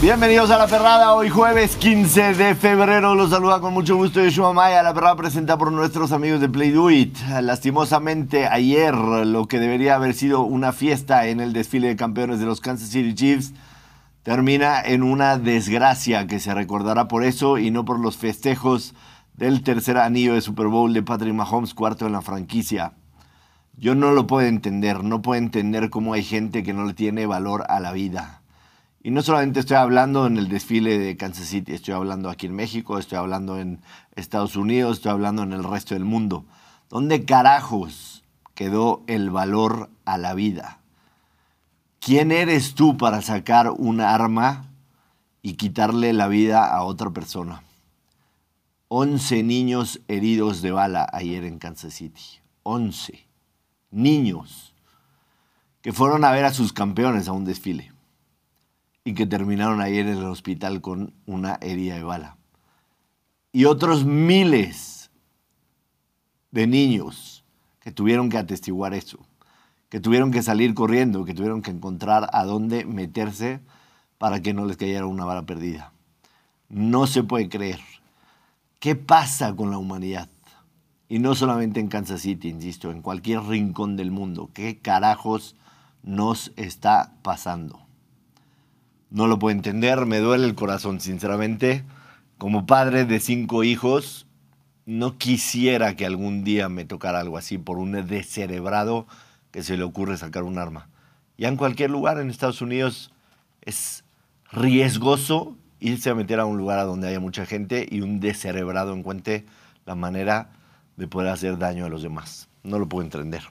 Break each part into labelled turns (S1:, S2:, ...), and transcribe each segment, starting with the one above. S1: Bienvenidos a La Ferrada, hoy jueves 15 de febrero. Los saluda con mucho gusto Yeshua Maya. La Ferrada presenta por nuestros amigos de Play Do It. Lastimosamente, ayer lo que debería haber sido una fiesta en el desfile de campeones de los Kansas City Chiefs termina en una desgracia que se recordará por eso y no por los festejos del tercer anillo de Super Bowl de Patrick Mahomes, cuarto en la franquicia. Yo no lo puedo entender, no puedo entender cómo hay gente que no le tiene valor a la vida. Y no solamente estoy hablando en el desfile de Kansas City, estoy hablando aquí en México, estoy hablando en Estados Unidos, estoy hablando en el resto del mundo. ¿Dónde carajos quedó el valor a la vida? ¿Quién eres tú para sacar un arma y quitarle la vida a otra persona? 11 niños heridos de bala ayer en Kansas City. 11 niños que fueron a ver a sus campeones a un desfile y que terminaron ayer en el hospital con una herida de bala. Y otros miles de niños que tuvieron que atestiguar eso, que tuvieron que salir corriendo, que tuvieron que encontrar a dónde meterse para que no les cayera una bala perdida. No se puede creer. ¿Qué pasa con la humanidad? Y no solamente en Kansas City, insisto, en cualquier rincón del mundo. ¿Qué carajos nos está pasando? no lo puedo entender, me duele el corazón, sinceramente. Como padre de cinco hijos, no quisiera que algún día me tocara algo así por un descerebrado que se le ocurre sacar un arma. Ya en cualquier lugar en Estados Unidos es riesgoso irse a meter a un lugar a donde haya mucha gente y un descerebrado encuentre la manera de poder hacer daño a los demás. No lo puedo entender.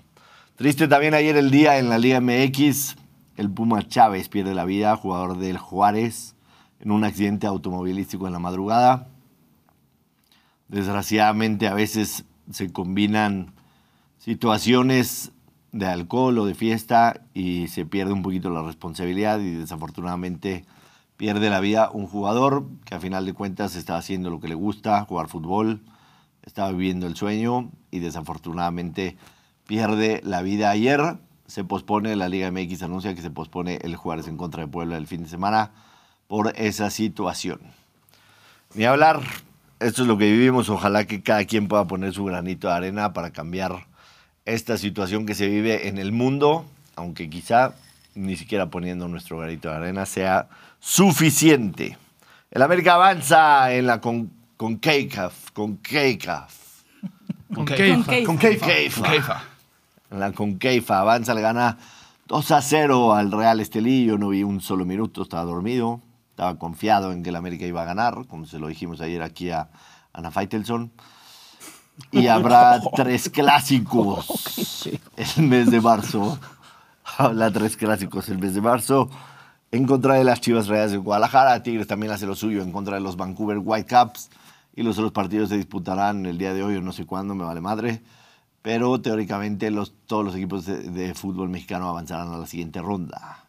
S1: Triste también ayer el día en la Liga MX, el Puma Chávez pierde la vida, jugador del Juárez, en un accidente automovilístico en la madrugada. Desgraciadamente a veces se combinan situaciones de alcohol o de fiesta y se pierde un poquito la responsabilidad y desafortunadamente pierde la vida un jugador que a final de cuentas estaba haciendo lo que le gusta, jugar fútbol, estaba viviendo el sueño y desafortunadamente pierde la vida ayer se pospone, la Liga MX anuncia que se pospone el Juárez en contra de Puebla el fin de semana por esa situación. Ni hablar, esto es lo que vivimos, ojalá que cada quien pueda poner su granito de arena para cambiar esta situación que se vive en el mundo, aunque quizá ni siquiera poniendo nuestro granito de arena sea suficiente. El América avanza en la con, con CACAF, con CACAF,
S2: Con
S3: Con
S1: con CACAF. En la Conqueifa avanza, le gana 2 a 0 al Real Estelillo. No vi un solo minuto, estaba dormido. Estaba confiado en que el América iba a ganar, como se lo dijimos ayer aquí a Ana Faitelson. Y habrá tres clásicos el mes de marzo. Habrá tres clásicos el mes de marzo. En contra de las Chivas Reales de Guadalajara, Tigres también hace lo suyo en contra de los Vancouver Whitecaps. Y los otros partidos se disputarán el día de hoy o no sé cuándo, me vale madre pero teóricamente los, todos los equipos de, de fútbol mexicano avanzarán a la siguiente ronda.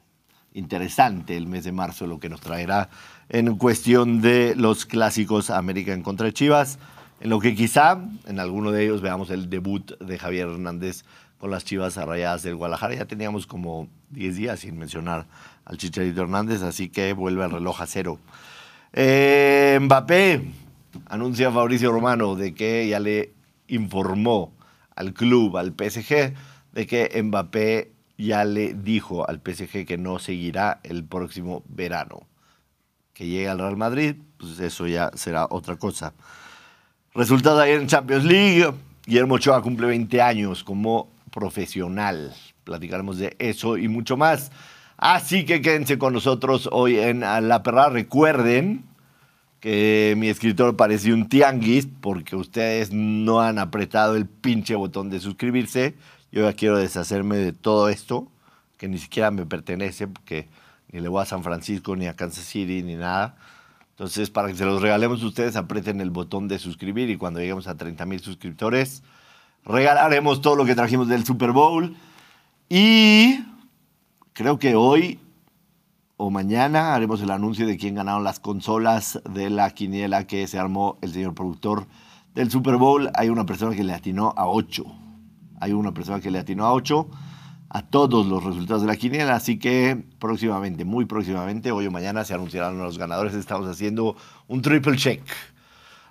S1: Interesante el mes de marzo lo que nos traerá en cuestión de los clásicos América en contra de Chivas, en lo que quizá en alguno de ellos veamos el debut de Javier Hernández con las Chivas Arrayadas del Guadalajara. Ya teníamos como 10 días sin mencionar al Chicharito Hernández, así que vuelve al reloj a cero. Eh, Mbappé anuncia a Fabricio Romano de que ya le informó al club, al PSG, de que Mbappé ya le dijo al PSG que no seguirá el próximo verano. Que llegue al Real Madrid, pues eso ya será otra cosa. Resultado ayer en Champions League, Guillermo Ochoa cumple 20 años como profesional. Platicaremos de eso y mucho más. Así que quédense con nosotros hoy en A La Perra. Recuerden que mi escritor parecía un tianguis porque ustedes no han apretado el pinche botón de suscribirse. Yo ya quiero deshacerme de todo esto, que ni siquiera me pertenece, porque ni le voy a San Francisco, ni a Kansas City, ni nada. Entonces, para que se los regalemos ustedes, aprieten el botón de suscribir y cuando lleguemos a 30 mil suscriptores, regalaremos todo lo que trajimos del Super Bowl. Y creo que hoy o mañana haremos el anuncio de quién ganaron las consolas de la quiniela que se armó el señor productor del Super Bowl. Hay una persona que le atinó a 8. Hay una persona que le atinó a 8. a todos los resultados de la quiniela. Así que próximamente, muy próximamente, hoy o mañana se anunciarán los ganadores. Estamos haciendo un triple check.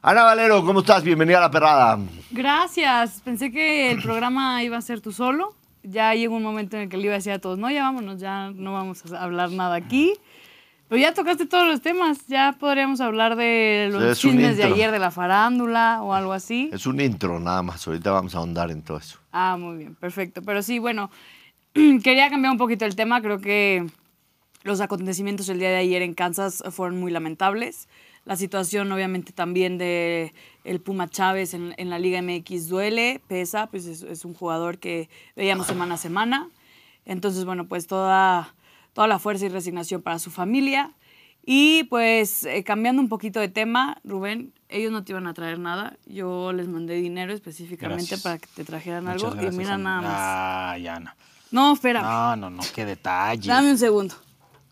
S1: Ana Valero, ¿cómo estás? Bienvenida a la perrada.
S2: Gracias. Pensé que el programa iba a ser tú solo. Ya llegó un momento en el que le iba a decir a todos, no, ya vámonos, ya no vamos a hablar nada aquí. Pero ya tocaste todos los temas. Ya podríamos hablar de los
S1: Es un
S2: chismes de
S1: intro.
S2: ayer, de la farándula o algo así.
S1: Es un intro nada más. Ahorita vamos a ahondar en todo eso.
S2: Ah, muy bien, perfecto. Pero sí, bueno, quería cambiar un poquito el tema. Creo que los acontecimientos el día de ayer en Kansas fueron muy lamentables. La situación, obviamente, también de el Puma Chávez en, en la Liga MX duele, pesa, pues es, es un jugador que veíamos semana a semana. Entonces, bueno, pues toda, toda la fuerza y resignación para su familia. Y pues eh, cambiando un poquito de tema, Rubén, ellos no te iban a traer nada. Yo les mandé dinero específicamente
S3: Gracias.
S2: para que te trajeran
S3: Muchas
S2: algo.
S3: gracias,
S2: y mira
S3: Ana.
S2: nada más.
S3: Ay, Ana.
S2: No, espérame.
S3: Ah. No, no, no, qué detalle.
S2: Dame un segundo.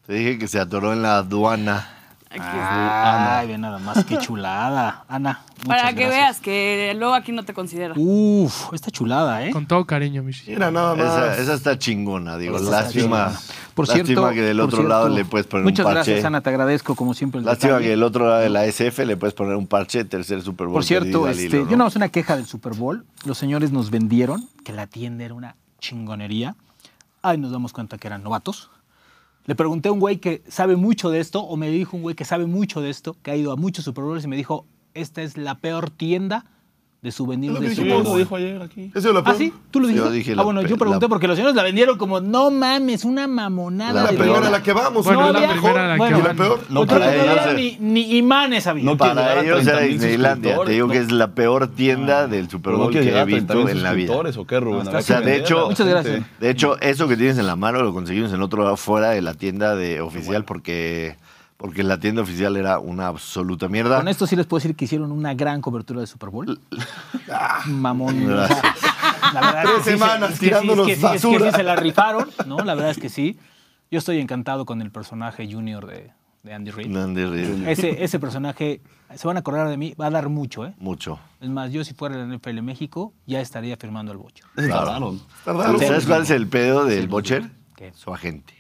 S1: Te dije que se atoró en la aduana.
S2: Aquí.
S3: Ah, Ay, ve nada más, qué chulada. Ana, muchas
S2: para que
S3: gracias.
S2: veas que luego aquí no te considera.
S3: Uf, esta chulada, ¿eh?
S4: Con todo cariño, Michi.
S5: Mira nada más.
S1: Esa, esa está chingona, digo.
S3: Esa está
S1: lástima.
S3: chingona. Por cierto,
S1: lástima que del
S3: por
S1: otro
S3: cierto,
S1: lado le puedes poner un parche.
S3: Muchas gracias, Ana, te agradezco como siempre el
S1: Lástima
S3: detalle.
S1: que del otro lado de la SF le puedes poner un parche, tercer Super Bowl.
S3: Por cierto,
S1: perdido al
S3: este,
S1: hilo,
S3: yo no es una queja del Super Bowl. Los señores nos vendieron que la tienda era una chingonería. Ahí nos damos cuenta que eran novatos. Le pregunté a un güey que sabe mucho de esto, o me dijo un güey que sabe mucho de esto, que ha ido a muchos Super Bowls y me dijo, esta es la peor tienda de
S5: Es
S3: souvenirs
S5: lo que
S3: del
S5: dijimos,
S3: Super
S5: lo
S3: Bowl.
S5: dijo ayer aquí. Eso es lo
S3: ¿Ah, sí? ¿Tú lo
S1: Yo
S3: dijiste?
S1: dije la
S3: ah, bueno,
S1: pe-
S3: yo pregunté
S1: la-
S3: porque los señores la vendieron como, no mames, una mamonada.
S1: La
S3: de
S5: La primera
S3: peor".
S5: a la que vamos.
S4: Bueno,
S5: ¿no?
S4: la
S5: Mejor.
S4: primera a la que
S5: Bueno, y la
S4: van.
S5: peor.
S1: No,
S3: No,
S1: para
S3: no
S1: ellos
S3: había
S1: era-
S3: ni, ni imanes había.
S1: Para ellos era
S5: 30.000
S1: Disneylandia. Te digo que es la peor tienda del Super Bowl que he visto en la vida.
S5: ¿O qué, Rubén?
S1: O sea, de hecho,
S3: Muchas gracias.
S1: de hecho, eso que tienes en la mano lo conseguimos en otro lado fuera de la tienda de oficial porque, porque la tienda oficial era una absoluta
S5: Ah.
S1: mierda.
S3: Con esto sí les puedo decir que hicieron una gran cobertura de Super Bowl. Ah, Mamón. o sea, la verdad
S5: Tres
S3: es que sí se-
S5: semanas
S3: es que sí, es que
S5: tirándonos
S3: sí, es que
S5: basura.
S3: sí se la rifaron, ¿no? La verdad es que sí. Yo estoy encantado con el personaje junior de, de Andy Reid.
S1: Andy Reid,
S3: Ese, ese personaje, se van a acordar de mí, va a dar mucho, ¿eh?
S1: Mucho.
S3: Es más, yo si fuera el NFL México, ya estaría firmando el Bocher.
S5: Tardaron. Tardaron.
S1: ¿Sabes cuál es el pedo del Bocher?
S3: ¿Qué?
S1: Su agente.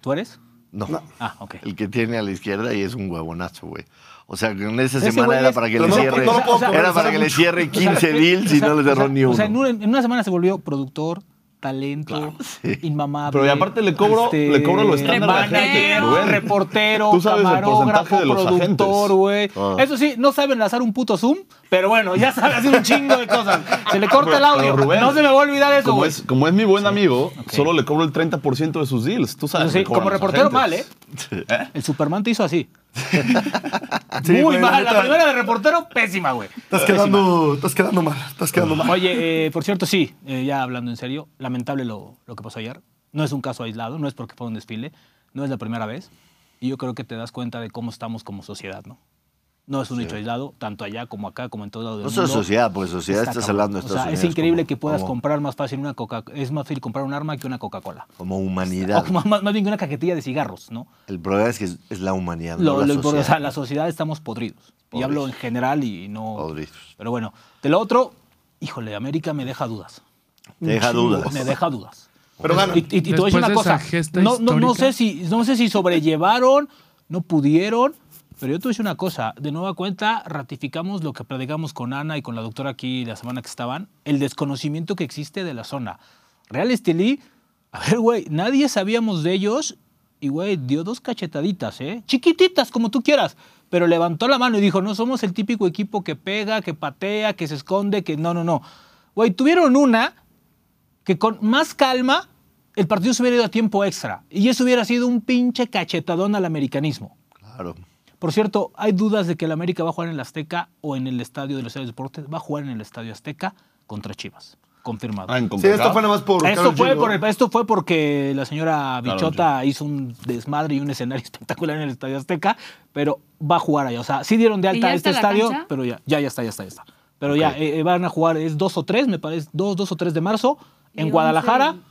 S3: ¿Tú eres?
S1: no.
S3: Ah, ok.
S1: El que tiene a la izquierda y es un huevonazo, güey. O sea, que en esa
S3: Ese
S1: semana
S3: güey
S1: era
S3: es-
S1: para que
S5: Pero
S1: le
S5: no-
S1: cierre.
S5: no lo puedo comer,
S1: era para
S5: sabe
S1: que le
S5: mucho.
S1: cierre 15 deals y
S3: si
S1: no le cerró ni uno.
S3: O sea, en una, en una semana se volvió productor, talento, inmamable.
S5: Pero y aparte le cobro- le cobro lo estándar
S2: a la gente,
S3: manager,
S5: Rubén.
S3: reportero,
S5: Tú sabes el porcentaje
S3: camarógrafo,
S5: de los agentes.
S3: productor, güey.
S1: Ah.
S3: Eso sí, no sabe enlazar un puto Zoom, pero bueno, ya sabe hacer un chingo de cosas. Se le corta el
S5: Pero,
S3: audio.
S5: Rubén,
S3: no se me va a olvidar eso,
S5: Como
S3: güey.
S5: es, como es mi buen amigo,
S3: Ok.
S5: solo le cobro el 30% de sus deals. Tú sabes.
S3: Eso sí,
S5: que cobran
S3: como
S5: los
S3: reportero mal, ¿eh?
S5: agentes.
S3: El Superman te hizo así.
S5: Sí,
S3: Muy
S5: güey,
S3: mal.
S5: neta.
S3: La primera de reportero, pésima, güey.
S5: Estás quedando, estás quedando mal. Estás quedando mal.
S3: Oye, eh, por cierto, sí, eh, ya hablando en serio, lamentable lo, lo que pasó ayer. No es un caso aislado, no es porque fue un desfile, no es la primera vez. Y yo creo que te das cuenta de cómo estamos como sociedad, ¿no? No es un hecho aislado, tanto allá como acá, como en todo lado del
S1: No
S3: mundo.
S1: solo sociedad, porque sociedad estás
S3: cabrón.
S1: hablando de Estados
S3: o sea, Es
S1: Unidos
S3: increíble
S1: como-
S3: que puedas
S1: como-
S3: comprar más fácil una coca Es más fácil comprar un arma que una Coca-Cola.
S1: Como
S3: O
S1: humanidad.
S3: más, más bien que una cajetilla de cigarros, ¿no?
S1: El problema es que es, es la humanidad,
S3: Lo-
S1: no la
S3: lo importante,
S1: sociedad.
S3: o sea, la sociedad estamos podridos. Y
S1: Podridos.
S3: hablo en general y no.
S1: Podridos.
S3: Pero bueno, de lo otro, híjole, América me deja dudas.
S1: Te deja dudas.
S3: Me deja dudas.
S5: Pero gana.
S3: Y, y- y te voy a decir
S4: Después
S3: una
S4: de
S3: cosa.
S4: esa gesta
S3: No, no, no,
S4: histórica.
S3: sé si, no sé si sobrellevaron, no pudieron, pero yo te voy a decir una cosa. De nueva cuenta, ratificamos lo que platicamos con Ana y con la doctora aquí la semana que estaban, el desconocimiento que existe de la zona. Real Estelí, a ver, güey, nadie sabíamos de ellos y, güey, dio dos cachetaditas, ¿eh? Chiquititas, como tú quieras. Pero levantó la mano y dijo, no somos el típico equipo que pega, que patea, que se esconde, que no, no, no. Güey, tuvieron una que con más calma el partido se hubiera ido a tiempo extra y eso hubiera sido un pinche cachetadón al americanismo.
S1: Claro.
S3: Por cierto, hay dudas de que el América va a jugar en el Azteca o en el Estadio de los Estados Deportes. Va a jugar en el Estadio Azteca contra Chivas. Confirmado.
S5: Ah, en
S6: Sí, esto
S5: CONCACAF.
S6: fue nada más por.
S3: Esto
S6: Karol
S3: fue,
S6: G, ¿no?
S3: por el- esto fue porque la señora Bichota hizo un desmadre y un escenario espectacular en el Estadio Azteca, pero va a jugar allá. O sea, sí dieron de
S2: ¿Y ya
S3: alta este
S2: está la
S3: estadio,
S2: cancha?
S3: pero ya, ya, ya está, ya está, ya está. Pero ya eh, eh, van a jugar, es 2 o 3, me parece, 2, 2 o 3 de marzo,
S2: ¿Y
S3: en
S2: dónde
S3: Guadalajara.
S2: se-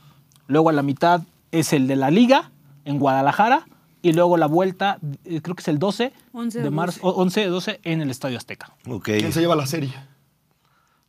S3: Luego a la mitad es el de la Liga, en Guadalajara. Y luego la vuelta, eh, creo que es el 12
S2: 11 o
S3: de marzo, o 11 12 en el Estadio Azteca.
S1: Ok.
S6: ¿Quién se lleva la serie?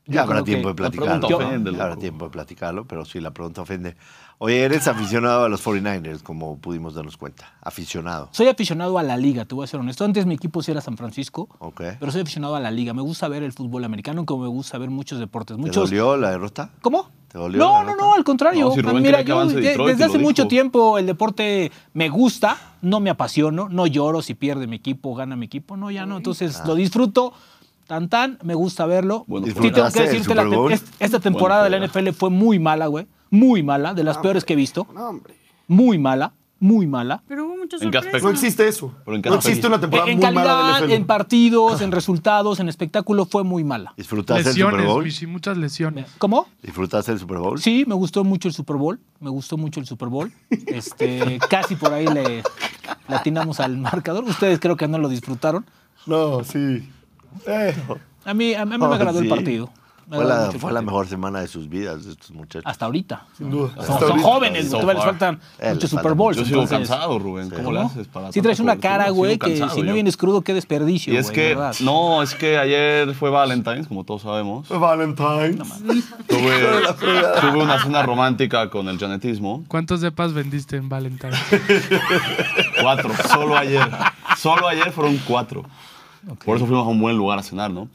S1: Ya habrá
S3: creo que
S1: tiempo de
S5: la
S1: platicarlo.
S5: pregunta ofende,
S1: Ya habrá
S5: loco.
S1: tiempo de platicarlo, pero sí, la pregunta ofende. Oye, eres aficionado a los 49ers, como pudimos darnos cuenta. Aficionado.
S3: Soy aficionado a la liga, te voy a ser honesto. Antes mi equipo sí era San Francisco,
S1: Ok.
S3: pero soy aficionado a la liga. Me gusta ver el fútbol americano, como me gusta ver muchos deportes.
S1: ¿Te
S3: Muchos...
S1: dolió la derrota?
S3: ¿Cómo?
S1: ¿Te dolió
S3: no,
S1: la
S3: no,
S1: nota?
S3: no, al contrario.
S5: No, si Rubén
S3: Mira,
S5: quería que
S3: yo
S5: avance
S3: de-
S5: Detroit,
S3: desde
S5: lo
S3: hace mucho
S5: dijo.
S3: tiempo el deporte me gusta, no me apasiono, no lloro si pierde mi equipo, gana mi equipo, no, ya no.
S1: Ah.
S3: Entonces lo disfruto tan tan, me gusta verlo.
S5: Bueno,
S3: sí tengo
S1: ¿Disfrutaste
S3: que
S1: el
S3: decirte, la
S1: Super
S3: tem-
S1: Bowl?
S3: es- esta temporada de la
S5: juego.
S3: NFL fue muy mala, güey. Muy mala, de las
S1: Ah,
S3: peores que he visto.
S4: No, hombre.
S3: Muy mala, muy mala.
S2: Pero hubo muchas
S5: ¿En qué
S2: sorpresas.
S5: aspecto?
S4: No existe eso.
S5: Pero en cada
S4: no existe
S5: país.
S4: una temporada
S3: En
S4: muy mala
S3: calidad,
S4: de NFL.
S3: en partidos, en resultados, en espectáculo, fue muy mala.
S1: ¿Disfrutaste el Super
S6: lesiones,
S1: Bowl?
S6: Michi, muchas lesiones.
S3: ¿Cómo?
S1: ¿Disfrutaste el Super Bowl?
S3: Sí, me gustó mucho el Super Bowl. Me gustó mucho el Super Bowl. Este, casi por ahí le le atinamos al marcador. Ustedes creo que no lo disfrutaron.
S4: No, sí. Eh,
S3: A mí, a mí me
S1: Oh,
S3: agradó el
S1: sí.
S3: partido. Me
S1: Fue
S3: agradó
S1: la,
S3: mucho el
S1: fue la
S3: partido.
S1: mejor semana de sus vidas, de estos muchachos.
S3: Hasta ahorita.
S4: sin duda.
S3: Son,
S4: Hasta
S3: son
S4: ahorita.
S3: jóvenes,
S5: So
S3: todavía les
S5: far.
S3: faltan
S1: Eh,
S3: muchos
S1: les falta
S3: Super Bowls.
S5: Yo sigo
S3: entonces,
S5: cansado, Rubén. ¿Cómo le
S3: ¿no?
S5: haces para
S3: Sí
S5: tanta
S3: traes una
S5: cobertura?
S3: cara,
S5: Sigo
S3: güey, que
S5: cansado
S3: si no
S5: yo.
S3: vienes crudo, qué desperdicio,
S5: Y es
S3: güey,
S5: que,
S3: de verdad.
S5: no, es que ayer fue Valentine's, como todos sabemos.
S4: Valentine's.
S5: Tuve, tuve una cena romántica con el janetismo.
S6: ¿Cuántos depas vendiste en Valentine?
S5: Cuatro, solo ayer. Solo ayer fueron cuatro. Por eso fuimos a un buen lugar a cenar, ¿no?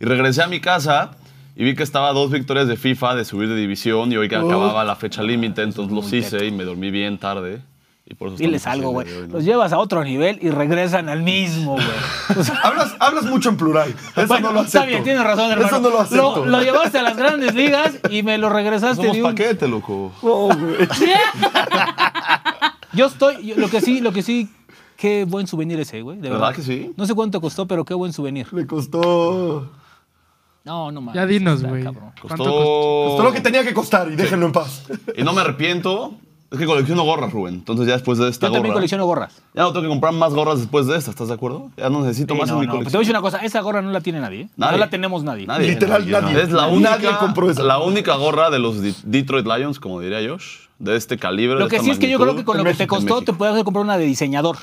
S5: Y regresé a mi casa y vi que estaba dos victorias de FIFA de subir de división y hoy que acababa la fecha límite, entonces los hice y me dormí bien tarde. Y por eso
S3: Diles
S5: estamos
S3: algo, güey.
S5: así el día de hoy, ¿no?
S3: Los llevas a otro nivel y regresan al mismo, güey. O sea,
S4: hablas, hablas mucho en plural. Eso
S3: Bueno,
S4: no lo acepto.
S3: está bien, tienes razón, hermano.
S4: Eso no lo acepto.
S3: Lo, lo llevaste a las grandes ligas y me lo regresaste.
S5: Somos
S3: de un-
S5: paquete, loco.
S3: Yo estoy, yo- lo que sí, lo que sí, qué buen souvenir ese, güey. De
S5: ¿Verdad
S3: verdad.
S5: que sí?
S3: No sé cuánto costó, pero qué buen souvenir.
S4: Le costó.
S3: No, no mames.
S6: ya dinos,
S3: está
S6: güey.
S3: cabrón.
S6: ¿Cuánto costó?
S4: Costó lo que tenía que costar y déjenlo en paz.
S5: Y no me arrepiento. Es que colecciono gorras, Rubén. Entonces ya después de esta
S3: Yo también
S5: gorra-
S3: colecciono gorras.
S5: Ya no tengo que comprar más gorras después de esta, ¿estás de acuerdo? Ya no necesito
S3: Sí,
S5: más en
S3: no,
S5: mi
S3: no, pero Te voy a
S5: colección.
S3: decir una cosa, esa gorra no la tiene nadie. ¿eh?
S5: Nadie.
S3: No la tenemos nadie.
S4: Literal,
S5: Yo no.
S4: nadie.
S5: Es la
S4: Nadie
S5: única,
S4: compró esa.
S5: la única gorra de los De- Detroit Lions, como diría Josh, de este calibre.
S3: Lo
S5: de
S3: que
S5: esta
S3: sí es que yo creo
S5: magnitud.
S3: que con lo
S4: en
S3: que te
S4: México,
S5: en
S3: costó te
S5: México.
S3: puedes haber comprado una de diseñador.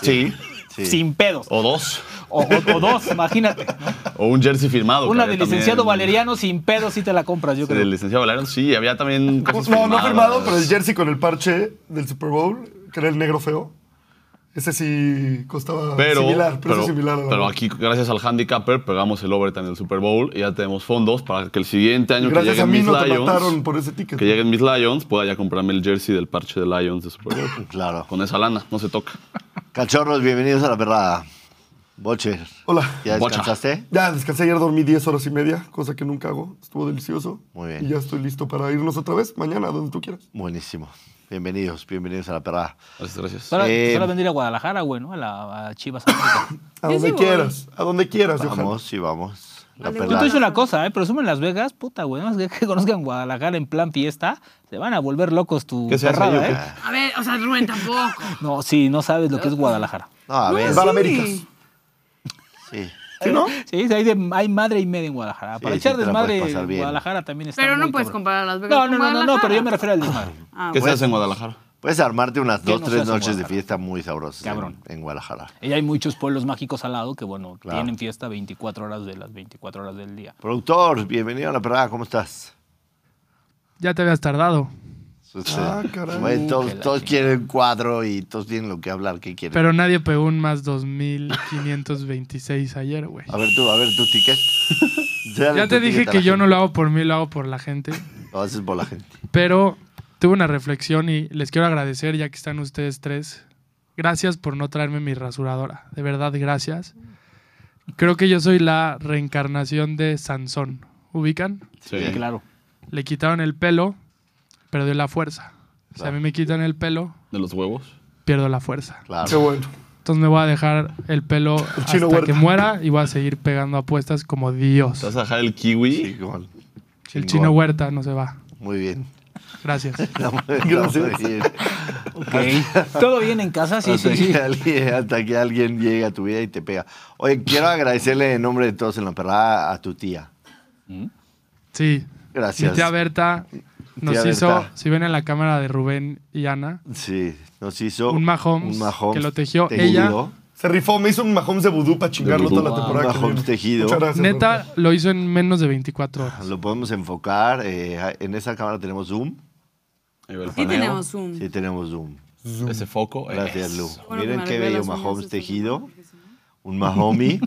S5: Sí.
S1: Sí.
S3: Sin pedos.
S5: O dos.
S3: O, o- o dos, imagínate. ¿no?
S5: O un jersey firmado. que
S3: Una
S5: había
S3: del licenciado
S5: también-
S3: Valeriano sin pedos sí te la compras, yo
S5: Sí,
S3: creo.
S5: del licenciado Valeriano, sí. Había también
S4: No,
S5: cosas
S4: no firmado,
S5: firmadas.
S4: pero el jersey con el parche del Super Bowl, que era el negro feo. Ese sí costaba
S5: Pero,
S4: similar, precio
S5: pero-
S4: similar a la
S5: pero
S4: otra.
S5: aquí, gracias al handicapper, pegamos el overtime del Super Bowl y ya tenemos fondos para que el siguiente año que
S4: Gracias a
S5: lleguen
S4: mí
S5: mis
S4: no te
S5: Lions,
S4: mataron por ese ticket.
S5: que lleguen mis Lions, pueda ya comprarme el jersey del parche de Lions de Super Bowl.
S1: Claro.
S5: Con esa lana, no se toca.
S1: Cachorros, bienvenidos a la perrada. Bocher,
S4: Hola.
S1: ¿ya
S5: Bocha.
S1: descansaste?
S4: Ya descansé ayer, dormí 10 horas y media, cosa que nunca hago. Estuvo delicioso.
S1: Muy bien.
S4: Y ya estoy listo para irnos otra vez mañana, donde tú quieras.
S1: Buenísimo. Bienvenidos, bienvenidos a la perrada.
S5: Gracias, gracias.
S3: Solo,
S1: Eh,
S3: solo vendría a Guadalajara, güey, ¿no? A la a Chivas América.
S4: A
S2: Yo
S4: donde
S2: sí voy.
S4: quieras, a donde quieras, Johan.
S1: Vamos, sí, vamos. La
S2: Vale,
S3: Yo
S1: perrada.
S3: te digo una cosa, ¿eh? Pero sumen Las Vegas, puta, güey. Más que, que conozcan Guadalajara en plan fiesta, se van a volver locos tu
S5: ¿Qué se hace
S3: perrada,
S5: ahí, o
S3: ¿eh?
S5: qué?
S2: A ver, o sea, Rubén tampoco.
S3: No, sí, no sabes lo que es Guadalajara.
S1: No, a ver,
S4: Va a la
S2: Sí.
S4: Américas.
S1: sí.
S4: ¿Sí, no?
S3: Sí, hay, de- hay madre y media en Guadalajara.
S1: Sí,
S3: Para
S1: sí
S3: echar
S1: te la
S3: desmadre,
S1: puedes pasar bien.
S3: Guadalajara también está
S2: Pero no
S3: muy
S2: puedes
S3: cabrón.
S2: comparar Las Vegas
S3: No,
S2: con
S3: no, no, no, no,
S2: Guadalajara.
S3: pero yo me refiero al desmadre.
S2: Ah,
S5: ¿Qué se
S2: bueno.
S5: hace en Guadalajara?
S1: Puedes armarte unas
S3: ¿Qué
S1: dos,
S3: no se
S1: tres
S3: hace en
S1: noches de
S3: Guadalajara?
S1: fiesta muy sabrosas en-
S3: Cabrón.
S1: En, Guadalajara.
S3: Y hay muchos pueblos mágicos al lado que, bueno,
S1: Claro.
S3: tienen fiesta 24 horas de las 24 horas del día.
S1: Productor, bienvenido a la perrada, ¿cómo estás?
S6: Ya te habías tardado.
S4: Ah,
S1: Este,
S4: caray.
S1: güey,
S3: Que
S1: todos
S3: la
S1: todos
S3: chingada.
S1: quieren cuadro y todos tienen lo que hablar, ¿qué quieren?
S6: Pero nadie pegó un más 2526 ayer, güey.
S1: A ver tú, a ver tu ticket. Dale
S6: Ya
S1: tu
S6: te dije
S1: ticket a la
S6: que yo no
S1: gente.
S6: lo hago por mí, lo hago por la gente.
S1: Lo haces por la gente.
S6: Pero tuve una reflexión y les quiero agradecer ya que están ustedes tres. Gracias por no traerme mi rasuradora. De verdad, gracias. Creo que yo soy la reencarnación de Sansón. ¿Ubican?
S5: Sí.
S3: Sí, claro.
S6: Le quitaron el pelo, perdió la fuerza. Si a mí me quitan el pelo,
S5: ¿De los huevos?
S6: pierdo la fuerza.
S4: Qué
S1: Claro.
S4: bueno.
S6: Entonces me voy a dejar el pelo hasta
S4: chino Huerta.
S6: que muera y voy a seguir pegando apuestas como Dios.
S5: ¿Te vas a dejar el kiwi?
S1: Sí, como-
S6: El
S1: chingón.
S6: chino huerta no se va.
S1: Muy bien.
S6: Gracias.
S1: Está muy- está
S4: Gracias.
S1: muy bien.
S3: ¿Todo bien en casa? Sí,
S1: hasta,
S3: sí, sí.
S1: Que alguien, hasta que alguien llegue a tu vida y te pega. Oye, quiero agradecerle en nombre de todos en la perrada a tu tía.
S6: Sí.
S1: Gracias.
S6: Mi tía Berta nos
S1: Tía
S6: hizo,
S1: Berta.
S6: si ven en la cámara de Rubén y Ana,
S1: Sí, nos hizo
S6: un Mahomes,
S1: un Mahomes
S6: que lo tejió ella
S4: Se rifó, me hizo un Mahomes de vudú para chingarlo
S5: vudú.
S4: toda la
S5: Wow,
S4: temporada. que
S1: Ah, Mahomes
S4: viene.
S1: tejido.
S4: Muchas gracias.
S6: Neta,
S4: Roberto.
S6: lo hizo en menos de 24 horas.
S1: Lo podemos enfocar. eh, en esa cámara tenemos zoom.
S5: Ahí va el
S2: Sí
S5: paneo.
S2: tenemos Zoom.
S1: Sí, tenemos zoom.
S5: Ese foco.
S1: Gracias,
S5: eso.
S1: Lu.
S2: Bueno,
S1: Miren
S2: me
S1: qué
S2: arreglé
S1: bello
S2: las uñas
S1: Mahomes
S2: esta
S1: tejido.
S2: semana, porque si no-
S1: Un Mahomi.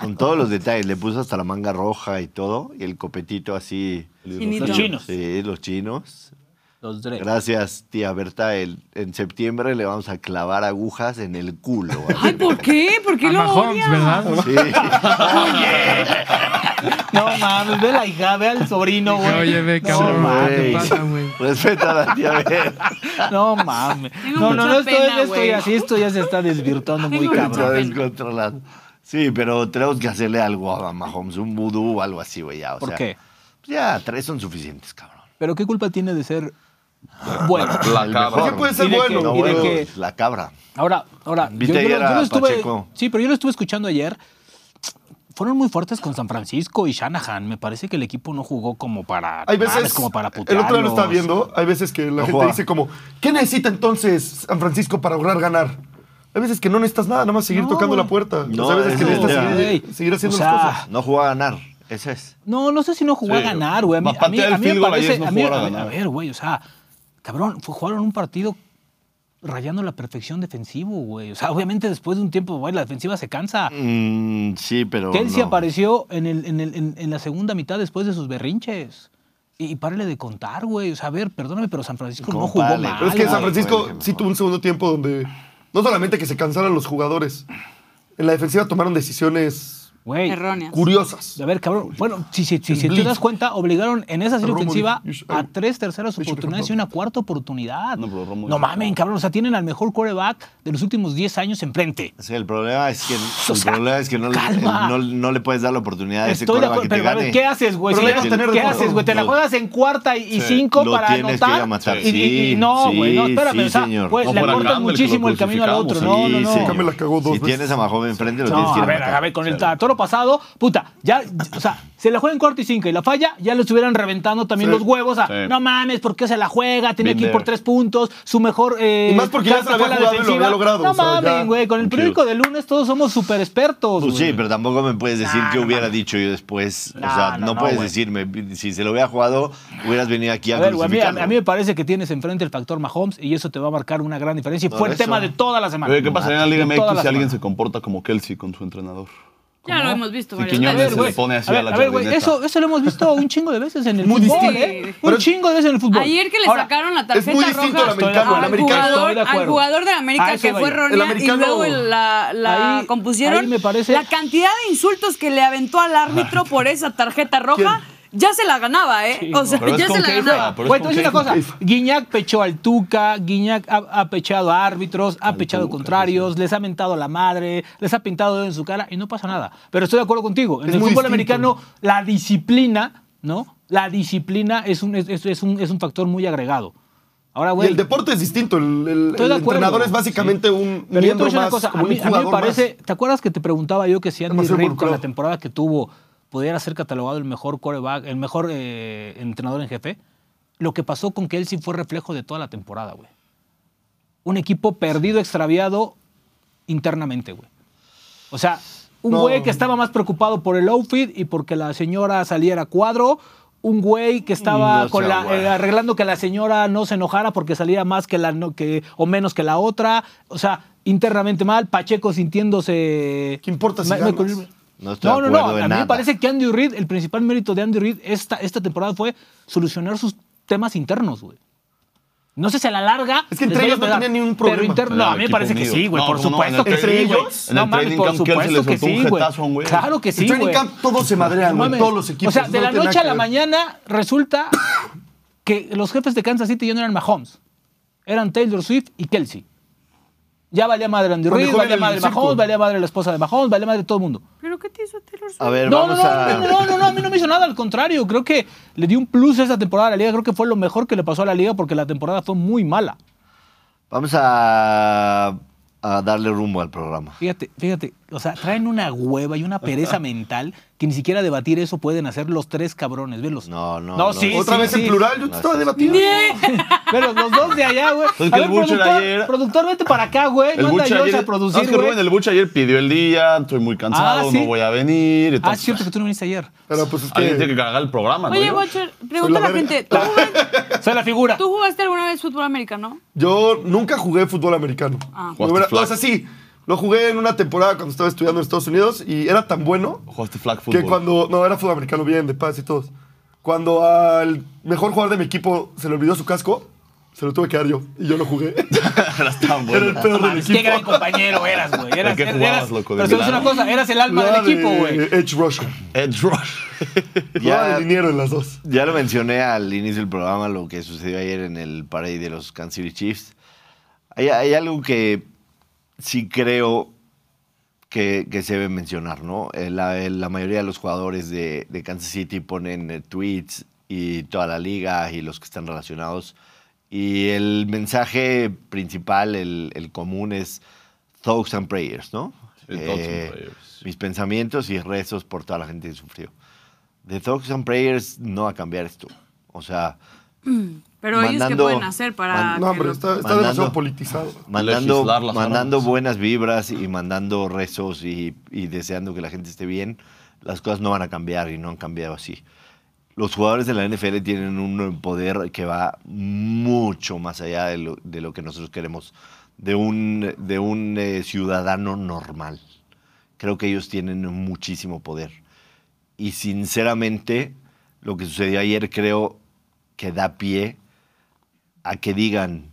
S1: con todos los detalles. Le puso hasta la manga roja y todo. Y el copetito así.
S2: Chinito.
S3: Los chinos.
S1: Sí, los chinos.
S3: Los Drake.
S1: Gracias, tía Berta. El- en septiembre le vamos a clavar agujas en el culo.
S2: Ay, ¿por qué? ¿Por qué
S6: A
S2: lo
S6: Mahomes,
S2: odias?
S6: ¿verdad?
S1: Sí.
S3: No mames, ve la hija, ve al sobrino, güey.
S6: Oye, ve,
S3: No
S6: cabrón,
S3: mames.
S6: ¿qué
S1: güey.
S6: te pasa, güey?
S1: Respeta a la tía Berta.
S3: No mames.
S2: Tengo
S3: No, no,
S2: mucha
S3: no estoy,
S2: pena,
S3: no estoy
S2: güey.
S3: así. Esto ya se está desvirtuando muy
S2: Tengo
S1: Está
S3: cabrón.
S2: mucha-
S1: descontrolado. Sí, pero tenemos que hacerle algo a Mahomes, un vudú o algo así, güey. ya, o
S3: ¿Por
S1: sea, pues
S3: qué?
S1: Ya, tres son suficientes, cabrón.
S3: Pero qué culpa tiene de ser bueno.
S5: La cabra.
S4: ¿Por qué puede ser
S3: Y de
S4: bueno?
S3: que-
S1: No,
S3: y de
S1: bueno,
S3: que-
S1: la cabra.
S3: Ahora, ahora,
S1: Viste, ayer
S3: lo-
S1: a
S3: lo estuve,
S1: Pacheco.
S3: sí, pero yo lo estuve escuchando ayer. Fueron muy fuertes con San Francisco y Shanahan. Me parece que el equipo no jugó como para,
S4: Hay
S3: mames,
S4: veces.
S3: como para
S4: el
S3: putearlos.
S4: otro día lo estaba viendo. Hay veces que la
S1: Ojo,
S4: gente
S1: ah.
S4: dice como, ¿qué necesita entonces San Francisco para lograr ganar? Hay veces que no necesitas nada, nada más seguir
S3: No,
S4: tocando
S3: güey.
S4: la puerta.
S1: No,
S4: No, hay veces que
S1: eso es
S4: necesitas
S1: verdad.
S4: seguir, seguir haciendo
S3: O sea,
S4: las cosas.
S1: No jugaba a ganar, eso es.
S3: No, no sé si no jugó
S5: Sí.
S3: a ganar, güey. A mí,
S5: Más
S3: a mí,
S5: patear el
S3: a mí me
S5: field goal ayer
S3: parece.
S5: no
S3: a, mí-
S5: jugaron a
S3: a ver,
S5: ganar.
S3: a ver, güey, o sea, cabrón, fue- jugaron un partido rayando la perfección defensivo, güey. O sea, obviamente después de un tiempo, güey, la defensiva se cansa.
S1: Mm, sí, pero.
S3: Kelsey
S1: no.
S3: apareció en, el- en el- en- en la segunda mitad después de sus berrinches. Y, y párale de contar, güey. O sea, a ver, perdóname, pero San Francisco no jugó
S1: Compárale,
S3: mal.
S4: Pero es que San
S1: Ay, güey,
S4: Francisco
S1: qué
S4: sí tuvo un segundo tiempo donde no solamente que se cansaran los jugadores, en la defensiva tomaron decisiones
S3: Güey.
S2: Erróneas.
S4: curiosas.
S3: A ver, cabrón. Bueno, si, si, si- si te
S4: blitz.
S3: das cuenta, obligaron en esa serie
S4: Romo
S3: ofensiva
S4: dijo, "You
S3: a
S4: should-
S3: tres terceras
S4: you should
S3: oportunidades y
S4: have
S3: una cuarta oportunidad.
S5: No, pero Romo
S3: No
S5: dijo,
S3: mamen,
S5: "No".
S3: cabrón. O sea, tienen al mejor quarterback de los últimos 10 años enfrente.
S1: Sí, el problema es que, el
S3: sea,
S1: problema es que no, le,
S3: calma.
S1: no- no le puedes dar la oportunidad a ese
S3: Estoy de
S1: coreback que
S3: acuerdo,
S1: te
S3: pero a
S1: gane.
S3: ver, ¿qué haces, güey?
S4: Pero
S3: ¿Qué-
S4: lo debes tener
S3: ¿Qué
S4: de
S3: haces, güey? Te la
S1: lo-
S3: juegas en cuarta y y cinco
S1: lo
S3: para
S1: tienes que ir a
S3: anotar.
S1: matar.
S3: Y- y- y-
S1: Sí,
S3: no,
S1: sí,
S3: güey, no, espérame,
S1: sí,
S3: o sea,
S1: señor.
S3: pues
S5: No
S3: le
S5: fuera
S3: cortas
S5: Campbell, que lo
S3: muchísimo el camino al otro. No,
S5: crucificamos
S3: no,
S5: ahí.
S3: no.
S1: señor.
S4: Campbell la cagó dos
S1: Si
S4: veces.
S1: tienes a Mahomes enfrente, lo tienes
S3: No,
S1: que ir
S3: a
S1: a
S3: ver,
S1: matar.
S3: a ver, con el toro pasado, puta, ya, o sea, se la juega en cuarto y cinco y la falla, ya le estuvieran reventando también
S4: Sí.
S3: los huevos. a,
S5: Sí.
S3: No mames, ¿por qué se la juega? Tenía
S5: Been
S3: que ir por
S5: there.
S3: tres puntos, su mejor. eh,
S4: Y más porque ya
S3: carta
S4: se la había
S3: fue
S4: jugado y lo había logrado,
S3: No
S4: o sea, ya.
S3: mames, güey, con el periódico de lunes todos somos super expertos.
S1: Pues sí,
S3: güey.
S1: pero tampoco me puedes decir
S3: Nah,
S1: que
S3: no
S1: hubiera
S3: mames.
S1: dicho yo después. o
S3: Nah,
S1: sea, no,
S3: no, no,
S1: puedes
S3: güey.
S1: decirme. Si se lo hubiera jugado, hubieras venido aquí a,
S3: A ver, güey, a mí, a-
S1: crucificarlo.
S3: a mí me parece que tienes enfrente el factor Mahomes y eso te va a marcar una gran diferencia. Y
S1: Por
S3: fue el
S1: eso.
S3: tema de toda la semana.
S5: Oye, ¿qué pasaría en la Liga
S3: De toda
S5: MX
S3: la
S5: si alguien
S3: semana.
S5: se comporta como Kelsey con su entrenador?
S2: Ya lo hemos visto
S5: Si
S2: varias
S5: Quiñones
S2: veces.
S5: se
S3: güey,
S5: le pone así
S3: a ver,
S5: a la
S3: a ver, güey,
S5: jardineta.
S3: eso, eso lo hemos visto un chingo de veces en el
S4: Muy
S3: fútbol,
S2: distinto.
S3: ¿eh?
S2: Pero
S3: Un
S4: es-
S3: chingo de veces en el fútbol.
S2: Ayer que le
S3: Ahora,
S2: sacaron la
S4: es
S2: tarjeta
S4: muy distinto
S2: roja
S4: al americano,
S2: al,
S4: el americano-
S3: Estoy
S2: jugador,
S3: de acuerdo.
S2: al jugador del América
S3: A eso
S2: que
S3: iba
S2: fue
S3: yo.
S4: El
S2: errónea y
S4: americano-
S2: luego la, la
S3: Ahí-
S2: compusieron.
S3: ahí me parece-
S2: La cantidad de insultos que le aventó al árbitro por esa tarjeta roja ya se la ganaba, ¿eh? o sea,
S5: Pero es
S2: ya
S5: con
S2: se la
S5: Keita,
S2: ganaba.
S5: pero es
S3: Güey,
S5: con
S3: te voy a decir una
S5: Keita.
S3: cosa. Guiñac pechó al Tuca, Guiñac ha, ha pechado a árbitros, ha pechado
S5: Tuca,
S3: contrarios, les ha mentado la madre, les ha pintado dedo en su cara y no pasa nada. Pero estoy de acuerdo contigo. En
S4: Es
S3: el
S4: muy
S3: fútbol
S4: distinto.
S3: americano, la disciplina, ¿no? La disciplina es un, es, es- es un, es un factor muy agregado. Ahora,
S4: Y
S3: güey.
S4: el deporte es distinto. El, el-
S3: Estoy
S4: el
S3: de acuerdo.
S4: entrenador es básicamente
S3: Sí.
S4: un
S3: Pero yo te
S4: miembro
S3: voy a decir
S4: más,
S3: una cosa. A
S4: como
S3: mí,
S4: un
S3: a mí me
S4: jugador más.
S3: parece. ¿Te acuerdas que te preguntaba yo que si Andy
S4: Demasiado
S3: Reid con la
S4: involucrado.
S3: temporada que tuvo pudiera ser catalogado el mejor quarterback, el mejor eh, entrenador en jefe? Lo que pasó con Kelsey fue reflejo de toda la temporada, güey. Un equipo perdido, extraviado internamente, güey. O sea, un
S4: No.
S3: güey que estaba más preocupado por el outfit y porque la señora saliera a cuadro. Un güey que estaba
S1: No
S3: con
S1: sea
S3: la,
S1: güey.
S3: eh, arreglando que la señora no se enojara porque salía más que la no- que, o menos que la otra. O sea, internamente mal. Pacheco sintiéndose.
S4: ¿Qué importa si
S3: Ma-
S4: ganas?
S3: Michael-
S1: No estoy de
S3: no,
S1: acuerdo
S3: no.
S1: en
S3: a mí
S1: nada.
S3: me parece que Andy Reid, el principal mérito de Andy Reid esta, esta temporada fue solucionar sus temas internos, güey. No sé si a la larga.
S4: Es que
S3: les
S4: entre
S3: vaya a
S4: ellos no
S3: pegar,
S4: tenían ni un
S3: pero
S4: problema.
S3: interno- no, a mí me
S5: Equipo
S3: parece que
S5: unido.
S3: sí, güey.
S5: No,
S3: por
S5: ¿cómo no?
S3: supuesto
S5: En el
S3: que sí,
S5: training-
S3: güey.
S5: en
S3: No
S5: el
S3: mames,
S5: training
S3: por
S5: camp que él se le
S3: supuesto que
S5: soltó un
S3: sí, güey.
S5: jetazo a un güey.
S3: Claro que
S4: el
S3: sí,
S4: training
S3: güey.
S4: camp todos se madrean,
S3: No
S4: güey,
S3: mames.
S4: todos los equipos.
S3: O sea,
S4: no
S3: de la
S4: tiene nada
S3: noche a
S4: que
S3: la
S4: ver.
S3: mañana resulta que los jefes de Kansas City ya no eran Mahomes. Eran Taylor Swift y Kelsey. Ya valía madre Andy
S4: Lo
S3: Reid,
S4: dejó en
S3: valía
S4: el
S3: madre
S4: circo.
S3: Mahomes, valía madre la esposa de Mahomes, valía madre todo el mundo.
S2: ¿Pero qué te hizo Taylor Swift?
S1: A ver,
S3: No, no,
S1: vamos
S3: no,
S1: a.
S3: no, no, no, no, a mí no me hizo nada, al contrario, creo que le dio un plus esa temporada a la liga, creo que fue lo mejor que le pasó a la liga porque la temporada fue muy mala.
S1: Vamos a a darle rumbo al programa.
S3: Fíjate, fíjate, o sea, traen una hueva y una pereza mental que ni siquiera debatir eso pueden hacer los tres cabrones, velos.
S1: No, no,
S3: No,
S1: no.
S3: sí,
S4: Otra
S3: sí,
S4: vez
S3: sí.
S4: en plural, yo te estaba debatiendo.
S3: Pero los dos de allá, güey.
S5: Entonces,
S3: A
S5: que
S3: ver,
S5: el Butcher
S3: productor,
S5: ayer-
S3: productor, vete para acá, güey.
S5: El
S3: Manda a
S5: Bucha
S3: George
S5: ayer,
S3: a producir,
S5: Nada más que
S3: güey.
S5: Rubén, el Bucha ayer pidió el día, estoy muy cansado,
S3: Ah, ¿sí?
S5: no voy a venir.
S3: Ah,
S5: entonces,
S3: es cierto que tú no viniste ayer.
S4: Pero pues es
S5: Alguien tiene
S4: que.
S5: que cargar el programa, ¿no?
S2: Oye,
S5: Yo-
S2: Watcher, pregunta a la
S4: verga.
S2: gente. ¿tú, jugaste-
S3: Soy la figura.
S2: tú jugaste alguna vez fútbol americano?
S4: Yo nunca jugué fútbol americano. Me hubiera-
S5: Flag.
S4: o sea, sí. Lo jugué en una temporada cuando estaba estudiando en Estados Unidos y era tan bueno
S5: Jugaste flag
S4: que
S5: fútbol.
S4: cuando. No, era fútbol americano bien, de paz y todos. Cuando al mejor jugador de mi equipo se le olvidó su casco, se lo tuve que dar yo y yo lo jugué.
S5: Eras tan
S4: era el
S5: bueno.
S4: peor del
S3: Mames, qué
S4: equipo.
S3: gran compañero eras, güey. Eras,
S5: ¿De qué
S3: eras-
S5: jugabas, loco? ¿De
S3: Pero sabes una
S5: milagro?
S3: cosa, eras el alma del
S4: Jugaba de
S3: equipo, güey.
S4: Edge Rusher.
S5: Edge Rush.
S4: Ya
S1: Ya-
S4: de dinero en las dos.
S1: Ya lo mencioné al inicio del programa, lo que sucedió ayer en el parade de los Kansas City Chiefs. Hay, hay algo que sí creo que, que se debe mencionar, ¿no? Eh, La, la mayoría de los jugadores de, de Kansas City ponen eh, tweets y toda la liga y los que están relacionados. Y el mensaje principal, el, el común, es thoughts and prayers, ¿no? Eh,
S5: Sí, thoughts and prayers, sí.
S1: Mis pensamientos y rezos por toda la gente que sufrió. The Thoughts and Prayers no va a cambiar esto. O sea,
S2: Pero ellos qué
S1: Mandando-
S2: pueden hacer para.
S3: Ah,
S1: man-
S4: No,
S2: que
S4: pero
S2: lo-
S4: está, está
S1: Mandando.
S4: demasiado politizado.
S1: mandando,
S5: Legislar las
S1: mandando
S5: armas.
S1: buenas vibras y mandando rezos y, y deseando que la gente esté bien, las cosas no van a cambiar y no han cambiado así. Los jugadores de la NFL tienen un poder que va mucho más allá de lo, de lo que nosotros queremos, de un, de un eh, ciudadano normal. Creo que ellos tienen muchísimo poder. Y sinceramente, lo que sucedió ayer creo que da pie a que digan,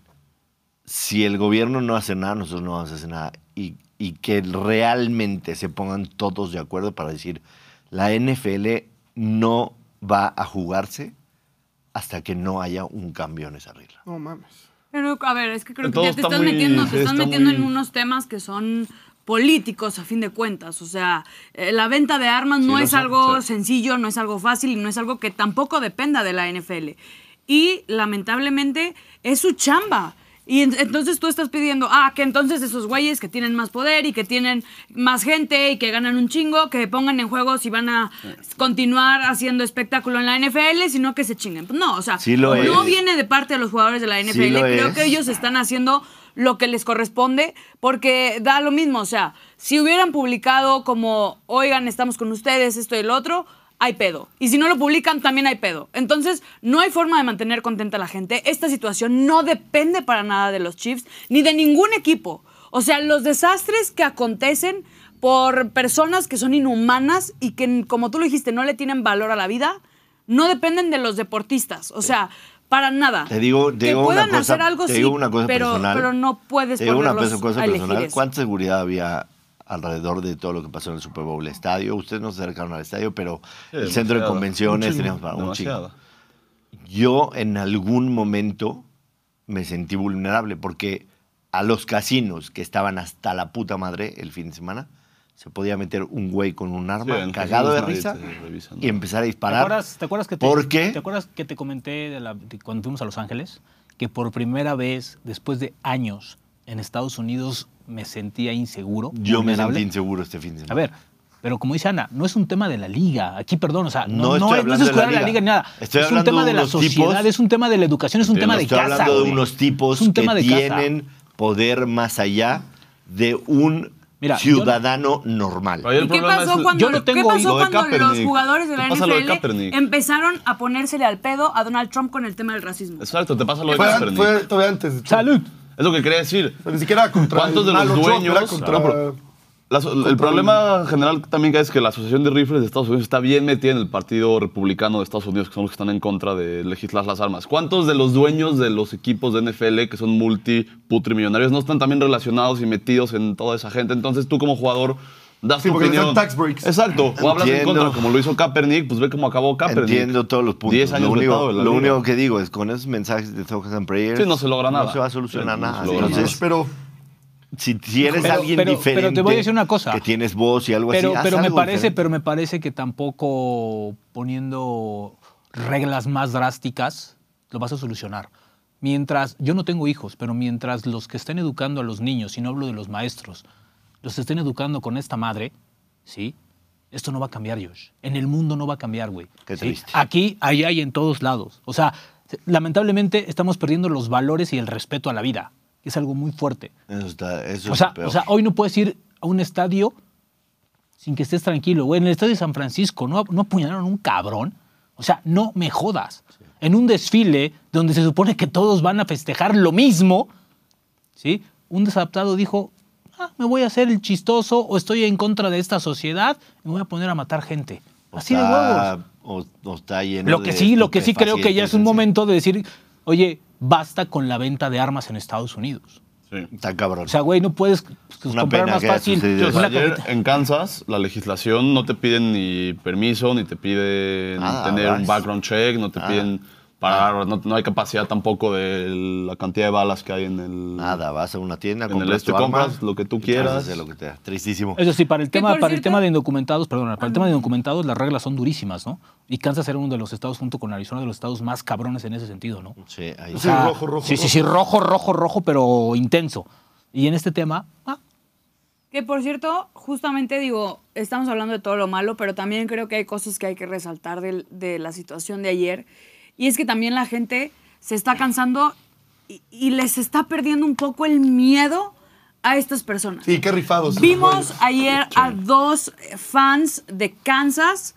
S1: si el gobierno no hace nada, nosotros no vamos a hacer nada. Y, y que realmente se pongan todos de acuerdo para decir, la NFL no va a jugarse hasta que no haya un cambio en esa regla.
S4: No mames.
S2: Pero, a ver, es que creo que
S5: Todo
S2: ya te
S5: está
S2: estás
S5: muy-
S2: metiendo,
S5: sí,
S2: te estás
S5: está
S2: metiendo en
S5: muy-
S2: unos temas que son políticos a fin de cuentas. O sea, eh, la venta de armas no
S5: no
S2: es
S5: son-
S2: algo
S5: sí.
S2: sencillo, no es algo fácil y no es algo que tampoco dependa de la NFL. Y lamentablemente es su chamba. Y en- entonces tú estás pidiendo, ah, que entonces esos güeyes que tienen más poder y que tienen más gente y que ganan un chingo, que pongan en juego si van a continuar haciendo espectáculo en la NFL, sino que se chinguen. Pues no, o sea,
S1: Sí lo
S2: no
S1: es.
S2: viene de parte de los jugadores de la NFL.
S1: lo
S2: Creo
S1: es.
S2: que ellos están haciendo lo que les corresponde porque da lo mismo. O sea, si hubieran publicado como, oigan, estamos con ustedes, esto y el otro, hay pedo. Y si no lo publican, también hay pedo. Entonces, no hay forma de mantener contenta a la gente. Esta situación no depende para nada de los Chiefs ni de ningún equipo. O sea, los desastres que acontecen por personas que son inhumanas y que, como tú lo dijiste, no le tienen valor a la vida, no dependen de los deportistas. O sea, para nada.
S1: Te digo,
S2: que
S1: te digo
S2: puedan
S1: una cosa,
S2: hacer algo
S1: te
S2: sí,
S1: digo una cosa
S2: pero,
S1: personal.
S2: pero no puedes
S1: Te digo una
S2: ponerlos
S1: cosa- cosa
S2: a elegir
S1: personal.
S2: eso.
S1: ¿Cuánta seguridad había alrededor de todo lo que pasó en el Super Bowl? El estadio, ustedes no se acercaron al estadio, pero el centro de
S5: Eh, Demasiado.
S1: convenciones
S5: Un chingo.
S1: teníamos para un chico.
S5: Demasiado.
S1: yo en algún momento me sentí vulnerable porque a los casinos que estaban hasta la puta madre el fin de semana se podía meter un güey con un arma
S5: en los
S1: cagado de
S5: casinos
S1: risa
S5: nadie te revisa, ¿no?
S1: y empezar a
S3: ¿Te
S1: disparar.
S3: acuerdas, te acuerdas que te,
S1: ¿Por qué?
S3: ¿Te acuerdas que te comenté de la- de cuando fuimos a Los Ángeles? Que por primera vez, después de años, en Estados Unidos me sentía inseguro.
S1: Yo me
S3: vulnerable.
S1: sentí inseguro este fin de semana.
S3: A ver, pero como dice Ana, no es un tema de la liga. Aquí, perdón, o sea,
S1: No
S3: no,
S1: estoy
S3: no, es, no es
S1: hablando de
S3: escuela
S1: la
S3: de la
S1: liga.
S3: liga ni nada.
S1: Estoy
S3: es un
S1: hablando
S3: tema
S1: de
S3: de la
S1: unos
S3: sociedad,
S1: tipos-
S3: es un tema de la educación, es un tema de
S1: Estoy
S3: casa.
S1: hablando de
S3: güey.
S1: unos tipos
S3: Es un tema
S1: que
S3: de casa.
S1: tienen poder más allá de un
S3: Mira, yo-
S1: ciudadano normal.
S5: Ahí el
S2: ¿Y qué
S5: problema
S2: pasó
S5: es-
S2: cuando,
S3: yo no
S2: ¿qué
S3: tengo
S2: pasó
S5: lo de
S2: cuando los
S5: Kaepernick.
S2: jugadores de la
S5: Te pasa lo de
S2: NFL
S5: Kaepernick.
S2: empezaron a ponérsele al pedo a Donald Trump con el tema del racismo?
S5: Exacto, te pasa lo de
S4: Fue,
S5: Kaepernick.
S4: fue todavía antes. de hecho.
S3: Salud.
S5: Es lo que quería decir.
S4: Pero ni siquiera contra
S5: ¿Cuántos
S4: el
S5: de los
S4: malo Trump, era
S5: dueños?
S4: contra-
S5: Ah, pero- La so- el problema general también que es que la Asociación de Rifles de Estados Unidos está bien metida en el Partido Republicano de Estados Unidos, que son los que están en contra de legislar las armas. ¿Cuántos de los dueños de los equipos de NFL que son multi putrimillonarios no están también relacionados y metidos en toda esa gente? Entonces tú como jugador das
S4: Sí,
S5: tu
S4: porque les
S5: opinión.
S4: dan tax breaks.
S5: Exacto. O hablas en
S1: Entiendo.
S5: contra, como lo hizo Kaepernick, pues ve cómo acabó Kaepernick.
S1: Entiendo todos los puntos.
S5: 10 años
S1: lo único,
S5: vetado de la
S1: lo
S5: liga.
S1: único que digo es con esos mensajes de Thoughts and Prayers
S5: Sí, no se logra
S1: No
S5: nada.
S1: se va a solucionar
S5: Sí, no se
S1: nada.
S5: logra
S1: Entonces,
S5: nada.
S4: Pero
S1: si, si eres
S3: Pero-
S1: alguien
S3: pero-
S1: diferente,
S3: pero te voy a decir una cosa.
S1: que tienes voz y algo
S3: Pero,
S1: así, haz
S3: pero me
S1: algo
S3: parece,
S1: diferente.
S3: pero me parece que tampoco poniendo reglas más drásticas lo vas a solucionar. mientras, yo no tengo hijos, pero mientras los que estén educando a los niños, y no hablo de los maestros, los estén educando con esta madre, ¿sí? Esto no va a cambiar, Josh. En el mundo no va a cambiar, güey.
S1: Qué
S3: ¿sí?
S1: triste.
S3: Aquí, allá y en todos lados. O sea, lamentablemente estamos perdiendo los valores y el respeto a la vida. que Es algo muy fuerte.
S1: Eso está, eso
S3: O
S1: es
S3: sea,
S1: lo peor.
S3: o sea, hoy no puedes ir a un estadio sin que estés tranquilo. Güey, en el estadio de San Francisco no, no apuñalaron a un cabrón. O sea, no me jodas. En un desfile donde se supone que todos van a festejar lo mismo, ¿sí? Un desadaptado dijo, "Ah, me voy a hacer el chistoso o estoy en contra de esta sociedad y me voy a poner a matar gente.
S1: O
S3: Así de
S1: está-
S3: huevos.
S1: O, o está lleno
S3: Lo que
S1: de
S3: sí, lo que sí creo que ya es un
S1: estupefacientes,
S3: momento de decir, oye, basta con la venta de armas en Estados Unidos.
S1: sí. Está cabrón.
S3: O sea, güey, no puedes pues,
S1: Una
S3: comprar
S1: pena
S3: más
S1: que haya
S3: fácil.
S1: sucedido
S3: una
S1: eso.
S5: Ayer
S3: cajita.
S5: en Kansas la legislación no te piden ni permiso, ni te piden
S1: Ah,
S5: tener
S1: vas.
S5: un background check, no te piden parar, no, no hay capacidad tampoco de la cantidad de balas que hay en el...
S1: Nada, vas a una tienda,
S5: En
S1: compras
S5: el este
S1: tu arma,
S5: compras lo que tú
S1: y te
S5: quieras.
S1: haces de lo que te da. Tristísimo.
S3: Eso sí, para el
S2: Que,
S3: tema,
S2: por
S3: para el
S2: cierto-
S3: tema de indocumentados, perdona, para el tema de indocumentados las reglas son durísimas, ¿no? Y Kansas era uno de los estados, junto con Arizona, de los estados más cabrones en ese sentido, ¿no?
S1: Sí, ahí
S4: Sí,
S1: está.
S4: rojo, rojo,
S3: Sí, sí, sí, rojo, rojo, rojo, pero intenso. Y en este tema, ah,
S2: Que por cierto, justamente digo, estamos hablando de todo lo malo, pero también creo que hay cosas que hay que resaltar del- de, la situación de ayer. Y es que también la gente se está cansando y, y les está perdiendo un poco el miedo a estas personas.
S4: Sí, qué rifados.
S2: Vimos ayer a dos fans de Kansas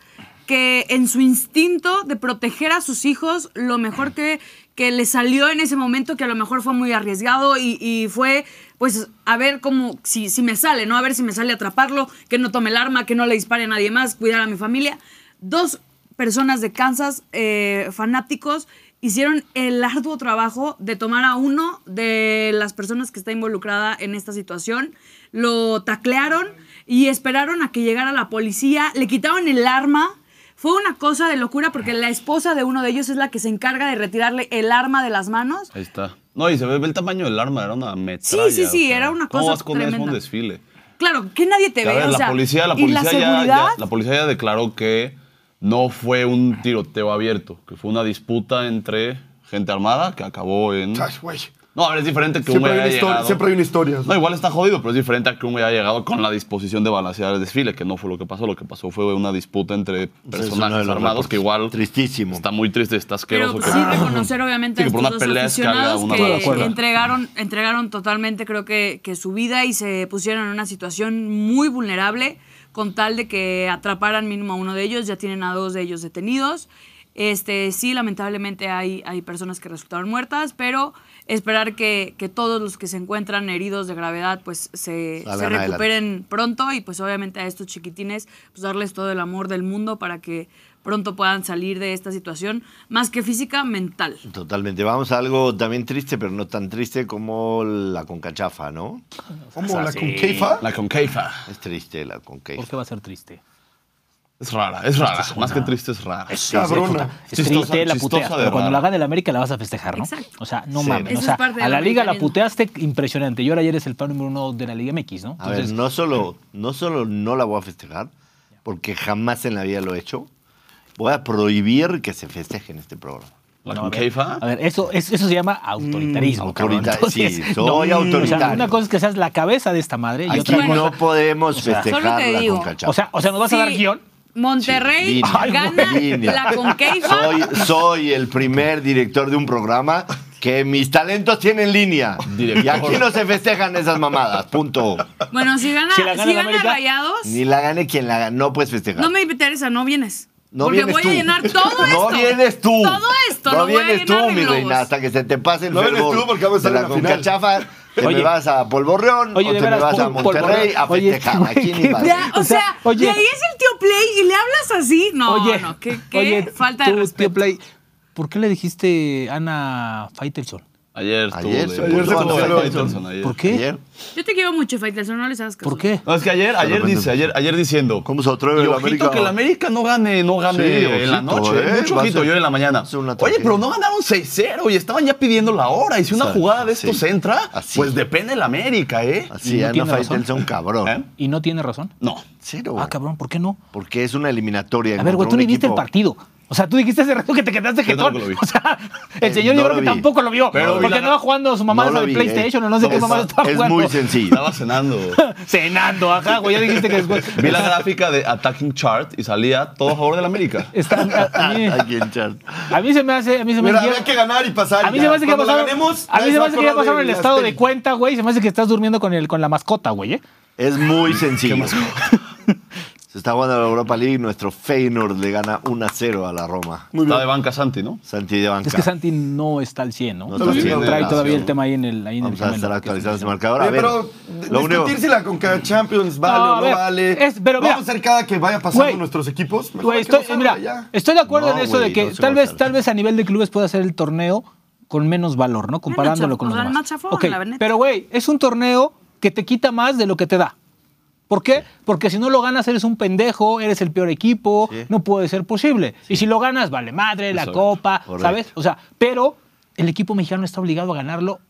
S2: que en su instinto de proteger a sus hijos, lo mejor que, que les salió en ese momento, que a lo mejor fue muy arriesgado y, y fue, pues, a ver cómo, si, si me sale, ¿no? A ver si me sale atraparlo, que no tome el arma, que no le dispare a nadie más, cuidar a mi familia. Dos personas de Kansas, eh, fanáticos, hicieron el arduo trabajo de tomar a uno de las personas que está involucrada en esta situación, lo taclearon y esperaron a que llegara la policía, le quitaron el arma. Fue una cosa de locura porque la esposa de uno de ellos es la que se encarga de retirarle el arma de las manos.
S5: Ahí está. No, y se ve, ve el tamaño del arma, era una metralla.
S2: sí, sí, era una
S5: ¿cómo
S2: cosa
S5: vas con eso a
S2: tremenda.
S5: un desfile?
S2: Claro, que nadie te
S5: Que, a
S2: ve.
S5: ver,
S2: o
S5: la
S2: sea,
S5: policía, la
S2: y
S5: policía, ya- ya,
S2: seguridad.
S5: la policía ya declaró que no fue un tiroteo abierto, que fue una disputa entre gente armada que acabó en...
S4: Ay, güey.
S5: No, a ver, es diferente que un
S4: Siempre
S5: güey
S4: hay, una
S5: haya
S4: historia,
S5: llegado-
S4: siempre hay una historia.
S5: No, igual está jodido, pero es diferente a que un güey haya llegado con la disposición de balancear el desfile, que no fue lo que pasó. Lo que pasó fue una disputa entre
S1: Ese es uno de
S5: personajes
S1: los
S5: armados
S1: reportes.
S5: que igual
S1: Tristísimo.
S5: está muy triste, está asqueroso.
S2: Pero
S5: que-
S2: sí reconocer obviamente
S5: Sí,
S2: a
S5: que por
S2: estos
S5: una
S2: dos
S5: pelea escala,
S2: aficionados
S5: una
S3: bala
S2: que
S3: fuera.
S2: entregaron, entregaron totalmente creo que, que su vida y se pusieron en una situación muy vulnerable con tal de que atraparan mínimo a uno de ellos, ya tienen a dos de ellos detenidos. Este, sí, lamentablemente hay, hay personas que resultaron muertas, pero esperar que, que todos los que se encuentran heridos de gravedad pues se,
S1: Salgan
S2: se
S1: adelante.
S2: recuperen pronto y pues obviamente a estos chiquitines pues darles todo el amor del mundo para que pronto puedan salir de esta situación, más que física, mental.
S1: Totalmente. Vamos a algo también triste, pero no tan triste como la concachafa, ¿no?
S4: ¿Cómo? ¿La con Keifa?
S5: La conqueifa.
S1: Es triste la
S3: ¿por
S1: concachafa.
S3: qué va a ser triste?
S5: Es rara, es rara. Más que triste, es rara.
S3: Sí,
S4: Cabrona.
S3: Es
S5: Chistosa-
S3: triste, la
S5: chistosa
S3: puteas,
S5: de
S3: pero cuando
S5: raro.
S3: la gane el América la vas a festejar, ¿no?
S2: Exacto.
S3: O sea, no
S1: Sí.
S3: mames.
S2: Eso
S3: O sea,
S2: es parte
S3: a
S2: del
S3: la liga la
S2: americanismo.
S3: puteaste impresionante. Y ahora ayer es el pan número uno de la Liga MX, ¿no?
S1: A ver, no solo,
S3: eh,
S1: no solo no la voy a festejar, porque jamás en la vida lo he hecho, voy a prohibir que se festeje en este programa.
S5: La Mm,
S3: No, a ver,
S5: conqueifa.
S3: A ver, eso, es- eso se llama autoritarismo. cabrón.
S1: autorita-
S3: Entonces,
S1: sí, soy
S3: o sea,
S1: autoritario.
S3: una cosa es que seas la cabeza de esta madre y
S1: Aquí
S3: otra cosa.
S1: no podemos
S3: sea,
S1: festejar
S2: solo te
S1: la
S2: digo,
S1: concachafa.
S3: O sea, o sea, ¿nos vas a dar
S2: Sí,
S3: guión?
S2: Monterrey
S1: Sí, línea.
S2: gana
S1: Línea.
S2: la Conqueifa.
S1: soy, soy el primer director de un programa que mis talentos tienen línea.
S5: Director.
S1: Y aquí no se festejan esas mamadas, punto.
S2: Bueno, si gana,
S3: Si la gana
S2: si
S3: la
S2: gana
S3: América,
S2: Rayados,
S1: Ni la gane quien la gane, no puedes festejar.
S2: no me interesa, no vienes.
S1: No
S2: porque
S1: vienes
S2: voy
S1: tú.
S2: a llenar
S1: No
S2: todo esto.
S1: vienes tú.
S2: Todo esto.
S1: No
S2: lo voy a
S1: vienes tú,
S2: llenar de
S1: mi
S2: globos.
S1: reina, hasta que se te pase el
S4: No vienes
S1: fervor
S4: tú, porque vamos
S1: de
S4: a estar
S1: la
S4: en la final.
S1: Concachafa. Te me
S3: Oye.
S1: vas a Polvorreón
S3: Oye,
S1: o
S3: de
S1: te me
S3: veras,
S1: vas a
S3: Pol-
S1: Monterrey
S3: Polvorreón.
S1: a
S3: Oye,
S1: festejar.
S3: güey,
S1: aquí ni
S3: qué
S1: vas.
S2: Ya, o,
S3: O sea,
S2: sea,
S3: oye.
S2: y ahí es el tío Play y le hablas así. No, no, qué, qué
S3: oye,
S2: falta
S3: tú,
S2: de respeto.
S3: tío Play, ¿por qué le dijiste Ana Faitelson?
S5: Ayer estuvo
S1: Ayer
S5: de-
S1: se
S5: ayer se
S4: congeló.
S5: congeló Faitelson, ayer.
S3: ¿Por qué?
S1: Ayer,
S2: Yo te quiero mucho, Faitelson, no les hagas caso.
S3: ¿Por qué?
S5: No, es que ayer, ayer dice, ayer, ayer diciendo.
S1: ¿Cómo se atreve
S5: y
S1: el
S5: ojito
S1: América?
S5: que el América no gane, no gane
S1: Sí,
S5: en la
S1: ojito,
S5: noche.
S1: ¿eh?
S5: Mucho
S1: Va a
S5: ojito,
S1: ser-
S5: yo en la mañana.
S1: va a ser una
S5: Oye,
S1: tragedia.
S5: pero no ganaron 6-0 y estaban ya pidiendo la hora. Y si una
S1: Exacto,
S5: jugada de estos
S1: sí.
S5: entra,
S1: Así.
S5: pues depende el América, ¿eh?
S1: Así,
S3: no
S1: Ana
S3: tiene razón.
S1: Faitelson, cabrón.
S5: ¿Eh?
S3: ¿Y no tiene razón?
S5: No.
S1: Cero.
S5: Oh.
S3: Ah, cabrón, ¿por qué no?
S1: Porque es una eliminatoria.
S3: A ver,
S1: contra
S3: güey, tú
S1: un
S3: ni viste el
S1: equipo-
S3: partido. O O sea, tú dijiste hace rato que te quedaste que
S5: tampoco lo vi. Eh,
S3: O sea, el señor
S5: no
S3: yo
S5: lo
S3: creo que
S5: vi.
S3: tampoco lo vio.
S5: Pero vi
S3: porque
S5: la-
S3: andaba jugando su mamá
S5: no
S3: esa
S5: lo
S3: de
S5: vi,
S3: PlayStation
S5: eh.
S3: o no sé qué
S5: Es-
S3: mamá estaba
S1: Es
S3: jugando.
S1: muy sencillo.
S5: Estaba cenando.
S3: Cenando, ajá, güey. Ya dijiste que después.
S5: Vi la gráfica de Attacking Chart y salía todo a favor del América.
S3: Está- a, a mí,
S1: Aquí en chat.
S3: a mí se me hace. A mí se me
S4: Mira,
S3: hace-
S4: había que ganar y pasar.
S3: A mí
S4: ya.
S3: se me hace que ya
S4: Cuando la
S3: pasaron,
S4: ganemos,
S3: a mí se
S4: nadie
S3: me
S4: va
S3: hace que ya
S4: acordar
S3: pasaron el
S4: de
S3: estado de
S4: Asterix.
S3: cuenta, güey. Se me hace que estás durmiendo con, el, con la mascota, güey. ¿eh?
S1: Es muy sencillo. Se está jugando la Europa League. Nuestro Feyenoord le gana 1-0 a la Roma.
S4: Muy
S5: Está
S4: bien.
S5: de banca Santi, ¿no?
S1: Santi de banca.
S3: Es que Santi no está al 100, ¿no?
S1: No está al 100,
S3: Trae
S1: no,
S3: todavía
S1: sí.
S3: el tema ahí en el. Ahí en el
S1: Vamos a
S3: gemelo,
S1: estar
S3: que
S1: actualizando ese
S3: está-
S1: marcador. A
S4: Oye,
S1: ver,
S4: pero
S1: lo único.
S4: discutirse la Conca Champions vale
S3: No, a
S4: o no
S3: ver,
S4: vale.
S3: es- pero
S4: Vamos
S3: mira.
S4: a hacer cada que vaya pasando
S3: Güey.
S4: nuestros equipos. mejor
S3: Güey,
S4: que no
S3: estoy,
S4: salga
S3: mira,
S4: ya.
S3: estoy de acuerdo
S1: No,
S3: en eso de
S1: güey,
S3: que
S1: no se
S3: tal
S1: va a
S3: vez,
S1: hacer.
S3: tal vez a nivel de clubes pueda ser el torneo con menos valor, ¿no? Comparándolo
S2: chaf- o
S3: con los
S2: sea, el
S3: demás.
S2: más chafón,
S3: Ok,
S2: la verdad.
S3: pero güey, es un torneo que te quita más de lo que te da. ¿Por qué? Porque si no lo ganas eres un pendejo, eres el peor equipo,
S1: Sí.
S3: no puede ser posible. Y si lo ganas, vale madre, la
S5: Exacto.
S3: copa,
S1: Correcto.
S3: ¿sabes? O sea, pero el equipo mexicano está obligado a ganarlo.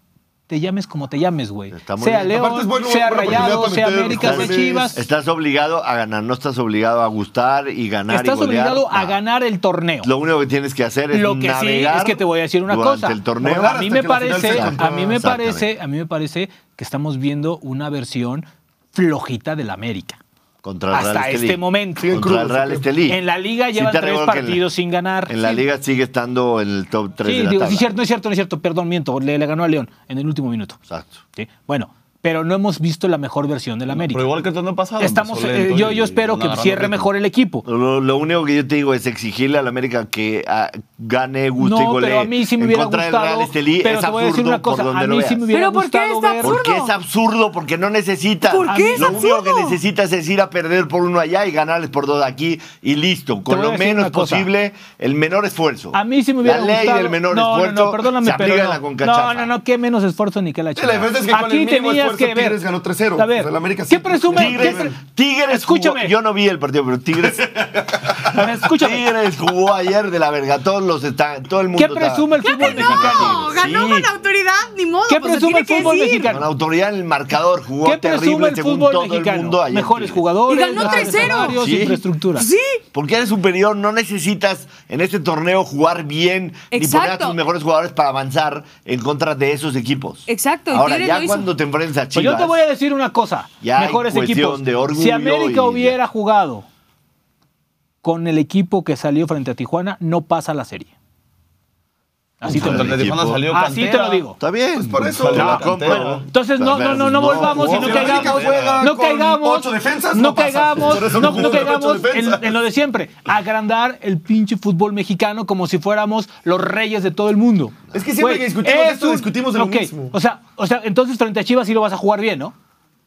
S3: Te llames como te llames, güey.
S1: Está muy
S3: Sea
S1: bien.
S3: León,
S4: Aparte es bueno,
S3: sea
S4: buena oportunidad
S3: Rayado,
S4: para
S3: sea
S4: meter
S3: América, sea
S1: jóvenes.
S3: Chivas.
S1: Estás obligado a ganar, no estás obligado a gustar y ganar
S3: Estás
S1: y golear.
S3: obligado a
S1: No.
S3: ganar el torneo.
S1: Lo único que tienes que hacer es
S3: lo que sí
S1: navegar
S3: es que te voy a decir una
S1: durante
S3: cosa.
S1: el torneo.
S4: Ahora,
S3: a mí
S4: hasta
S3: me
S4: que la final
S3: parece,
S4: se
S3: a mí me
S1: encuentra.
S3: parece, a mí me parece que estamos viendo una versión flojita del América.
S1: contra el
S3: hasta
S1: Real
S3: este
S1: Estelí.
S3: momento.
S1: Contra
S4: Siguen
S1: el
S4: crudos,
S1: Real
S4: ok.
S1: Estelí.
S3: En la liga
S1: Sí
S3: llevan
S1: te
S3: tres
S1: arreglo que en la-
S3: partidos sin ganar.
S1: En la
S3: Sí.
S1: liga sigue estando en el top 3
S3: Sí,
S1: de la
S3: digo,
S1: tabla.
S3: sí, cierto, no es cierto, no es cierto. Perdón, miento. Le, le ganó a León en el último minuto.
S1: Exacto.
S3: Sí, Bueno, pero no hemos visto la mejor versión del América.
S5: Pero igual que el torneo pasado.
S3: Estamos,
S5: empezó
S3: eh,
S5: lento
S3: yo,
S5: y-
S3: yo
S5: y
S3: espero
S5: no
S3: que
S5: agarrando
S3: cierre
S5: ritmo.
S3: mejor el equipo.
S1: Lo, lo único que yo te digo es exigirle al América que ah, gane, guste y
S3: No,
S1: golee.
S3: pero a mí sí me
S1: en
S3: hubiera
S1: contra del
S3: gustado.
S1: Real Estelí
S3: Pero
S1: es
S3: te voy a
S1: absurdo
S3: decir una cosa.
S1: por donde
S3: A
S1: lo
S3: mí
S1: veas.
S3: sí me hubiera
S2: ¿Pero por qué
S3: gustado
S2: está
S3: ver-
S2: absurdo?
S1: Porque es absurdo, porque no necesitas.
S2: ¿Por qué es
S1: Lo único que
S2: absurdo?
S1: necesitas es ir a perder por uno allá y ganarles por dos aquí y listo.
S3: Te
S1: Con
S3: voy a
S1: lo
S3: decir
S1: menos
S3: una cosa.
S1: posible, el menor esfuerzo.
S3: A mí sí me hubiera
S1: La ley
S3: gustado.
S1: del menor
S3: no,
S1: esfuerzo
S3: no, no, perdóname,
S1: se aplica
S3: pero
S1: en
S3: no.
S1: la Concachapa.
S3: no, no, no, qué menos esfuerzo ni qué la chingada.
S4: diferencia es que con el mínimo esfuerzo Tigres ganó 3-0.
S3: A ver,
S4: O sea, el América
S3: ¿qué
S4: sí-
S3: presume?
S1: Tigres,
S3: ¿Qué pre-
S1: Tigres jugó-
S3: Escúchame.
S1: yo no vi el partido, pero Tigres,
S3: Escúchame.
S1: Tigres jugó ayer de la verga. Todos los está, todo el mundo
S3: ¿Qué
S1: está-
S3: presume el
S2: ¡Claro
S3: fútbol
S2: que no!
S3: mexicano?
S2: Ganó
S1: Sí.
S2: con autoridad, ni modo.
S3: ¿Qué
S2: pues, se
S3: presume
S2: tiene
S3: el
S2: que
S3: fútbol
S2: decir.
S3: mexicano?
S1: Con autoridad en el marcador jugó
S3: ¿Qué presume
S1: terrible
S3: el
S1: según
S3: fútbol
S1: todo el mundo
S3: mexicano?
S1: ayer.
S3: Mejores
S1: Tigres.
S3: jugadores,
S2: Y ganó
S3: mejores
S2: 3-0.
S3: salarios,
S1: Sí.
S3: infraestructura.
S2: Sí,
S1: Porque eres superior, no necesitas en este torneo jugar bien ni poner a
S2: Exacto.
S1: tus mejores jugadores para avanzar en contra de esos equipos.
S2: Exacto, y
S1: Ahora,
S2: Tigres lo
S1: ya
S2: hizo.
S1: cuando te enfrentas a
S3: Pues
S1: Chivas,
S3: yo te voy a decir una cosa.
S1: Ya hay
S3: mejores
S1: cuestión
S3: equipos.
S1: de orgullo
S3: si América
S1: y-
S3: hubiera jugado con el equipo que salió frente a Tijuana, no pasa la serie. Así te lo
S5: Contra
S1: Del
S5: el
S3: digo.
S1: equipo.
S5: Tijuana salió
S3: Así Ah, te
S5: cantera.
S3: lo digo.
S1: Está bien.
S4: Pues por eso.
S1: Te la
S4: No,
S1: compro.
S5: pero-
S3: Entonces, no, no, no, no volvamos y no
S1: jugó.
S4: Si América
S3: caigamos.
S4: juega
S3: No
S4: con
S3: caigamos.
S4: ocho defensas,
S3: no
S4: no pasa.
S3: caigamos.
S4: Por eso
S3: No,
S4: no jugó
S3: no
S4: con ocho
S3: caigamos en,
S4: defensas.
S3: en lo de siempre. Agrandar el pinche fútbol mexicano como si fuéramos los reyes de todo el mundo.
S4: Es que siempre que discutimos
S3: es
S4: esto, discutimos de lo
S3: Ok,
S4: mismo.
S3: O sea, o sea, entonces frente a Chivas sí lo vas a jugar bien, ¿no?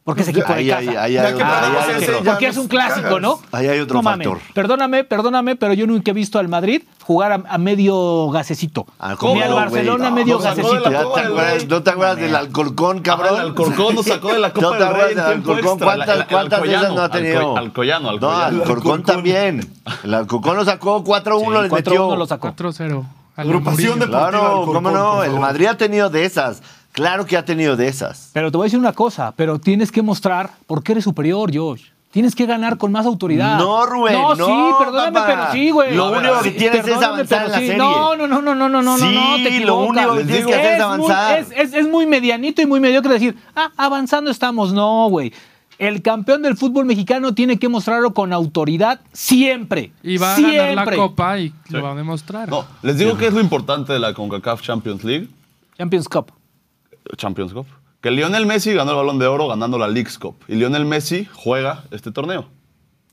S3: Porque es equipo de
S1: Ahí,
S3: casa.
S1: ahí, ahí,
S4: Ya
S1: hay
S4: que
S1: otro-
S4: perdamos
S1: ahí hay
S4: ese,
S1: otro.
S4: ya.
S3: Porque es
S4: nos
S3: un clásico,
S4: cagas.
S3: ¿no?
S1: Ahí hay otro
S3: No mames.
S1: factor.
S3: Perdóname, perdóname, pero yo nunca he visto al Madrid jugar a, a medio gasecito.
S1: Ah, ¿cómo,
S3: Ni al
S1: güey?
S3: Barcelona a
S1: No,
S3: medio
S5: nos sacó de la
S3: gasecito.
S1: Ya
S5: Copa
S1: te
S5: del
S1: acuerdas-
S5: Rey.
S1: ¿No te acuerdas del Alcorcón,
S5: Cabrón, Ah, el
S1: cabrón?
S5: Alcorcón nos sacó de la
S1: ¿No
S5: Copa
S1: te
S5: del Rey
S1: acuerdas
S5: en
S1: del
S5: tiempo
S1: Alcorcón?
S5: extra. La-
S1: ¿Cuántas,
S5: la-
S1: cuántas de esas no ha
S5: Alcoyano,
S1: tenido?
S5: Alcoy- Alcoyano,
S1: No,
S5: Alcoyano.
S1: Alcorcón también. El Alcorcón lo sacó 4-1,
S3: Sí,
S1: les metió.
S3: 4-1 lo sacó.
S6: 4-0. a la
S4: Agrupación
S6: Murillo.
S4: de-
S1: Claro,
S4: Deportivo
S1: cómo
S4: Alcorcón,
S1: no.
S4: por
S1: El
S4: favor.
S1: Madrid ha tenido de esas. Claro que ha tenido de esas.
S3: Pero te voy a decir una cosa, pero tienes que mostrar por qué eres superior, George. Tienes que ganar con más autoridad.
S1: No, Rubén,
S3: No,
S1: no,
S3: sí, perdóname,
S1: papá.
S3: pero sí, güey.
S1: Lo
S3: No,
S1: único
S3: sí,
S1: que tienes es
S3: perdóname,
S1: avanzar
S3: pero
S1: en la serie.
S3: No, no, no, no, no, no, no,
S1: Sí,
S3: no, te
S1: lo
S3: equivocas.
S1: único que tienes que hacer es avanzar.
S3: Muy, es, es- es muy medianito y muy mediocre decir, ah, avanzando estamos. No, güey. El campeón del fútbol mexicano tiene que mostrarlo con autoridad siempre.
S6: Y va a
S3: siempre.
S6: ganar la copa y lo va a demostrar.
S5: No, les digo que es lo importante de la CONCACAF Champions League,
S3: Champions Cup.
S5: Champions Cup, que Lionel Messi ganó el Balón de Oro ganando la Leagues Cup. Y Lionel Messi juega este torneo.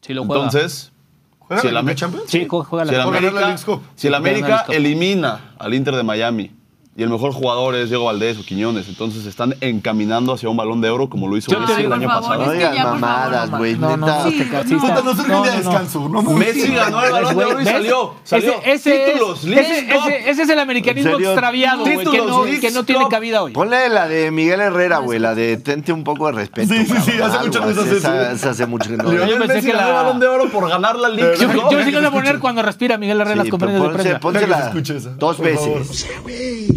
S3: Sí, lo juega.
S5: Entonces,
S4: ¿Juega
S5: si
S4: la
S5: el
S4: Liga
S5: Ame-
S4: Champions?
S3: Sí, co- juega la
S5: si el
S4: Por ganar la
S5: América,
S4: Leagues Cup.
S5: si el
S3: Ganar la
S5: América
S3: Leagues Cup.
S5: elimina al Inter de Miami y el mejor jugador es Diego Valdés o Quiñones, entonces están encaminando hacia un Balón de Oro como lo hizo
S3: Yo te
S5: Messi
S3: digo,
S5: el
S2: por
S5: año
S2: favor,
S1: No
S5: pasado.
S2: es que
S1: digas
S2: ya, por favor,
S1: mamadas,
S2: no
S1: güey.
S3: No, no,
S1: Neta.
S3: no,
S2: Sí,
S3: te
S2: no,
S3: casita.
S4: Puta, no se un día de descanso. No mames.
S5: Messi ganó el Balón de
S3: Güey,
S5: Oro y
S3: ¿ves?
S5: salió, salió.
S3: Ese, ese
S5: Títulos,
S3: es,
S5: Leagues
S3: ese,
S5: Cup.
S3: ese- ese es el americanismo
S1: ¿En serio?
S3: extraviado, güey, que,
S5: Títulos,
S3: no,
S5: Leagues
S3: que no tiene
S5: Cup.
S3: cabida hoy.
S1: Ponle la de Miguel Herrera, güey, la de tente un poco de respeto.
S4: Sí, sí, sí,
S1: cabrón,
S4: hace mucho
S1: algo así.
S4: que no se hace eso.
S1: Esa- esa hace mucho que no.
S5: Lionel
S3: Yo pensé
S5: Messi
S3: que
S5: ganó el
S3: la-
S5: Balón de Oro por ganar la Leagues
S3: Yo,
S5: Cup.
S3: yo sí que voy a poner cuando respira Miguel Herrera en las
S1: Sí, pero
S3: conferencias de
S1: ponse-
S3: prensa.
S1: pónsela
S4: Deja que se escuche esa,
S1: dos
S4: por favor.
S1: veces.
S7: O sea, güey,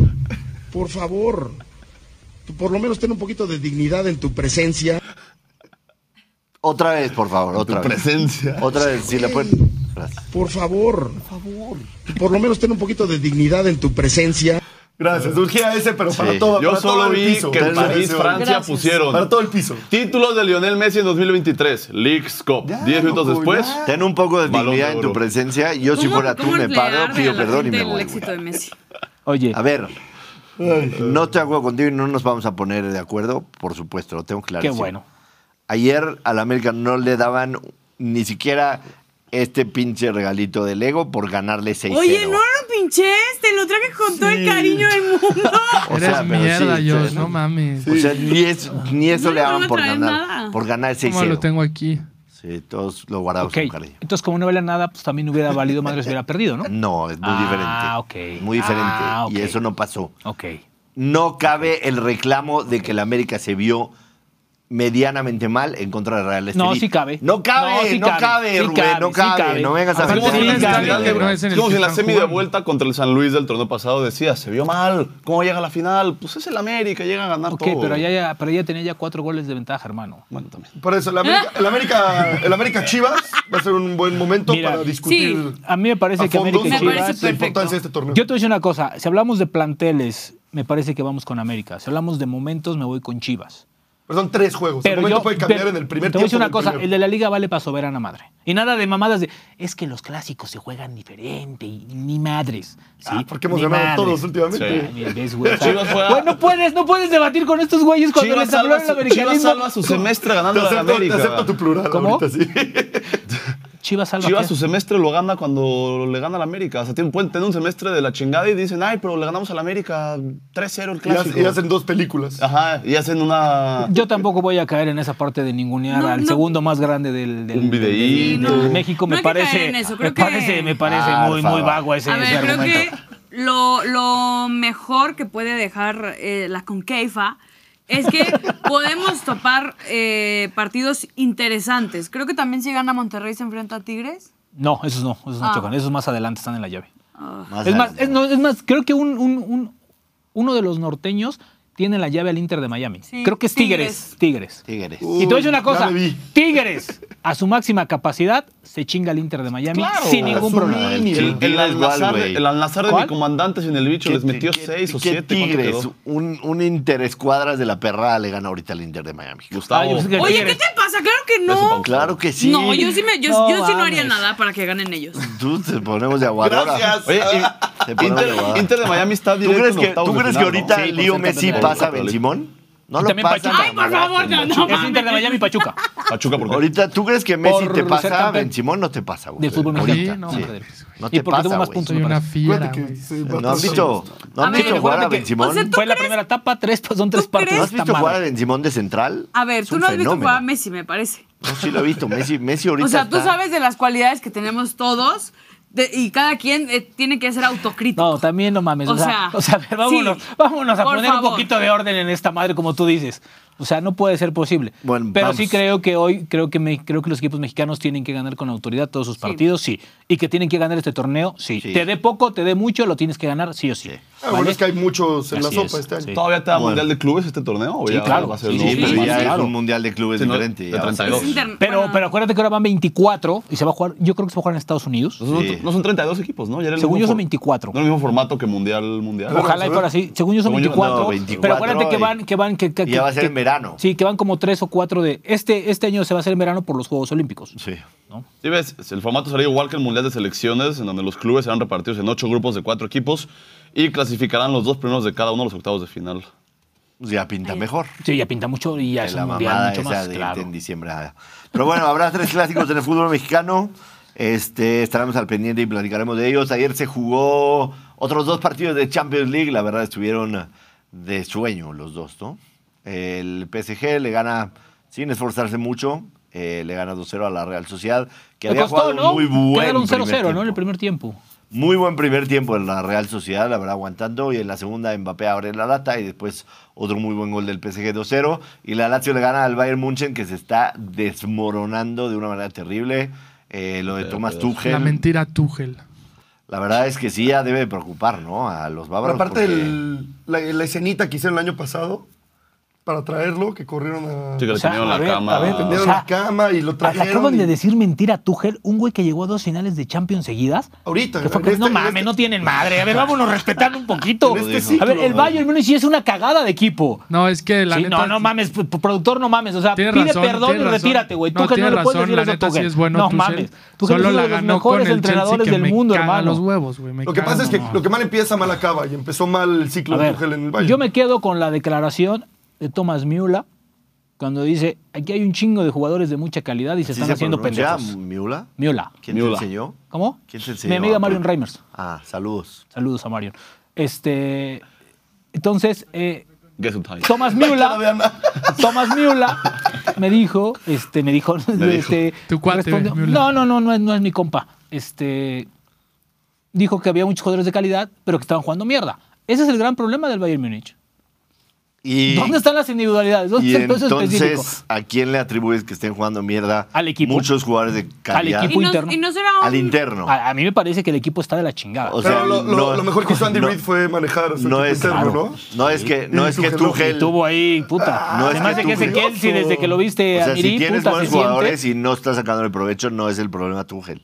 S7: por favor. Tú Por lo menos ten un poquito de dignidad en tu presencia.
S1: Otra vez, por favor, otra vez.
S5: Presencia.
S1: Otra vez, si la pueden. Gracias.
S7: Por favor. Por favor. Por lo menos ten un poquito de dignidad en tu presencia.
S4: Gracias, surgía ese, pero para
S5: Sí.
S4: todo,
S5: Yo
S4: para
S5: solo
S4: todo
S5: vi
S4: el piso.
S5: que en
S4: Para
S5: París,
S4: todo el
S5: Francia
S2: Gracias.
S5: pusieron
S4: piso. Para todo el piso.
S5: títulos de Lionel Messi en 2023, Leagues Cup.
S4: Ya,
S5: Diez minutos
S4: loco,
S5: después,
S4: ya.
S1: Ten un poco de
S5: Balón de
S1: dignidad en tu
S5: oro.
S1: presencia. Yo si
S2: ¿Cómo-
S1: fuera tú
S2: cómo
S1: me paro,
S2: emplearle
S1: pido
S2: a la
S1: perdón y
S2: gente
S1: me
S2: el
S1: voy.
S2: éxito
S1: güey.
S2: de Messi.
S3: Oye,
S1: A ver,
S4: Ay,
S1: no estoy de acuerdo contigo y no nos vamos a poner de acuerdo, por supuesto, lo tengo
S3: qué
S1: clarísimo.
S3: bueno.
S1: Ayer al América no le daban ni siquiera este pinche regalito de Lego por ganarle 6
S2: Oye, no lo pinches, te lo traje con todo el cariño del mundo.
S1: O sea,
S6: Eres
S1: pero
S6: mierda,
S1: sí,
S6: Josh,
S1: sí.
S6: no mames.
S1: O sea, ni, es- ni eso
S2: No
S1: le
S2: le van
S1: daban
S2: a
S1: por
S2: traer
S1: ganar,
S2: nada.
S1: por ganar
S6: ¿Cómo lo
S1: 6-0.
S6: tengo aquí?
S1: Sí, todos lo guardamos
S3: Ok,
S1: con cariño.
S3: entonces como no vale nada, pues también hubiera valido madre si hubiera perdido, ¿no?
S1: No, es muy
S3: Ah,
S1: diferente.
S3: ok.
S1: Muy diferente.
S3: Ah, ok.
S1: Y eso no pasó.
S3: Ok.
S1: No cabe el reclamo de que el América se vio medianamente mal en contra de Real Estelí.
S3: No, sí cabe.
S1: No cabe, no,
S3: No,
S1: cabe,
S3: sí cabe, sí
S1: Rubén,
S3: cabe,
S1: no
S3: sí
S1: cabe.
S3: cabe.
S1: No vengas a
S5: Es
S6: Aparte,
S5: como
S1: meter
S5: si
S6: sí,
S5: en
S1: la
S5: la
S6: está
S5: semi
S1: realidad,
S5: de-
S6: bien,
S1: bro.
S6: no es en
S5: es
S6: el
S5: como
S6: que
S5: si en la
S6: están
S5: semi de
S6: jugando.
S5: vuelta contra el San Luis del torneo pasado decía, se vio mal, ¿cómo llega a la final? Pues es el América, llega a ganar
S3: Ok,
S5: todo.
S3: pero ya, ya- pero ya tenía ya cuatro goles de ventaja, hermano.
S5: Bueno, también.
S4: Por eso, el América, el, América, el América Chivas va a ser un buen momento
S3: Mira,
S4: para discutir
S2: sí.
S3: A mí me parece
S4: a
S3: que
S4: fondo
S3: América y
S2: Me
S4: sobre
S2: parece
S3: Chivas...
S4: la
S2: perfecto.
S4: importancia de este torneo.
S3: Yo te voy a decir una cosa. Si hablamos de planteles, me parece que vamos con América. Si hablamos de momentos, me voy con Chivas.
S4: Pero son tres juegos. Pues, el momento puede cambiar
S3: pero
S4: en el primer
S3: Te voy a
S4: tiempo.
S3: decir una
S4: del
S3: cosa.
S4: primero.
S3: El de la liga vale para soberana madre. Y nada de mamadas de... Es que los clásicos se juegan diferente y ni madres. ¿sí?
S4: Ah, porque hemos
S3: Ni
S4: ganado
S3: madres.
S4: todos últimamente.
S3: Ay, mira, ves, güey, o sea,
S5: Chivas juega-
S3: güey, no puedes, no puedes debatir con estos güeyes cuando
S5: Chivas
S3: les habló
S5: salva,
S3: el
S5: su, Chivas
S3: americanismo.
S5: salva su semestre
S4: Te
S5: ganando a la
S4: acepto, te
S5: América.
S4: acepto tu plural
S3: ¿Cómo?
S4: ahorita, sí.
S3: Chivas salva.
S5: Chivas
S3: ¿qué?
S5: su semestre lo gana cuando le gana al América. O sea, tiene- pueden tener un semestre de la chingada y dicen, ay, pero le ganamos al América 3-0 el
S4: Y hace-
S5: clásico.
S4: y hacen dos películas.
S3: Ah.
S5: Ajá, y hacen una...
S3: Yo tampoco voy a caer en esa parte de ningunear
S2: No,
S3: al
S2: no.
S3: segundo más grande del, del-
S5: Un
S3: del-
S5: videíto.
S3: del- del México.
S2: No
S3: Me
S2: hay que caer
S3: parece,
S2: en eso,
S3: me
S2: creo que-
S3: parece, me parece
S1: Ah,
S3: muy,
S1: por
S3: muy
S1: favor.
S3: vago ese,
S2: A
S3: ese
S2: ver, creo
S3: argumento.
S2: que lo, lo mejor que puede dejar eh, la conqueifa es que podemos topar eh, partidos interesantes. Creo que también si gana Monterrey se enfrenta a Tigres.
S3: No, esos no, esos no
S2: Ah.
S3: chocan. Esos más adelante están en la llave.
S1: Más
S3: es, más,
S1: adelante.
S3: es, no, es más, creo que un, un- un- uno de los norteños tiene la llave al Inter de Miami.
S2: Sí,
S3: creo que es Tigres. Tigres.
S1: Tigres.
S3: Y te voy a decir una
S4: Uy,
S3: cosa.
S4: ya me vi.
S3: Tigres, a su máxima capacidad, se chinga al Inter de Miami
S5: Claro,
S3: sin
S5: a
S3: ningún
S4: su
S3: problema.
S1: El
S5: El, el,
S1: Tigres
S5: Al-Nazar
S1: igual,
S5: de-
S1: güey.
S5: el Al-Nazar de
S3: ¿Cuál?
S5: mi comandante sin el bicho
S1: ¿Qué-
S5: les metió
S1: qué-
S5: 6 o
S1: qué
S5: 7.
S1: Tigres, un, un interescuadras de la perrada le gana ahorita al Inter de Miami.
S5: Gustavo.
S3: Ay, yo pensé que-
S2: Oye, ¿qué te pasa? Claro que
S5: Beso,
S2: no.
S5: Pau.
S1: Claro que sí.
S2: No, yo sí, me, yo,
S3: No
S2: yo sí no haría
S3: mames.
S2: nada para que ganen ellos.
S1: Tú te ponemos de aguadora.
S4: Gracias.
S5: Oye, y-
S1: Te ponemos de
S5: Inter,
S1: aguadora.
S5: Inter de Miami está
S1: ¿Tú
S5: directo
S1: crees
S5: en
S1: que,
S5: octavos
S1: ¿tú
S5: de
S1: crees que
S5: final, ¿no?
S1: ahorita
S3: Sí, por
S1: Lío
S3: ser
S1: Messi
S3: campeón del
S1: pasa a
S5: mundo.
S1: Ben Simón? No lo
S3: también
S1: pasa.
S3: Pachuca.
S2: Ay, por favor, no, no.
S3: Es Inter de Miami y Pachuca.
S5: Pachuca, ¿por qué?
S1: Ahorita, ¿tú crees que Messi
S3: Por
S1: te
S3: ser
S1: pasa?
S3: campeón.
S1: Ben Simón no te pasa, güey.
S3: Del fútbol
S1: Ahorita.
S3: mexicano.
S6: no
S1: Sí.
S6: mames.
S1: No
S3: Y
S1: te
S3: porque
S1: pasa,
S3: tuvo más
S1: güey.
S3: puntos.
S6: Soy una
S3: parece.
S6: fiera,
S4: Acuérdate que
S6: güey.
S4: sí,
S1: ¿No has
S4: sí.
S1: visto, ¿no
S2: A
S1: has
S2: ver,
S1: visto jugar a
S3: acuérdate
S1: Ben
S3: que- pues,
S1: Simón?
S2: o sea, ¿tú
S3: Fue la
S2: crees?
S3: primera etapa, tres, pues, son tres
S2: ¿Tú
S3: partidos.
S1: ¿No
S2: crees?
S1: has
S3: esta
S1: visto jugar a
S3: madre.
S1: Ben Simón de central?
S2: A ver,
S1: Es
S2: tú
S1: un
S2: no has visto
S1: fenómeno.
S2: jugar a Messi, me parece.
S1: No, sí lo he visto. Messi, Messi ahorita
S2: O sea, tú
S1: está-
S2: sabes de las cualidades que tenemos todos de- y cada quien eh, tiene que ser autocrítico.
S3: No, también no mames. O,
S2: O
S3: sea,
S2: sea,
S3: o sea, a ver,
S2: sí.
S3: vámonos, vámonos a
S2: Por
S3: poner un
S2: favor.
S3: poquito de orden en esta madre, como tú dices. O sea, no puede ser posible.
S1: Bueno,
S3: Pero
S1: vamos.
S3: sí creo que hoy, creo que, me, creo que los equipos mexicanos tienen que ganar con autoridad todos sus partidos, sí. Y que tienen que ganar este torneo, sí.
S1: Sí.
S3: Te dé poco, te dé mucho, lo tienes que ganar, sí o sí.
S1: Sí.
S4: Ah, bueno,
S3: ¿Vale?
S4: es que hay muchos en la
S3: Así
S4: sopa
S3: es,
S4: este año.
S3: sí.
S5: ¿Todavía te da
S1: Bueno.
S5: Mundial de Clubes este torneo? ¿O
S3: Sí,
S5: ya
S3: claro.
S5: Va a ser
S3: Sí,
S5: el nuevo
S1: Sí, pero
S5: formato?
S1: ya
S3: claro.
S1: es un mundial de clubes
S5: Sí, no,
S1: diferente.
S5: de
S1: ya va a ser-
S5: 32.
S2: Es inter-
S3: Pero,
S2: bueno,
S3: pero acuérdate que ahora van 24 y se va a jugar, yo creo que se va a jugar en Estados Unidos.
S5: No son,
S1: Sí.
S5: no son 32 equipos, ¿no? Ya era el
S3: Según yo
S5: mismo
S3: son
S5: for-
S3: 24.
S5: No era el mismo formato que Mundial, Mundial.
S4: Ojalá.
S3: Ojalá y fuera así. Según yo son
S5: Según yo,
S3: 24,
S1: no, 24
S3: Pero acuérdate que
S1: y-
S3: van, que van, que, que-
S1: y ya va a ser
S3: que-
S1: en verano.
S3: Sí, que van como tres o cuatro de. Este, este año se va a hacer en verano por los Juegos Olímpicos.
S1: Sí.
S5: Sí, ves, el formato sería igual que el Mundial de Selecciones, en donde los clubes serán repartidos en ocho grupos de cuatro equipos y clasificarán los dos primeros de cada uno a los octavos de final.
S1: Pues ya pinta mejor.
S3: Sí, ya pinta mucho y ya
S1: que
S3: es
S1: la
S3: un mundial
S1: mamada
S3: mucho
S1: esa
S3: más
S1: de
S3: claro.
S1: en diciembre. ah. Pero bueno, habrá tres clásicos en el fútbol mexicano. Este, estaremos al pendiente y platicaremos de ellos. Ayer se jugó otros dos partidos de Champions League. La verdad, estuvieron de sueño los dos, ¿no? El PSG le gana, sin esforzarse mucho, eh, le gana 2-0 a la Real Sociedad, que
S3: Le
S1: había
S3: costó,
S1: jugado
S3: ¿no?
S1: muy buen
S3: Quedaron
S1: primer
S3: 0-0, ¿no? En el
S1: tiempo.
S3: primer tiempo.
S1: Muy buen primer tiempo en la Real Sociedad, la verdad, aguantando. Y en la segunda, Mbappé abre la lata y después otro muy buen gol del PSG 2-0. Y la Lazio le gana al Bayern Munchen, que se está desmoronando de una manera terrible. Eh, lo de Thomas Tuchel,
S6: La
S1: la,
S6: mentira Tuchel.
S1: verdad es que sí ya debe preocupar, ¿no? A los
S4: Pero
S1: bávaros.
S4: aparte,
S1: porque-
S4: el- la, la escenita que hicieron el año pasado, para traerlo que corrieron a.
S5: Sí, que le
S3: O sea,
S5: tenían la
S3: a ver,
S5: cama.
S3: a ver,
S4: Tendieron
S3: O sea,
S4: la cama y lo
S3: Le
S4: trajeron.
S3: Ah. acaban
S4: y-
S3: de decir mentira a Tuchel, un güey que llegó a dos finales de Champions seguidas.
S4: Ahorita,
S3: Que fue
S4: en
S3: como,
S4: este-
S3: no
S4: en
S3: mames,
S4: este-
S3: no tienen madre. A ver, vámonos respetando un poquito.
S4: En este
S3: a
S4: ciclo,
S3: ver, el
S4: ¿no?
S3: Bayern Múnich sí es una cagada de equipo.
S6: No, es que la
S3: Sí,
S6: neta.
S3: no, no mames, p- p- productor, no mames. O sea,
S6: Tienes
S3: pide
S6: razón,
S3: perdón y
S6: tienes razón.
S3: retírate, güey.
S6: No,
S3: Tú que no
S6: tienes
S3: le puedes
S6: razón,
S3: decir
S6: la
S3: eso a
S6: neta sí
S3: Tuchel.
S6: es bueno
S3: No
S6: Tuchel.
S3: mames. Tuchel
S6: Solo
S3: es uno
S6: la
S3: de los
S6: ganó con
S3: mejores
S6: el Chelsea
S3: entrenadores
S6: que
S3: del
S6: me
S3: mundo,
S6: caga
S3: hermano.
S6: los huevos, güey. me
S4: Lo que
S6: caga.
S4: pasa es que lo que mal empieza, mal acaba. Y empezó mal el ciclo
S3: A
S4: de
S3: ver,
S4: Tuchel en el Bayern.
S3: yo me quedo con la declaración de Thomas Müller cuando dice, aquí hay un chingo de jugadores de mucha calidad y se
S1: ¿Sí
S3: están
S1: se
S3: haciendo
S1: pronuncia
S3: pendejos.
S1: Miula?
S3: Müller.
S1: ¿Quién
S5: Miula.
S1: te enseñó?
S3: ¿Cómo?
S1: ¿Quién te enseñó?
S3: Mi amiga
S1: Ah,
S3: Marion
S1: tú.
S3: Reimers.
S1: Ah, saludos.
S3: Saludos a Marion. Este, entonces, eh,
S5: Guess who died?
S3: Thomas
S4: No había
S3: Müller,
S4: nada.
S3: Thomas Müller me dijo, este, me dijo, este,
S6: Tu cuate,
S3: respondió,
S6: Müller.
S3: no, no, no, no es, no es mi compa. Este, dijo que había muchos jugadores de calidad, pero que estaban jugando mierda. Ese es el gran problema del Bayern Múnich.
S1: Y,
S3: ¿Dónde están las individualidades? ¿Dónde
S1: y
S3: está el peso específico?
S1: entonces, ¿a quién le atribuyes que estén jugando mierda?
S3: Al equipo.
S1: Muchos jugadores de calidad.
S3: equipo.
S2: Y no,
S3: interno.
S2: y no será un-
S1: Al interno.
S3: A, a mí me parece que el equipo está de la chingada.
S1: O sea,
S4: Pero lo, lo-
S1: no-
S4: lo mejor que hizo Andy
S1: no-
S4: Reid fue manejar a su
S1: no
S4: equipo
S1: es
S4: interno,
S1: claro.
S4: ¿no?
S1: No es que no
S4: Y
S1: es que
S4: Tuchel no,
S1: Tuchel.
S3: Estuvo ahí, puta.
S1: Ah, No, es
S3: Además
S1: que
S3: de que ese
S4: tuvioso.
S3: Kelsey, desde que lo viste
S1: O sea,
S3: a Miri,
S1: si tienes
S3: puta,
S1: buenos
S3: se siente.
S1: jugadores y no estás sacando el provecho, no es el problema Tuchel.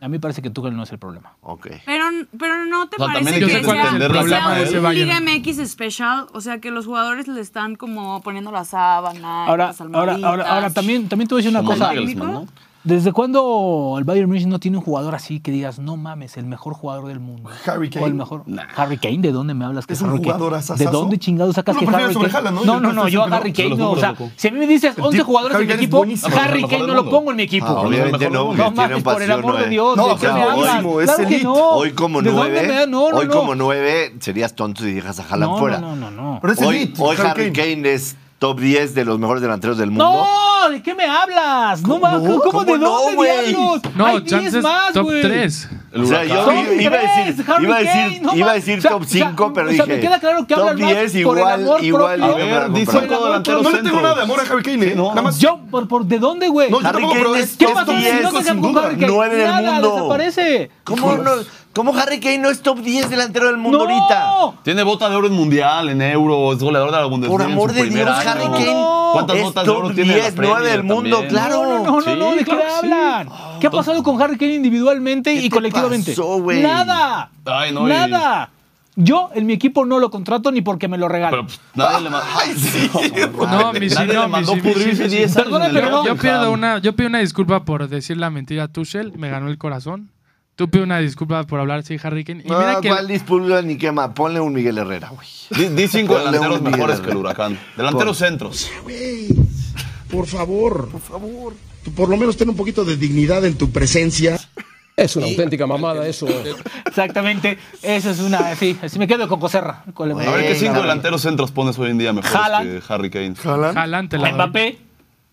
S3: A mí me parece que Tuchel no es el problema.
S1: Ok.
S2: Pero, pero no te
S5: O
S2: parece
S5: sea, también
S6: hay
S2: que
S6: que
S2: sea,
S6: entender
S2: que
S6: la
S2: sea
S6: trama de ese
S2: un Liga
S6: Bayern.
S2: MX especial, o sea, que los jugadores le están como poniendo la sábana, y
S3: Ahora,
S2: las
S3: ahora, ahora, ahora
S2: almohaditas.
S3: también, también te voy a decir una
S5: Como
S3: cosa.
S5: Nagelsmann, ¿no?
S3: ¿Desde cuándo el Bayern Munich no tiene un jugador así que digas, no mames, el mejor jugador del mundo?
S4: Harry Kane.
S3: O el mejor. Harry Kane, ¿de dónde me hablas que
S4: Es
S3: es,
S4: un
S3: Harry Kane?
S4: jugador
S3: ¿De
S4: asasazo.
S3: dónde chingados sacas
S4: No,
S3: que
S4: prefiero
S3: Harry
S4: sobre
S3: Kane?
S4: Haaland, ¿no?
S3: no,
S4: Yo
S3: no, no,
S4: estoy
S3: yo a
S4: seguro.
S3: Harry
S5: Se
S3: Kane
S5: lo
S3: no. O
S5: juro,
S3: sea,
S5: loco.
S3: si a mí me dices 11 jugadores
S4: Harry
S3: en mi
S4: Kane es
S3: equipo,
S4: buenísimo.
S3: Harry Kane no lo pongo en mi
S1: Ah,
S3: equipo.
S1: obviamente
S5: mejor
S1: no, porque
S5: mundo.
S3: No
S1: tiene
S3: mames,
S1: un
S3: por el
S1: pasión,
S3: amor de
S1: ¿eh?
S3: Dios,
S4: No,
S3: ¿de
S4: o
S3: qué
S4: sea,
S3: me
S4: hoy-
S3: hablas?
S4: es
S3: Claro que
S4: elite.
S3: no.
S1: Hoy como
S3: ¿De dónde me
S1: nueve,
S3: da? No, no,
S1: hoy
S3: no.
S1: como nueve serías tonto si dejas a Haaland
S3: no,
S1: fuera.
S3: No, no, no.
S4: Pero es
S1: Hoy,
S4: elite,
S1: hoy
S4: Harry
S1: Harry
S4: Kane.
S1: Kane es top 10 de los mejores delanteros del mundo.
S3: No, ¿de qué me hablas? No, ma- ¿cómo,
S1: ¿Cómo
S3: de
S1: no,
S3: dónde
S1: güey?
S3: diablos? Hay
S6: No,
S3: 10
S6: chances
S3: más,
S6: top
S3: güey.
S6: 3.
S5: El
S1: O sea, yo
S5: huracán.
S3: Son
S1: iba a
S3: tres,
S1: decir,
S3: Harry
S1: iba a
S3: Kane,
S1: decir,
S3: no
S1: iba a
S3: mames.
S1: decir
S3: O sea,
S1: top
S3: o sea,
S1: 5, pero
S3: o sea,
S1: dije.
S3: me queda claro que
S1: top
S3: hablan más por el
S1: igual,
S3: amor
S1: igual.
S3: propio.
S1: yo me
S5: A ver,
S1: voy
S5: dice
S1: comprar.
S3: todo
S5: delanteros
S4: No le tengo
S5: centros.
S4: nada de amor a Harry Kane, ¿eh?
S5: no.
S4: Nada más.
S3: Yo, ¿por, por- de dónde, güey?
S4: No, yo
S1: Harry
S4: tampoco, pero
S1: Kane
S4: es
S1: es
S3: ¿Qué
S1: top
S3: pasa si no
S1: 10,
S3: te
S4: sin
S3: con
S4: duda.
S3: Harry Kane?
S1: nueve del
S3: Nada,
S1: mundo.
S3: desaparece.
S1: ¿Cómo, no, ¿Cómo Harry Kane no es top 10 delantero del mundo ahorita?
S5: Tiene bota de oro en mundial, en euro, es goleador de la Bundesliga.
S1: Por
S5: en
S1: amor
S5: su
S1: de
S5: primer
S1: Dios,
S5: año.
S1: Harry
S3: No, no,
S1: Kane
S3: no.
S5: ¿Cuántas
S1: es
S5: botas de oro
S1: top
S5: tiene en la
S1: 10, 9 del
S5: Premier
S1: mundo,
S5: también?
S1: claro.
S3: No, no, no, no,
S5: Sí,
S3: no, ¿de qué
S5: claro que sí.
S3: hablan? ¿Qué ha pasado con Harry Kane individualmente
S1: ¿Qué
S3: y
S1: te
S3: colectivamente?
S1: pasó, güey?
S3: Nada.
S5: Ay, no, y-
S3: nada. Yo en mi equipo no lo contrato ni porque me lo
S5: Pero
S3: regalan.
S5: pues, nadie le mandó.
S6: No, mi sí,
S5: Nadie
S6: no,
S5: le
S6: mi
S5: mandó
S6: sí, mi sí,
S5: pudrirse
S6: mi sí.
S5: 10 años.
S3: Perdona,
S5: en el
S3: pero no.
S6: Yo
S5: Tottenham.
S6: pido, una, yo pido una disculpa por decir la mentira a Tuchel, me ganó el corazón. Tú pido una disculpa por hablar así, Harry Kane. Y
S1: No,
S6: mira que
S1: Ah, ¿cuál disputa ni quema? Ponle un Miguel Herrera, güey.
S5: Di, di cinco
S1: Ponle
S5: delanteros
S1: un Miguel
S5: mejores
S1: Herrera.
S5: que el huracán. Delanteros centros.
S7: Güey, por favor. Por favor. Tú por lo menos ten un poquito de dignidad en tu presencia.
S8: Es una auténtica mamada eso.
S3: Exactamente. Eso es una. Sí, así me quedo con Coserra. Con el-
S5: A ver qué
S1: Venga,
S5: cinco
S1: güey.
S5: delanteros centros pones hoy en día mejores
S3: Haaland.
S5: que Harry Kane.
S4: Haaland.
S6: Haaland te la doy.
S3: Mbappé,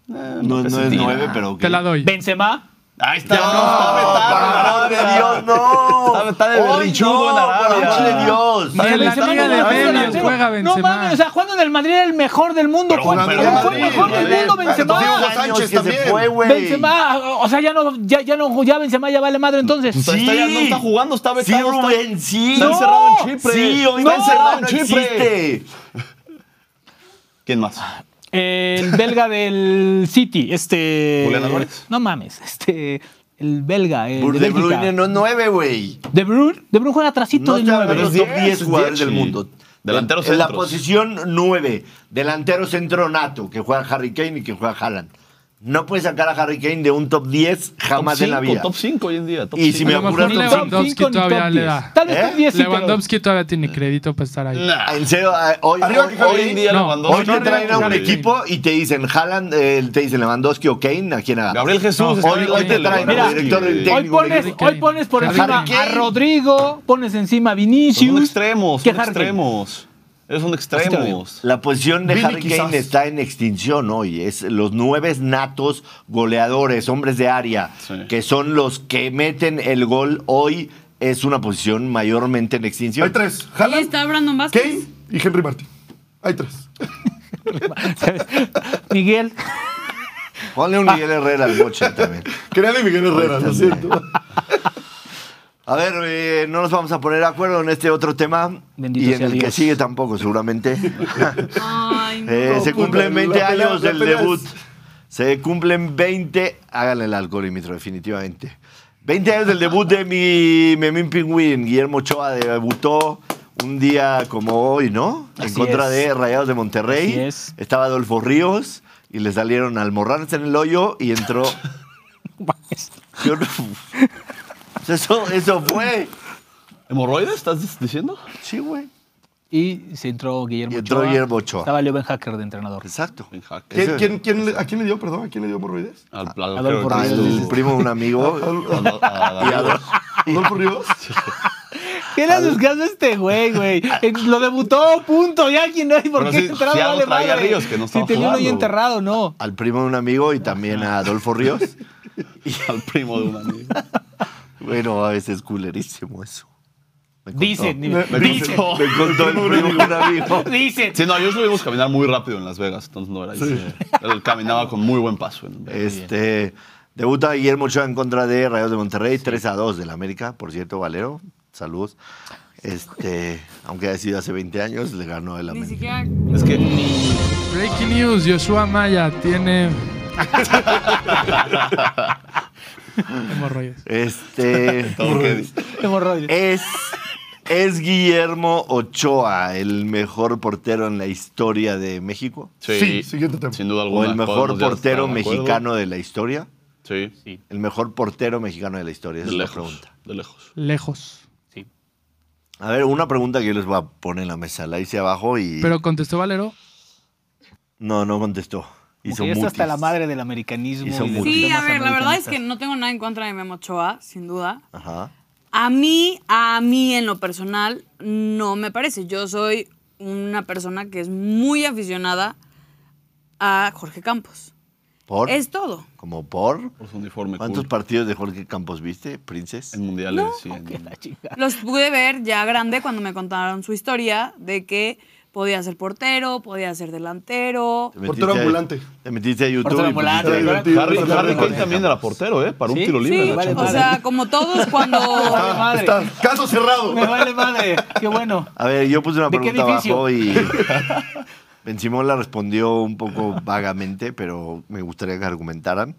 S1: No, no es 9, pero ok.
S6: Te la doy.
S3: Benzema.
S5: Ahí está.
S1: ¡Por Ah, de Dios, no!
S5: Está- está de
S1: Hoy
S5: berrinchudo en
S1: no,
S5: Arabia.
S1: por amor de Dios!
S6: Ni en la liga de
S3: no es
S6: medios
S3: delantero.
S6: juega Benzema.
S3: No mames, o sea, jugando en el Madrid era el mejor del mundo.
S5: Pero
S3: Juan.
S5: jugando
S3: ¿Cómo
S5: en
S3: fue el
S5: Madrid,
S3: mejor del
S5: Madrid.
S3: mundo, Benzema.
S4: Digo,
S1: Diego Sánchez
S4: que se
S1: también.
S4: fue,
S3: Benzema, o sea, ya no, ya, ya no, ya Benzema ya vale madre entonces.
S5: Está- está-
S1: Sí.
S5: no está jugando, está
S1: Sí,
S5: vetado. está-
S1: Rubén, sí.
S5: Está
S1: No.
S5: encerrado en Chipre.
S1: Sí, hoy
S5: Está
S1: no,
S5: encerrado en
S1: no
S5: Chipre.
S1: existe.
S5: ¿Quién más?
S3: El belga del City, este.
S5: Julián Álvarez.
S3: No mames, este. El belga, el de
S1: De
S3: Bélgica.
S1: Bruyne no es 9, güey.
S3: De Bruyne, De Bruyne juega atrasito
S1: No
S3: del
S1: está
S3: nueve.
S1: hablando de los top 10 jugadores
S5: Sí.
S1: del mundo.
S5: Delanteros
S1: En la
S5: centros.
S1: posición 9, delantero centro nato, que juega Harry Kane y que juega Haaland. No puedes sacar a Harry Kane de un top 10 jamás en la
S5: cinco,
S1: vida.
S5: top 5 hoy en día. top
S1: Y
S5: cinco.
S1: si me
S6: A lo
S1: apuras,
S6: mejor
S1: top
S3: Top
S6: Lewandowski
S3: cinco, ni
S6: todavía
S3: top
S6: le
S3: diez.
S6: da.
S3: Tal
S1: ¿Eh?
S3: vez top 10 sí, pero-
S6: Lewandowski todavía tiene crédito para estar ahí.
S5: Nah.
S1: En serio, eh, hoy,
S4: Arriba
S1: hoy-
S4: que Harry
S1: hoy
S5: Hoy en día
S6: No,
S5: Lewandowski.
S1: hoy te
S6: no,
S1: traen a un
S6: Harry Kane.
S1: equipo y te dicen Haaland, eh, te dicen Lewandowski o Kane, ¿a quién haga?
S5: Gabriel Jesús.
S1: hoy- hoy te traen
S5: trae
S1: al
S3: Mira,
S1: director del
S3: Hoy
S1: técnico.
S3: pones,
S1: de-
S6: Kane.
S3: hoy pones por
S6: Harry
S3: encima
S1: Kane.
S3: a Rodrigo, pones encima a
S5: Son
S3: Vinicius.
S5: extremos,
S3: que
S5: son
S3: Harry Kane.
S5: extremos. Ellos son
S3: te lo digo.
S5: extremos.
S1: La posición de
S4: Vini
S1: Harry
S4: quizás.
S1: Kane está en extinción hoy. Es los nueve natos goleadores, hombres de área,
S5: Sí.
S1: que son los que meten el gol hoy, es una posición mayormente en extinción.
S4: Hay tres.
S2: Ahí
S4: Haaland,
S2: está Brandon Vázquez.
S4: Kane y Henry Martin. Hay tres.
S3: Miguel.
S1: Ponle
S3: Ah.
S1: un Miguel Herrera al coche también.
S4: Quería de Miguel Herrera, lo siento.
S1: A ver, eh, no nos vamos a poner de acuerdo en este otro tema.
S3: Bendito
S1: y en
S3: sea
S1: el que
S3: Dios.
S1: sigue tampoco, seguramente.
S2: Ay,
S1: Eh,
S4: No,
S1: se
S4: pues,
S1: cumplen
S4: la-
S1: 20
S4: la pelea-
S1: años
S4: la
S1: del
S4: pelea es-
S1: debut. Se cumplen 20. Háganle el alcoholímetro, definitivamente. 20 años del debut de mi Memín Pingüín. Guillermo Ochoa debutó un día como hoy, ¿no? En
S3: Así
S1: contra
S3: es.
S1: de Rayados de Monterrey.
S3: Así es.
S1: Estaba Adolfo Ríos y le salieron almorranes en el hoyo y entró. Yo no- Pues Eso, eso fue.
S5: ¿Hemorroides estás diciendo?
S1: Sí, güey.
S3: Y se entró Guillermo
S1: Y entró
S3: Ochoa.
S1: Guillermo Ochoa.
S3: Estaba Leo Ben Hacker de entrenador.
S1: Exacto.
S5: En jaque.
S4: ¿Quién-
S1: Eso-
S4: quién- quién le- ¿A quién le dio, perdón? ¿A quién le dio hemorroides?
S5: Al, al-
S3: Adolfo
S5: creo que
S3: Ríos.
S5: tú-
S1: Al primo de un amigo.
S5: a- a- a-
S1: y a-
S4: ¿Adolfo Ríos?
S3: ¿Qué le buscando a este güey, güey? Eh, Lo debutó, punto. Ya alguien no hay por
S5: Pero
S3: qué
S5: sí-
S3: entrado,
S5: sí algo
S3: vale
S5: traía
S3: madre.
S5: Ríos que no
S3: si
S5: estaba
S3: tenía uno ya
S5: jugando.
S3: enterrado, no.
S1: al primo de un amigo y también a Adolfo Ríos.
S5: al primo de un amigo.
S1: Bueno, a veces es culerísimo eso. Me contó.
S3: Dicen,
S5: Me
S3: dicen,
S5: contó-
S1: Me contó el primo de un amigo.
S3: dicen.
S5: Sí, no, yo lo vimos caminar muy rápido en Las Vegas, entonces no era ahí. Él caminaba con muy buen paso. en-
S1: Este, debuta Guillermo Ochoa en contra de Rayos de Monterrey, 3 a 2 del América, por cierto, Valero, saludos. Este, aunque haya sido hace 20 años, le ganó el
S2: Ni
S1: América.
S2: siquiera.
S5: Es que
S6: Breaking news, Joshua Maya tiene... Hemorroides.
S1: Este,
S5: todo que dice.
S3: Hemorroides.
S5: Eh,
S1: es, es Guillermo Ochoa el mejor portero en la historia de México.
S5: Sí,
S4: Sí, siguiente tema.
S5: Sin duda
S1: O
S5: alguna.
S1: el mejor
S5: podemos ya estar
S1: portero
S5: de acuerdo.
S1: mexicano de la historia.
S5: Sí,
S1: El mejor portero mexicano de la historia,
S5: de
S1: esa es la
S5: lejos.
S1: pregunta.
S5: De lejos.
S6: Lejos.
S1: A ver, una pregunta que yo les voy a poner en la mesa. La hice abajo y.
S6: Pero contestó Valero.
S1: no, no contestó.
S3: Como
S1: Hizo
S3: que ya está hasta
S1: mutis.
S3: la madre del americanismo.
S1: Hizo
S3: y de
S1: mutis.
S2: Sí,
S3: temas
S2: a ver, la verdad es que
S3: americanistas.
S2: no tengo nada en contra de Memo Ochoa, sin duda.
S1: Ajá.
S2: A mí, a mí en lo personal, no me parece. Yo soy una persona que es muy aficionada a Jorge Campos.
S1: ¿Por?
S2: Es todo.
S1: ¿Como por?
S5: Por su uniforme
S1: ¿Cuántos
S5: cool.
S1: partidos de Jorge Campos viste, Princes?
S5: En mundiales, sí. en-
S2: Los pude ver ya grande cuando me contaron su historia de que podía ser portero, podía ser delantero.
S1: Te
S4: Portero
S1: metiste a-
S4: ambulante.
S1: Te metiste a YouTube.
S3: Portero
S1: y
S3: ambulante,
S1: pusiste-
S3: ¿verdad?
S5: Harry,
S4: Jorge
S5: Harry Kane
S4: Campos.
S5: también era portero, ¿eh? Para un
S3: Sí,
S5: tiro libre.
S2: Sí,
S5: la
S3: vale,
S5: Champions.
S2: o sea, como todos cuando...
S3: Vale, madre.
S4: Está, caso cerrado.
S3: Me vale madre. Qué bueno.
S1: A ver, yo puse una
S3: ¿De qué
S1: pregunta abajo y.
S3: edificio?
S1: Benzimón la respondió un poco vagamente, pero me gustaría que argumentaran.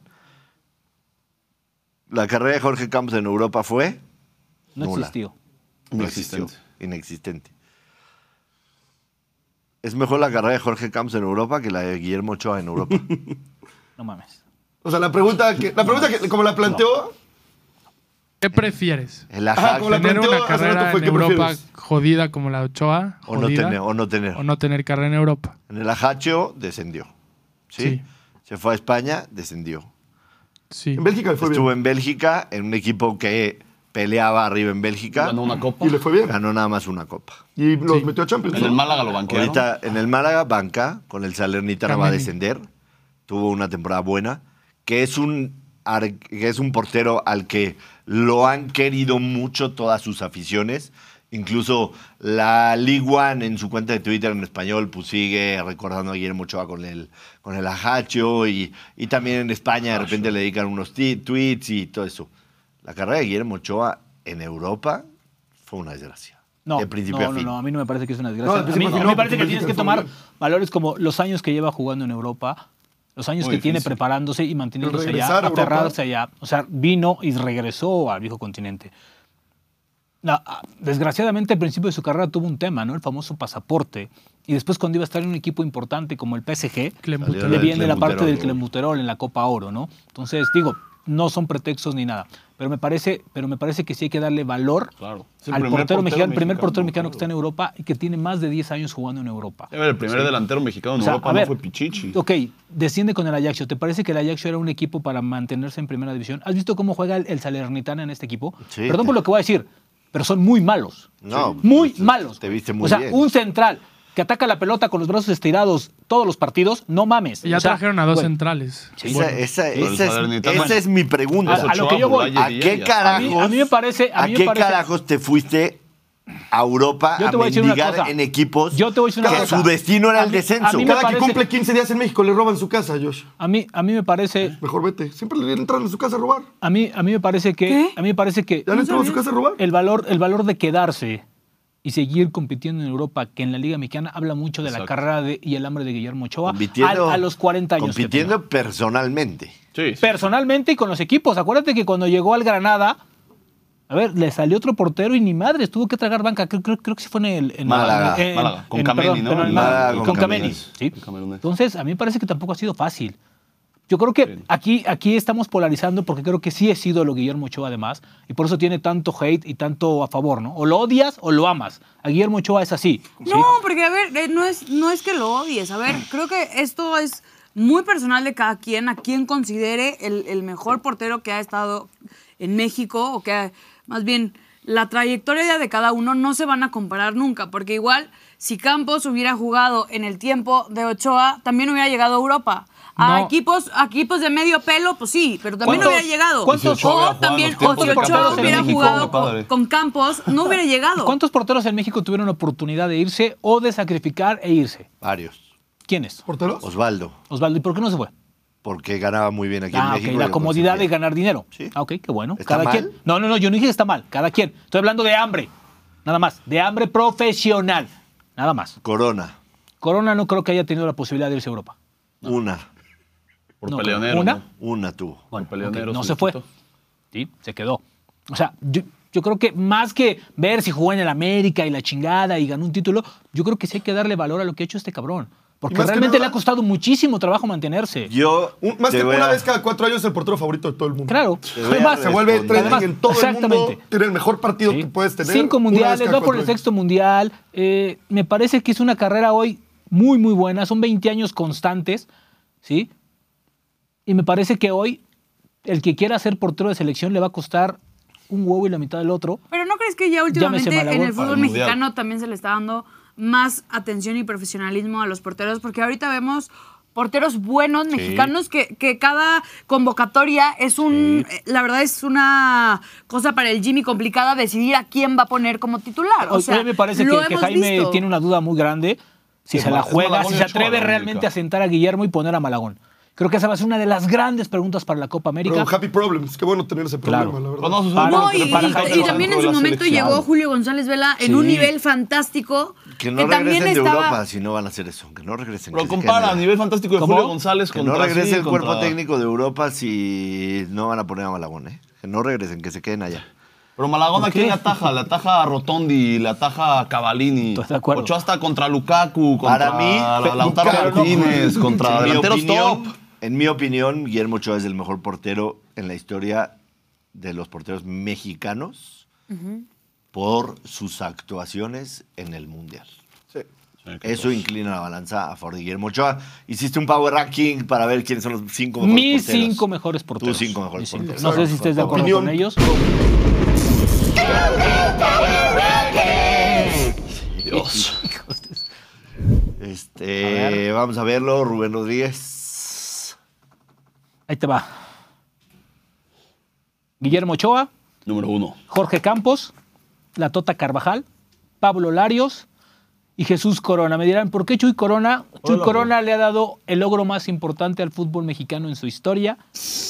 S1: La carrera de Jorge Campos en Europa fue.
S3: No
S1: Nula.
S3: existió.
S1: No existió. Inexistente. Es mejor la carrera de Jorge Campos en Europa que la de Guillermo Ochoa en Europa.
S3: No mames.
S4: O sea, la pregunta que, la pregunta que como la planteó,
S6: ¿Qué prefieres?
S1: El ajá.
S4: como la
S6: ¿Tener
S4: planteó
S6: una
S4: hace rato
S6: carrera
S4: fue,
S6: en
S4: ¿qué
S6: Europa
S4: prefieres?
S6: jodida como la de Ochoa?
S1: o, no
S6: jodida,
S1: tener, o no tener.
S6: o no tener carrera en Europa.
S1: En el ajacheo descendió. ¿sí?
S6: Sí.
S1: Se fue a España, descendió.
S6: Sí.
S4: en Bélgica le fue
S1: Estuvo
S4: bien.
S1: en Bélgica, en un equipo que peleaba arriba en Bélgica.
S5: Ganó una copa.
S4: Y le fue bien.
S1: Ganó nada más una copa.
S4: Y los metió a Champions.
S5: En el
S4: ¿no?
S5: Málaga lo banquearon.
S1: Ahorita en el Málaga, banca, con el Salernitana va a
S6: Kameni.
S1: descender. Tuvo una temporada buena, que es un ar- que es un portero al que lo han querido mucho todas sus aficiones. Incluso la League One en su cuenta de Twitter en español pues sigue recordando a Guillermo Ochoa con el, con el ajacho y, y también en España de repente le dedican unos ti- tweets y todo eso. La carrera de Guillermo Ochoa en Europa fue una desgracia.
S3: No,
S1: de principio
S3: no,
S1: a
S3: no,
S1: fin.
S3: no, a mí no me parece que es una desgracia.
S4: No, de
S3: a mí,
S4: principio
S3: a
S4: a fin
S3: mí me
S4: no,
S3: parece que
S4: porque
S3: tienes
S4: sí
S3: que
S4: te
S3: tomar
S4: fue bien.
S3: valores como los años que lleva jugando en Europa, los años
S5: Muy
S3: que tiene
S5: difícil.
S3: preparándose y manteniéndose allá,
S4: regresar a Europa.
S3: aterrarse allá. O sea, vino y regresó al viejo continente. Na- ah, desgraciadamente, al principio de su carrera tuvo un tema, ¿no? El famoso pasaporte. Y después, cuando iba a estar en un equipo importante como el PSG,
S6: Clembuterol.
S3: le
S1: del
S3: viene la parte del
S1: Clembuterol.
S3: Clembuterol en la Copa Oro, ¿no? Entonces, digo, no son pretextos ni nada. Pero me parece, pero me parece que sí hay que darle valor
S5: Claro. Es el
S3: al
S5: primer
S3: portero,
S5: portero
S3: mexicano, el primer
S5: mexicano,
S3: portero mexicano que
S5: claro.
S3: está en Europa y que tiene más de 10 años jugando en Europa.
S5: A ver, el primer delantero mexicano Eh, en
S3: O sea,
S5: Europa
S3: a
S5: no
S3: ver,
S5: fue Pichichi.
S3: Ok, desciende con el Ajaxio. ¿Te parece que el Ajaxio era un equipo para mantenerse en primera división? ¿Has visto cómo juega el, el Salernitana en este equipo?
S1: Sí.
S3: Perdón por lo que voy a decir, pero son muy malos.
S1: No,
S5: pues,
S3: muy
S1: te-
S3: malos.
S1: te viste
S3: O
S1: muy
S3: sea,
S1: bien.
S3: un central que ataca la pelota con los brazos estirados todos los partidos, no mames.
S6: Y ya
S3: O sea,
S6: trajeron a dos
S3: güey,
S6: centrales.
S1: Esa,
S3: Bueno,
S1: esa-
S5: pero el
S1: esa es,
S5: Salernitana-
S1: esa es mi pregunta.
S3: A- a lo que yo voy.
S1: ¿A qué
S3: A mí,
S1: carajos?
S3: a mí me parece. A,
S1: ¿A
S3: mí me
S1: qué
S3: parece-
S1: carajos te fuiste a Europa
S3: Yo
S1: a
S3: te voy a decir una
S1: mendigar
S3: cosa.
S1: en equipos
S3: Yo te voy a decir una
S1: que
S3: cosa.
S1: su destino era
S3: A
S1: el
S3: mí- a
S1: descenso?
S3: mí me
S4: Cada
S3: parece-
S4: que cumple 15 días en México le roban su casa, Josh.
S3: A mí, a mí me parece.
S4: Mejor vete. Siempre le entran a su casa a robar.
S3: A mí, a mí me parece que.
S2: ¿Qué?
S3: A mí me parece que.
S4: ¿Ya le entraron a su casa a robar?
S3: el valor, el valor de quedarse y seguir compitiendo en Europa, que en la Liga Mexicana habla mucho de la
S5: Exacto.
S3: carrera de- y el hambre de Guillermo Ochoa
S1: Compitiendo-
S3: al- a, los 40 años. que
S1: Compitiendo personalmente.
S5: Sí, sí.
S3: personalmente y con los equipos. Acuérdate que cuando llegó al Granada, a ver, le salió otro portero y ni madres, tuvo que tragar banca. Creo, creo- creo que sí fue en el. En
S1: Málaga,
S3: en-
S5: Málaga, con
S3: en-
S5: Kameni,
S3: perdón,
S5: ¿no?
S3: perdón,
S5: El
S3: en
S1: Málaga
S3: Málaga,
S1: con
S3: con Kameni,
S5: Kameni.
S3: sí.
S5: Con Kameni.
S3: Entonces, a mí me parece que tampoco ha sido fácil. Yo creo que aquí, aquí estamos polarizando porque creo que sí es ídolo Guillermo Ochoa además y por eso tiene tanto hate y tanto a favor, ¿no? O lo odias o lo amas. A Guillermo Ochoa es así. ¿sí?
S2: No, porque a ver, eh, no es, no es que lo odies. A ver, creo que esto es muy personal de cada quien, a quien considere el, el mejor portero que ha estado en México o que ha- más bien la trayectoria de cada uno no se van a comparar nunca, porque igual si Campos hubiera jugado en el tiempo de Ochoa, también hubiera llegado a Europa. A
S3: No.
S2: equipos, a equipos de medio pelo, pues sí, pero también
S3: ¿Cuántos-
S2: hubiera llegado.
S3: cuántos-
S5: Ochoa hubiera
S2: o
S5: jugado en
S2: también,
S5: los
S2: o
S5: tiempos
S2: si
S5: de
S2: Ochoa
S3: campeonatos en
S2: hubiera
S3: México,
S2: jugado
S5: qué
S2: con,
S5: padre.
S2: con Campos, no hubiera llegado.
S3: ¿Cuántos porteros en México tuvieron la oportunidad de irse o de sacrificar e irse?
S1: Varios.
S3: ¿Quiénes?
S4: ¿Porteros?
S1: Osvaldo,
S3: Osvaldo, ¿y por qué no se fue?
S1: porque ganaba muy bien aquí en
S3: Ah, ok,
S1: México. y
S3: la
S1: lo
S3: comodidad de
S1: conseguía.
S3: ganar dinero.
S1: Sí.
S3: Ah, ok, qué bueno.
S1: ¿Está
S3: Cada
S1: mal?
S3: quien. No, no, no, yo no dije que está mal. Cada quien. Estoy hablando de hambre. Nada más. De hambre profesional. Nada más.
S1: Corona,
S3: Corona no creo que haya tenido la posibilidad de irse a Europa.
S1: una,
S5: Por
S3: No,
S5: peleonero.
S3: ¿una?
S5: ¿no?
S1: una tuvo.
S3: Bueno,
S5: peleonero,
S3: ok, no
S5: se
S3: se fue.
S5: quitó.
S3: Sí, se quedó. O sea, yo, yo creo que más que ver si jugó en el América y la chingada y ganó un título, yo creo que sí hay que darle valor a lo que ha hecho este cabrón. Porque
S4: más que
S3: realmente
S4: nada-
S3: le ha costado muchísimo trabajo mantenerse.
S1: Yo
S4: Un- más
S1: te
S4: que
S1: voy
S4: una
S1: a-
S4: vez cada cuatro años es el portero favorito de todo el mundo.
S3: Claro.
S1: Te voy a
S3: Además,
S4: Se vuelve
S1: Responder.
S4: trending en todo el mundo.
S3: Exactamente.
S4: Tiene el mejor partido
S3: Sí.
S4: que puedes tener.
S3: Cinco
S4: una vez
S3: mundiales,
S4: cada
S3: va por el
S4: cuatro años.
S3: sexto mundial. Eh, me parece que es una carrera hoy muy, muy buena. Son 20 años constantes, ¿sí? Y me parece que hoy el que quiera ser portero de selección le va a costar un huevo y la mitad del otro.
S2: Pero ¿no crees que ya últimamente
S3: Malagón.
S2: en el
S5: Al
S2: fútbol
S5: Mundial.
S2: mexicano también se le está dando más atención y profesionalismo a los porteros? Porque ahorita vemos porteros buenos mexicanos que, que cada convocatoria es un, eh, la verdad es una cosa para el Jimmy complicada decidir a quién va a poner como titular. O
S3: Hoy-
S2: sea,
S3: hoy me parece que,
S2: lo
S3: que
S2: hemos
S3: Jaime
S2: visto.
S3: tiene una duda muy grande si
S5: Es
S3: se la
S5: Malagón, es
S3: juega,
S5: Malagón
S3: si
S5: y
S3: se
S5: Ochoa,
S3: atreve
S5: la
S3: realmente
S5: única.
S3: a sentar a Guillermo y poner a Malagón. Creo que esa va a ser una de las grandes preguntas para la Copa América.
S4: Pero happy problems. Qué bueno tener ese problema,
S3: Claro.
S4: la verdad.
S5: Cuando sucede
S3: Para-
S5: algo
S2: No,
S5: que
S2: y,
S5: le pasa
S2: y-
S5: a
S2: y
S5: Jairo
S2: también en
S5: dentro
S2: su
S5: de la
S2: momento
S5: selección.
S2: llegó Julio González Vela en un
S3: Sí.
S2: nivel fantástico
S1: Que no
S2: también
S1: regresen de
S2: estaba...
S1: Europa si no van a hacer eso. Que no regresen. que
S5: Pero
S1: se queden
S5: compara
S1: allá.
S5: a nivel fantástico de
S3: ¿Cómo?
S5: Julio González
S1: Que
S5: contra
S1: no regrese
S5: sí,
S1: el cuerpo
S5: contra-
S1: técnico de Europa si no van a poner a Malagón, ¿eh? Que no regresen, que se queden allá.
S5: Pero Malagón
S3: ¿Por
S5: aquí
S3: qué?
S5: le ataja, le ataja a Rotondi, le ataja a Cavalini.
S3: Estoy de acuerdo.
S5: Ochoa hasta contra Lukaku, contra
S1: Para mí,
S5: la-
S1: Pe-
S5: Lautaro
S1: Lukaku.
S5: Martínez, contra
S1: En mi
S5: delanteros
S1: opinión-
S5: top.
S1: En mi opinión, Guillermo Ochoa es el mejor portero en la historia de los porteros mexicanos por sus actuaciones en el Mundial. Eso inclina la balanza a favor de Guillermo Ochoa. Hiciste un power ranking para ver quiénes son los cinco mejores
S3: Mis
S1: porteros.
S3: cinco mejores porteros.
S1: Tus cinco mejores
S3: Mis cinco.
S1: porteros.
S3: No sé si estés de acuerdo
S4: Opinión.
S3: con ellos.
S5: Dios.
S1: Este, Vamos a verlo, Rubén Rodríguez.
S3: Ahí te va. Guillermo Ochoa,
S5: Número uno.
S3: Jorge Campos, La Tota Carvajal, Pablo Larios y Jesús Corona. Me dirán, ¿por qué Chuy Corona? Chuy Corona le ha dado el logro más importante al fútbol mexicano en su historia,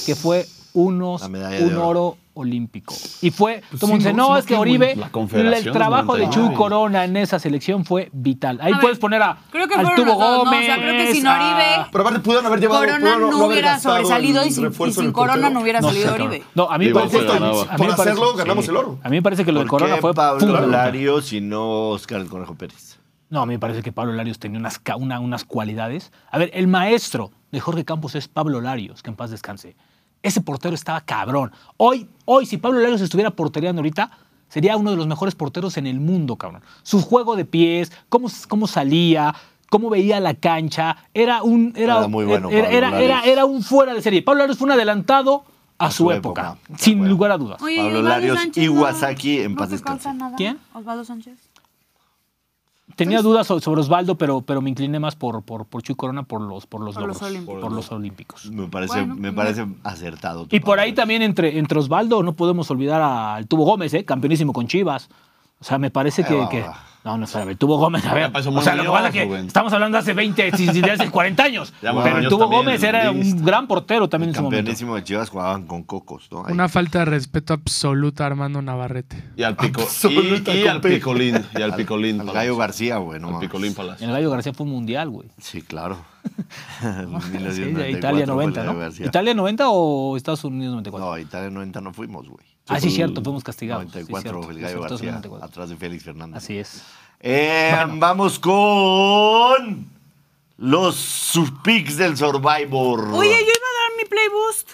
S3: que fue unos,
S1: La
S3: un
S1: medalla de oro.
S3: oro olímpico. Y fue, todo el mundo
S4: sí,
S3: dice,
S4: no,
S3: no,
S4: sí,
S3: es que
S4: qué
S3: Oribe,
S5: La
S3: el
S5: Confederación
S3: trabajo de
S5: 99.
S3: Chuy Corona en esa selección fue vital. Ahí
S2: A ver,
S3: puedes poner a,
S2: creo que
S3: al
S2: fueron los
S3: Tubo
S2: dos,
S3: Gómez.
S2: ¿no? O sea, creo que sin
S3: a-
S2: Oribe-
S4: Pero aparte pudieron haber llevado.
S2: Corona
S4: pudieron
S2: no,
S4: haber
S2: hubiera
S4: gastado
S2: sobresalido y
S4: el
S2: sin, y
S4: refuerzo
S2: sin
S4: del
S2: Corona
S4: portero.
S2: no hubiera
S3: No sé,
S2: salido
S3: cabrón.
S2: Oribe.
S3: No, a mí me
S5: Digo,
S3: parece...
S5: por
S3: a mí me parece-
S4: hacerlo, ganamos el oro.
S3: A mí me parece que lo de
S1: ¿Por
S3: Corona
S1: qué
S3: fue
S1: Pablo
S3: fundamental.
S1: Larios y no Oscar el Conejo Pérez?
S3: No, a mí me parece que Pablo Larios tenía unas, ca- una- unas cualidades. A ver, el maestro de Jorge Campos es Pablo Larios, que en paz descanse. Ese portero estaba cabrón. Hoy, hoy si Pablo Larios estuviera portereando ahorita, sería uno de los mejores porteros en el mundo, cabrón. Su juego de pies, cómo, cómo salía, cómo veía la cancha, era un... Era,
S1: Era muy bueno,
S3: Era,
S1: Pablo
S3: era-
S1: Larios.
S3: era- era un fuera de serie. Pablo Larios fue un adelantado a, su, época,
S1: época.
S3: sin
S1: Bueno.
S3: lugar a dudas.
S2: Oye,
S1: Pablo
S2: Osvaldo
S1: Larios,
S2: Sánchez,
S1: Iwasaki, en paz
S2: te causa
S1: descanse.
S2: nada,
S3: ¿Quién?
S2: Osvaldo Sánchez.
S3: Tenía dudas so- sobre Osvaldo, pero, pero me incliné más por, por, por Chuy Corona por los, por los
S2: Por los
S3: logros,
S2: olímpicos.
S3: por los olímpicos.
S1: Me parece,
S2: Bueno,
S1: me
S2: no.
S1: parece acertado. tu
S3: Y por
S1: Pablo
S3: ahí también entre, entre Osvaldo no podemos olvidar al Tubo Gómez, ¿eh? campeonísimo con Chivas. O sea, me parece
S1: Eh,
S3: que,
S1: va,
S3: que
S1: va.
S3: No, no, a ver, tuvo Gómez, a ver.
S5: Ya pasó
S3: o
S5: muy
S3: sea, lo que pasa es
S5: mañoso,
S3: que
S5: güey.
S3: estamos hablando hace 20, si- si de hace 40 años.
S5: Ya, bueno,
S3: pero el
S5: años
S3: tubo
S5: también,
S3: Gómez era
S5: listo.
S3: un gran portero también en su momento.
S1: Campeonísimo de Chivas jugaban con cocos, ¿no? Ahí.
S6: Una falta de respeto absoluta a Armando Navarrete.
S5: Y al, pico,
S4: Absoluta
S5: y, y al
S4: copia.
S5: picolín. Y al picolín.
S1: Al
S5: Palacio.
S1: Gallo García, güey, no
S5: Al
S1: mames.
S5: picolín Palacio.
S3: El Gallo García fue un mundial, güey.
S1: Sí, claro.
S3: Sí,
S1: 1994
S3: de Italia
S1: fue
S3: 90,
S1: el Gallo
S3: ¿no?
S1: García.
S3: ¿Italia 90 o Estados Unidos 94?
S1: No, Italia 90 no fuimos, güey.
S3: ah, sí, cierto, fuimos castigados. sí,
S1: 94,
S3: cierto,
S1: el Gallo
S3: Estados
S1: García,
S3: Unidos 94.
S1: atrás de Félix Fernández.
S3: Así es.
S1: Eh, Vamos con los subpicks del Survivor.
S2: Oye, yo iba a dar mi play boost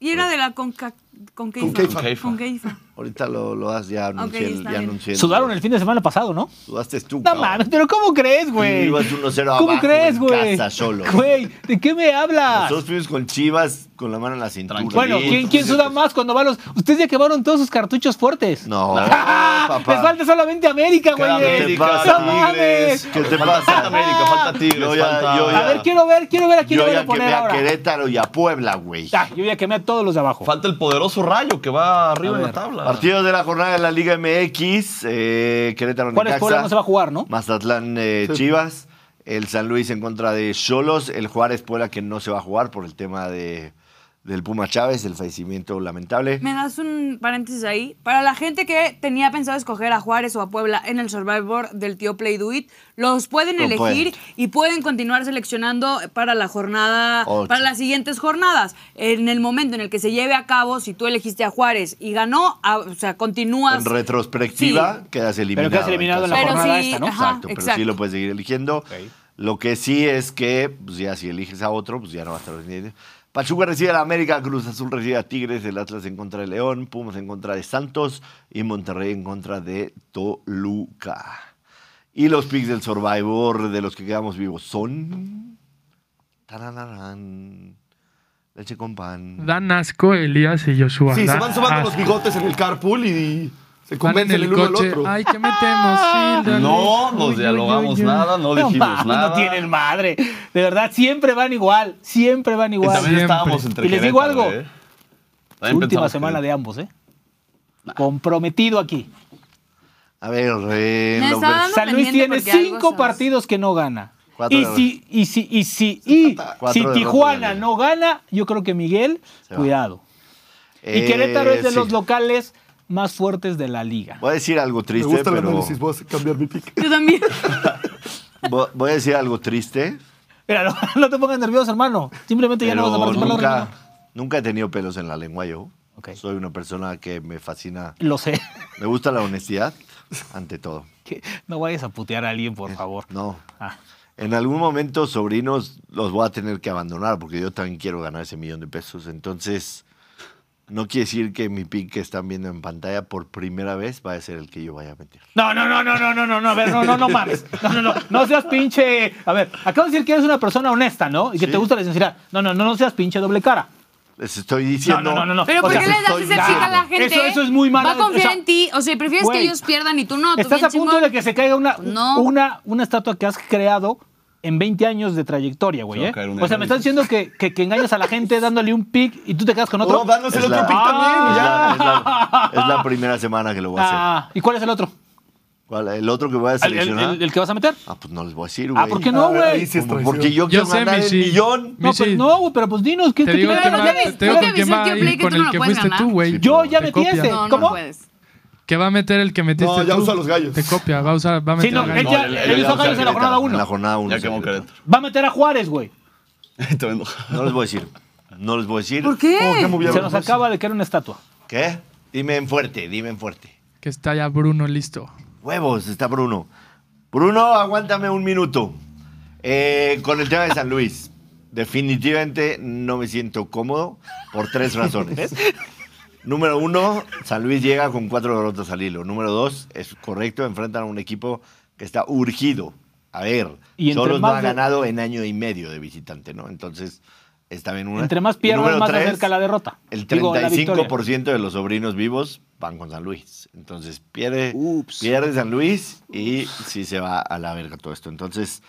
S2: y era de la Conca, Concaifa.
S4: Concaifa.
S2: Concaifa.
S1: Ahorita lo, lo has, ya anuncié. el-
S2: está
S1: ya
S2: bien.
S1: anuncié el-
S3: Sudaron el fin de semana pasado, ¿no?
S1: Sudaste tú.
S3: No
S1: cabrón.
S3: mames, pero ¿cómo crees, güey?
S1: Ibas 1-0
S3: ¿Cómo
S1: abajo
S3: crees,
S1: en
S3: güey?
S1: casa solo.
S3: Güey, ¿de qué me hablas?
S1: Nosotros fuimos con Chivas con la mano en la cintura.
S5: Tranquilo.
S3: Bueno, ¿quién, quién suda más cuando va a los. Ustedes ya quemaron todos sus cartuchos fuertes.
S1: No,
S3: ¡Ah! Les
S1: papá.
S3: falta solamente América, güey.
S1: ¿Qué te
S5: América,
S1: pasa,
S3: ¡No mames!
S1: Tigres? ¿Qué te
S5: Falta
S1: pasa?
S5: América, falta Tigres,
S1: Yo ya-
S5: falta-
S1: yo ya-
S3: A ver, quiero ver, quiero ver a quién
S1: Yo
S3: le van
S1: ya
S3: a poner
S1: quemé a
S3: ahora.
S1: Querétaro y a Puebla, güey.
S3: Ah, yo ya quemé a todos los de abajo.
S5: Falta el poderoso rayo que va arriba
S3: A
S5: en la
S3: ver.
S5: tabla.
S1: Partidos de la jornada de la Liga MX, eh, Querétaro
S3: ¿Cuál es Puebla? No se va a
S1: Necaxa,
S3: jugar, ¿no?
S1: Mazatlán eh, Chivas, el San Luis en contra de Cholos, el Juárez Puebla que no se va a jugar por el tema de, del Puma Chávez, el fallecimiento lamentable.
S2: Me das un paréntesis ahí. Para la gente que tenía pensado escoger a Juárez o a Puebla en el Survivor del tío Play Do It, los pueden
S1: Lo
S2: elegir
S1: pueden.
S2: y pueden continuar seleccionando para la jornada,
S1: Ocho.
S2: para las siguientes jornadas. En el momento en el que se lleve a cabo, si tú elegiste a Juárez y ganó, a- o sea, continúas.
S1: En retrospectiva
S2: Sí.
S1: quedas eliminado.
S3: Pero quedas eliminado en la
S1: caso-
S2: Pero
S3: jornada
S2: sí,
S3: esta, ¿no?
S2: ajá.
S1: Exacto, pero sí
S2: exacto.
S1: lo puedes seguir eligiendo. Lo que sí es que, pues ya si eliges a otro, pues ya no va a estar pendiente. Pachuca recibe a la América, Cruz Azul recibe a Tigres, el Atlas en contra de León, Pumas en contra de Santos y Monterrey en contra de Toluca. Y los picks del Survivor de los que quedamos vivos son. Tarararán. Leche con pan.
S6: Dan asco Elías y Joshua.
S4: Sí, se
S6: Dan
S4: van
S1: ah.
S4: sobando los
S6: asco.
S4: bigotes en el carpool y se
S6: Van en
S4: convencen
S6: el
S4: el uno al
S6: coche.
S4: otro.
S6: Ay, ¿qué metemos? Hilda?
S5: No nos
S6: Uy,
S5: dialogamos
S6: uy, uy, uy.
S5: nada, no
S3: No,
S5: dijimos
S3: mames,
S5: nada.
S3: no tienen madre. De verdad, siempre van igual. Siempre van
S5: Y
S3: igual.
S5: también
S6: Siempre.
S5: estábamos entre
S3: Y les digo
S5: Querétaro,
S3: algo.
S5: ¿eh? También
S3: Última
S5: pensamos
S3: semana
S5: que-
S3: de ambos, ¿eh? Comprometido aquí.
S1: A ver, eh,
S2: Me
S1: lo-
S2: sabe- Estamos
S3: San Luis tiene
S2: pendiente porque algo
S3: cinco
S2: sabes.
S3: partidos que no gana.
S1: Cuatro
S3: Y
S1: derrotas.
S3: si, y si, y si, y
S1: Cuatro
S3: si
S1: derrotas de la
S3: Tijuana
S1: liga.
S3: no gana, yo creo que Miguel,
S1: Se va.
S3: cuidado. Y
S1: eh,
S3: Querétaro es de
S1: sí.
S3: los locales más fuertes de la liga.
S1: Voy a decir algo
S4: Me
S1: triste,
S4: gusta el
S1: pero.
S4: análisis, voy a cambiar mi pick.
S2: Yo también.
S1: Vo- Voy a decir algo triste,
S3: Mira, no, no te pongas nervioso, hermano. Simplemente ya no vas a
S1: pero
S3: participar en la
S1: nunca,
S3: reunión.
S1: nunca he tenido pelos en la lengua yo.
S3: Ok.
S1: Soy una persona que me fascina,
S3: Lo sé.
S1: me gusta la honestidad ante todo.
S3: Que No vayas a putear a alguien, por favor.
S1: No,
S3: Ah,
S1: en algún momento sobrinos los voy a tener que abandonar porque yo también quiero ganar ese millón de pesos. Entonces, no quiere decir que mi pick que están viendo en pantalla por primera vez va a ser el que yo vaya a meter.
S3: No, no, no, no, no, no, no, no, a ver, no, no, no mames. No, no, no, no seas pinche. A ver, acabas de decir que eres una persona honesta, ¿no? Y que
S1: Sí.
S3: te gusta la sinceridad. No, no, no, no seas pinche doble cara.
S1: Les estoy
S3: No,
S1: diciendo.
S3: no, no, no. no.
S2: Pero
S3: O
S2: ¿por
S3: sea,
S2: qué les das ese
S1: estoy-
S2: pick a la
S1: Claro.
S2: gente?
S3: Eso- eso es muy malo.
S2: Va a confiar
S3: O sea,
S2: en ti. O sea, prefieres
S3: güey,
S2: que ellos pierdan y tú no. tú
S3: Estás
S2: bien
S3: a punto
S2: chingón. Pues
S3: de que se caiga una,
S2: No.
S3: una, una estatua que has creado en 20 años de trayectoria, güey.
S5: Se va a
S3: ¿eh?
S5: caer una
S3: O sea, me estás diciendo que, que, que engañas a la gente dándole un pick y tú te quedas con otro.
S4: No, danos el
S1: Es
S4: otro
S1: la-
S4: pick
S3: Ah,
S4: también.
S1: Es
S4: ya.
S1: la, es la- es la primera semana que lo voy a hacer.
S3: Ah, ¿Y cuál es el otro?
S1: ¿Cuál? ¿El otro que voy a
S3: ¿El, el-
S1: seleccionar?
S3: el- el que vas a meter?
S1: Ah, pues no les voy a decir, güey.
S3: Ah, ¿por qué no, Pues,
S4: Ah, ahí
S3: güey?
S4: sí es
S1: Como
S4: traición.
S1: Porque yo
S6: Yo
S1: quiero
S6: sé,
S1: ganar el
S6: Michi.
S1: millón.
S3: No, pues
S6: Michi,
S3: no, güey, pero pues dinos. ¿qué,
S6: Te
S3: qué
S6: digo
S3: te-
S6: que
S2: Pero
S6: va-
S2: no
S6: te
S2: debes-
S6: digo
S2: no
S6: con
S2: debes
S6: quién va
S2: decir
S6: a
S2: que Blake
S6: ir,
S2: tú
S6: con
S2: no
S6: el
S2: lo
S6: que
S2: puedes
S6: fuiste
S2: ganar.
S6: tú, güey.
S3: Yo ya
S6: Te
S3: me
S6: copia.
S3: tienes.
S2: No,
S3: ¿Cómo?
S2: no puedes.
S6: ¿Qué va a meter el que metiste
S4: No, ya
S6: tú?
S4: usa los gallos.
S6: Te copia, va a usar, va a
S3: Sí,
S6: meter
S3: no,
S6: a
S3: él
S6: gallos.
S3: ya,
S5: No, él-
S3: él
S5: él
S3: hizo
S5: ya
S3: a Gallos en la
S5: Querétaro,
S3: jornada
S1: En la
S3: 1.
S1: jornada 1.
S5: Ya quemó Querétaro.
S3: Va a meter a Juárez, güey.
S5: Te vendo.
S1: No les voy a decir. No les voy a decir.
S2: ¿Por
S4: Oh, qué
S2: qué?
S4: movieron
S3: Se nos
S4: los dos.
S3: acaba de caer una estatua.
S1: ¿Qué? Dime en fuerte, dime en fuerte.
S6: Que está ya Bruno listo.
S1: Huevos, está Bruno. Bruno, aguántame un minuto. Eh, con el tema de San Luis. Definitivamente no me siento cómodo por tres razones. Número uno, San Luis llega con cuatro derrotas al hilo. Número dos, es correcto, enfrentan a un equipo que está urgido. A ver,
S3: Y entre
S1: Solos no
S3: más
S1: ha
S3: de-
S1: ganado en año y medio de visitante, ¿no? Entonces, está bien una.
S3: Entre más
S1: Y
S3: pierdas,
S1: número
S3: más se
S1: tres,
S3: acerca la derrota.
S1: el
S3: Digo, la victoria.
S1: 35% de los sobrinos vivos van con San Luis. Entonces pierde,
S3: Ups.
S1: pierde San Luis y sí se va a la verga todo esto. Entonces,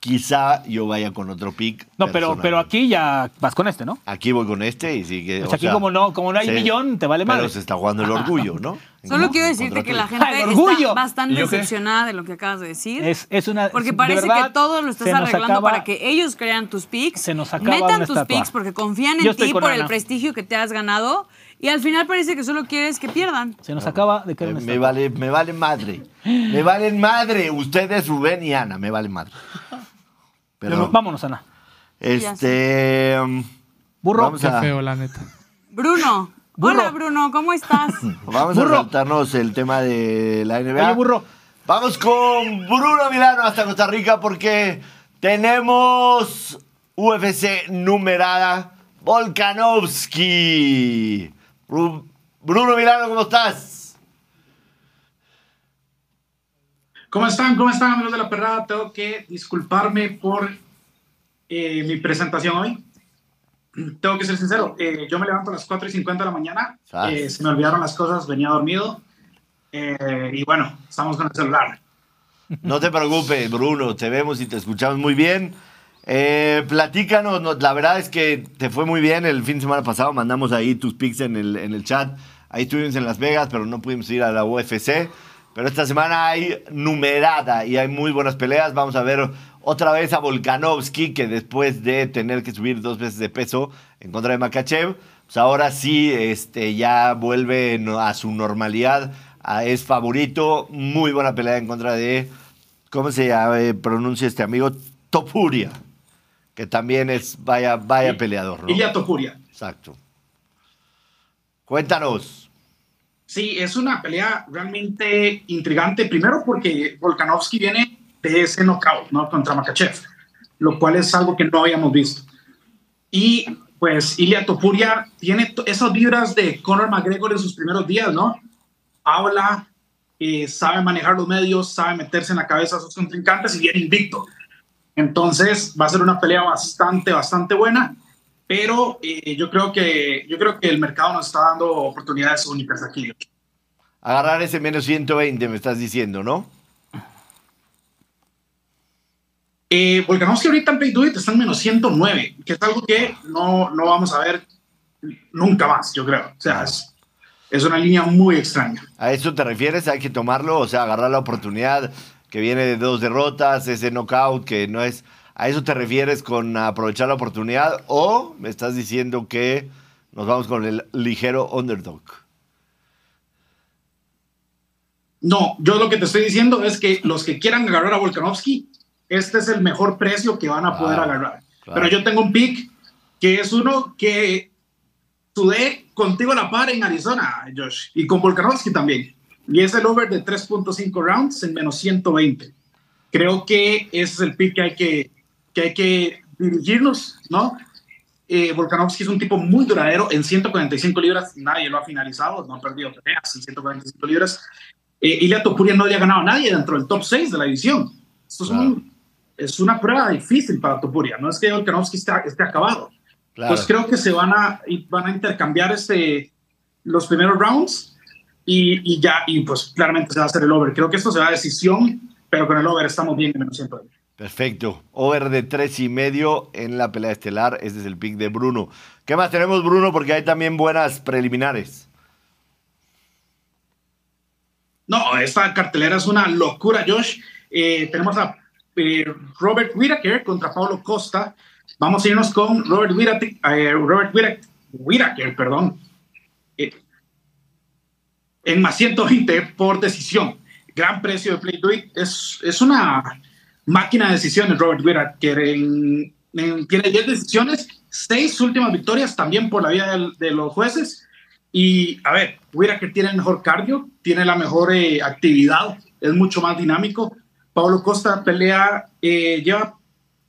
S1: quizá yo vaya con otro pick.
S3: No, pero,
S1: personal.
S3: pero aquí ya vas con este, ¿no?
S1: Aquí voy con este y sí que.
S3: Pues
S1: o
S3: aquí
S1: sea,
S3: como no- como no hay millón, te vale
S1: pero
S3: madre.
S1: se está jugando el orgullo, ¿no? En
S2: Solo quiero decirte
S5: Contra
S2: que la
S5: ti.
S2: gente
S3: ¡Ay, orgullo!
S2: está bastante
S5: ¿Y yo qué?
S2: decepcionada de lo que acabas de decir.
S3: Es, es una.
S2: Porque
S3: de
S2: parece
S3: verdad,
S2: que todo lo estás
S3: se nos
S2: arreglando
S3: acaba-
S2: para que ellos crean tus picks,
S3: se nos acaba
S2: metan
S3: una
S2: tus
S3: estatua.
S2: picks porque confían
S3: Yo
S2: en
S3: estoy
S2: ti
S3: con
S2: por el
S3: Ana.
S2: prestigio que te has ganado y al final parece que solo quieres que pierdan.
S3: Se nos acaba de caer
S1: Eh,
S3: una
S1: Me
S3: estatua.
S1: vale, me vale madre. Me valen madre. Ustedes, Rubén y Ana, me valen madre. Perdón.
S3: Vámonos, Ana.
S1: Este.
S3: Burro.
S1: Vamos
S6: Qué
S1: a-
S6: feo, la neta.
S2: Bruno,
S3: Burro.
S2: hola Bruno, ¿cómo estás?
S1: Vamos
S3: Burro.
S1: a saltarnos el tema de la NBA.
S3: Oye, burro.
S1: Vamos con Bruno Milano hasta Costa Rica porque tenemos UFC numerada Volkanovski. Ru- Bruno Milano, ¿cómo estás?
S9: ¿Cómo están? ¿Cómo están, amigos de la perrada? Tengo que disculparme por eh, mi presentación hoy. Tengo que ser sincero, eh, yo me levanto a las 4 y 50 de la mañana,
S1: Ah.
S9: eh, se me olvidaron las cosas, venía dormido eh, y bueno, estamos con el celular.
S1: No te preocupes, Bruno, te vemos y te escuchamos muy bien. Eh, platícanos, no- la verdad es que te fue muy bien el fin de semana pasado, mandamos ahí tus pics en el, en el chat. Ahí estuvimos en Las Vegas, pero no pudimos ir a la UFC. Pero esta semana hay numerada y hay muy buenas peleas. Vamos a ver otra vez a Volkanovski, que después de tener que subir dos veces de peso en contra de Makachev, pues ahora sí este, ya vuelve no- a su normalidad. Ah, Es favorito, muy buena pelea en contra de ¿Cómo se llama, eh, pronuncia este amigo? Topuria, que también es vaya, vaya peleador, ¿no?
S9: Y ya Topuria.
S1: Exacto. Cuéntanos.
S9: Sí, es una pelea realmente intrigante. Primero porque Volkanovski viene de ese knockout, ¿no? Contra Makachev, lo cual es algo que no habíamos visto. Y pues Ilia Topuria tiene to- esas vibras de Conor McGregor en sus primeros días, ¿no? Habla, eh, sabe manejar los medios, sabe meterse en la cabeza a sus contrincantes y viene invicto. Entonces va a ser una pelea bastante, bastante buena. Pero eh, yo creo que yo creo que el mercado nos está dando oportunidades únicas aquí.
S1: Agarrar ese menos 120, me estás diciendo, ¿no?
S9: Eh, Volkanovski ahorita en Play Do It está en menos 109, que es algo que no, no vamos a ver nunca más, yo creo. O sea, es, es una línea muy extraña.
S1: ¿A eso te refieres? ¿Hay que tomarlo? O sea, agarrar la oportunidad que viene de dos derrotas, ese knockout que no es... ¿A eso te refieres con aprovechar la oportunidad? ¿O me estás diciendo que nos vamos con el ligero underdog?
S9: No, yo lo que te estoy diciendo es que los que quieran agarrar a Volkanovski, este es el mejor precio que van a poder
S1: Claro,
S9: agarrar.
S1: claro.
S9: Pero yo tengo un pick que es uno que sudé contigo a la par en Arizona, Josh, y con Volkanovski también. Y es el over de 3.5 rounds en menos 120. Creo que ese es el pick que hay que, que, hay que dirigirnos, ¿no? Eh, Volkanovski es un tipo muy duradero en 145 libras, nadie lo ha finalizado, no ha perdido peleas en 145 libras. Eh, Ilia Topuria no le ha ganado a nadie dentro del top 6 de la división. Esto es, un- es una prueba difícil para Topuria, no es que Volkanovski esté, esté acabado.
S1: Claro.
S9: Pues creo que se van a, y van a intercambiar este, los primeros rounds y, y ya, y pues claramente se va a hacer el over. Creo que esto se va a decisión, pero con el over estamos bien en menos 120.
S1: Perfecto. Over de tres y medio en la pelea estelar. Este es el pick de Bruno. ¿Qué más tenemos, Bruno? Porque hay también buenas preliminares.
S9: No, esta cartelera es una locura, Josh. Eh, tenemos a eh, Robert Whittaker contra Pablo Costa. Vamos a irnos con Robert Whittaker, Robert Whittaker, Whittaker, perdón, eh, en más 120 por decisión. Gran precio de Play Do It. Es, es una máquina de decisiones, Robert Whittaker. En- en- tiene 10 decisiones, 6 últimas victorias también por la vía del- de los jueces. Y a ver, Whitaker tiene el mejor cardio, tiene la mejor eh, actividad, es mucho más dinámico. Pablo Costa pelea, eh, lleva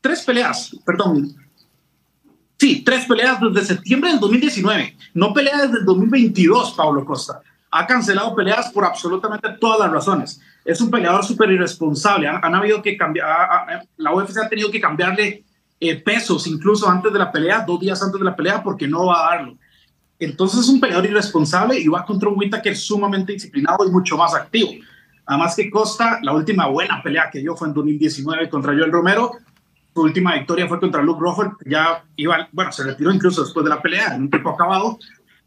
S9: tres peleas, perdón. Sí, tres peleas desde septiembre del 2019. No pelea desde el 2022, Pablo Costa. Ha cancelado peleas por absolutamente todas las razones. Es un peleador súper irresponsable. Han, han habido que cambiar, ah, ah, la UFC ha tenido que cambiarle eh, pesos incluso antes de la pelea, dos días antes de la pelea, porque no va a darlo. Entonces es un peleador irresponsable y va contra un Whittaker sumamente disciplinado y mucho más activo. Además que Costa, la última buena pelea que dio fue en 2019 contra Joel Romero. Su última victoria fue contra Luke Rockhold. Ya iba, bueno, se retiró incluso después de la pelea, en un tiempo acabado.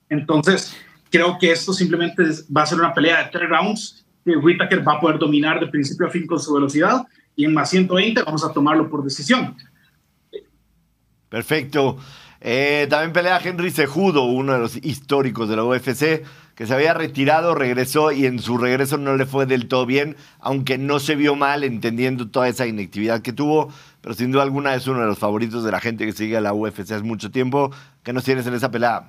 S9: Entonces, Creo que esto simplemente es- va a ser una pelea de tres rounds. que Whittaker va a poder dominar de principio a fin con su velocidad. Y en más 120 vamos a tomarlo por decisión.
S1: Perfecto. Eh, también pelea Henry Cejudo, uno de los históricos de la UFC, que se había retirado, regresó y en su regreso no le fue del todo bien, aunque no se vio mal entendiendo toda esa inactividad que tuvo, pero sin duda alguna es uno de los favoritos de la gente que sigue a la UFC hace mucho tiempo. ¿Qué nos tienes en esa pelea?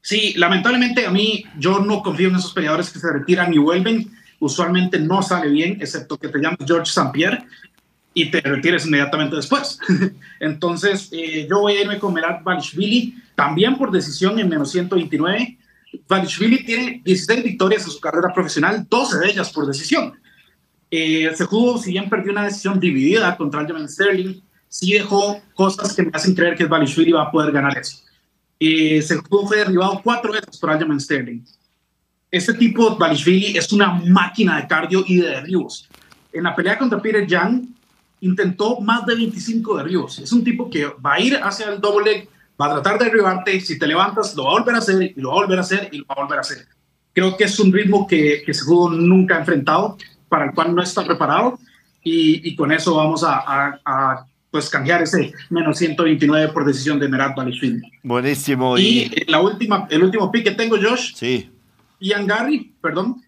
S9: Sí, lamentablemente a mí yo no confío en esos peleadores que se retiran y vuelven. Usualmente no sale bien, excepto que te llames George St. Pierre y te retires inmediatamente después. Entonces, eh, yo voy a irme con Merat Valishvili, también por decisión en menos 129. Valishvili tiene 16 victorias en su carrera profesional, 12 de ellas por decisión. Eh, se jugó, si bien perdió una decisión dividida contra Aljamain Sterling, sí dejó cosas que me hacen creer que Valishvili va a poder ganar eso. Eh, se fue derribado cuatro veces por Aljamain Sterling. Este tipo, Balishvili, es una máquina de cardio y de derribos. En la pelea contra Peter Young, intentó más de 25 derribos. Es un tipo que va a ir hacia el doble leg, va a tratar de derribarte. Si te levantas, lo va a volver a hacer, y lo va a volver a hacer, y lo va a volver a hacer. Creo que es un ritmo que, que Cejudo nunca ha enfrentado, para el cual no está preparado. Y, y con eso vamos a, a- a, pues, canjear ese menos 129 por decisión de Merat Balishvili.
S1: Buenísimo.
S9: Y
S1: Y,
S9: eh, la última, el último pick que tengo, Josh,
S1: sí,
S9: Ian Gary, perdón,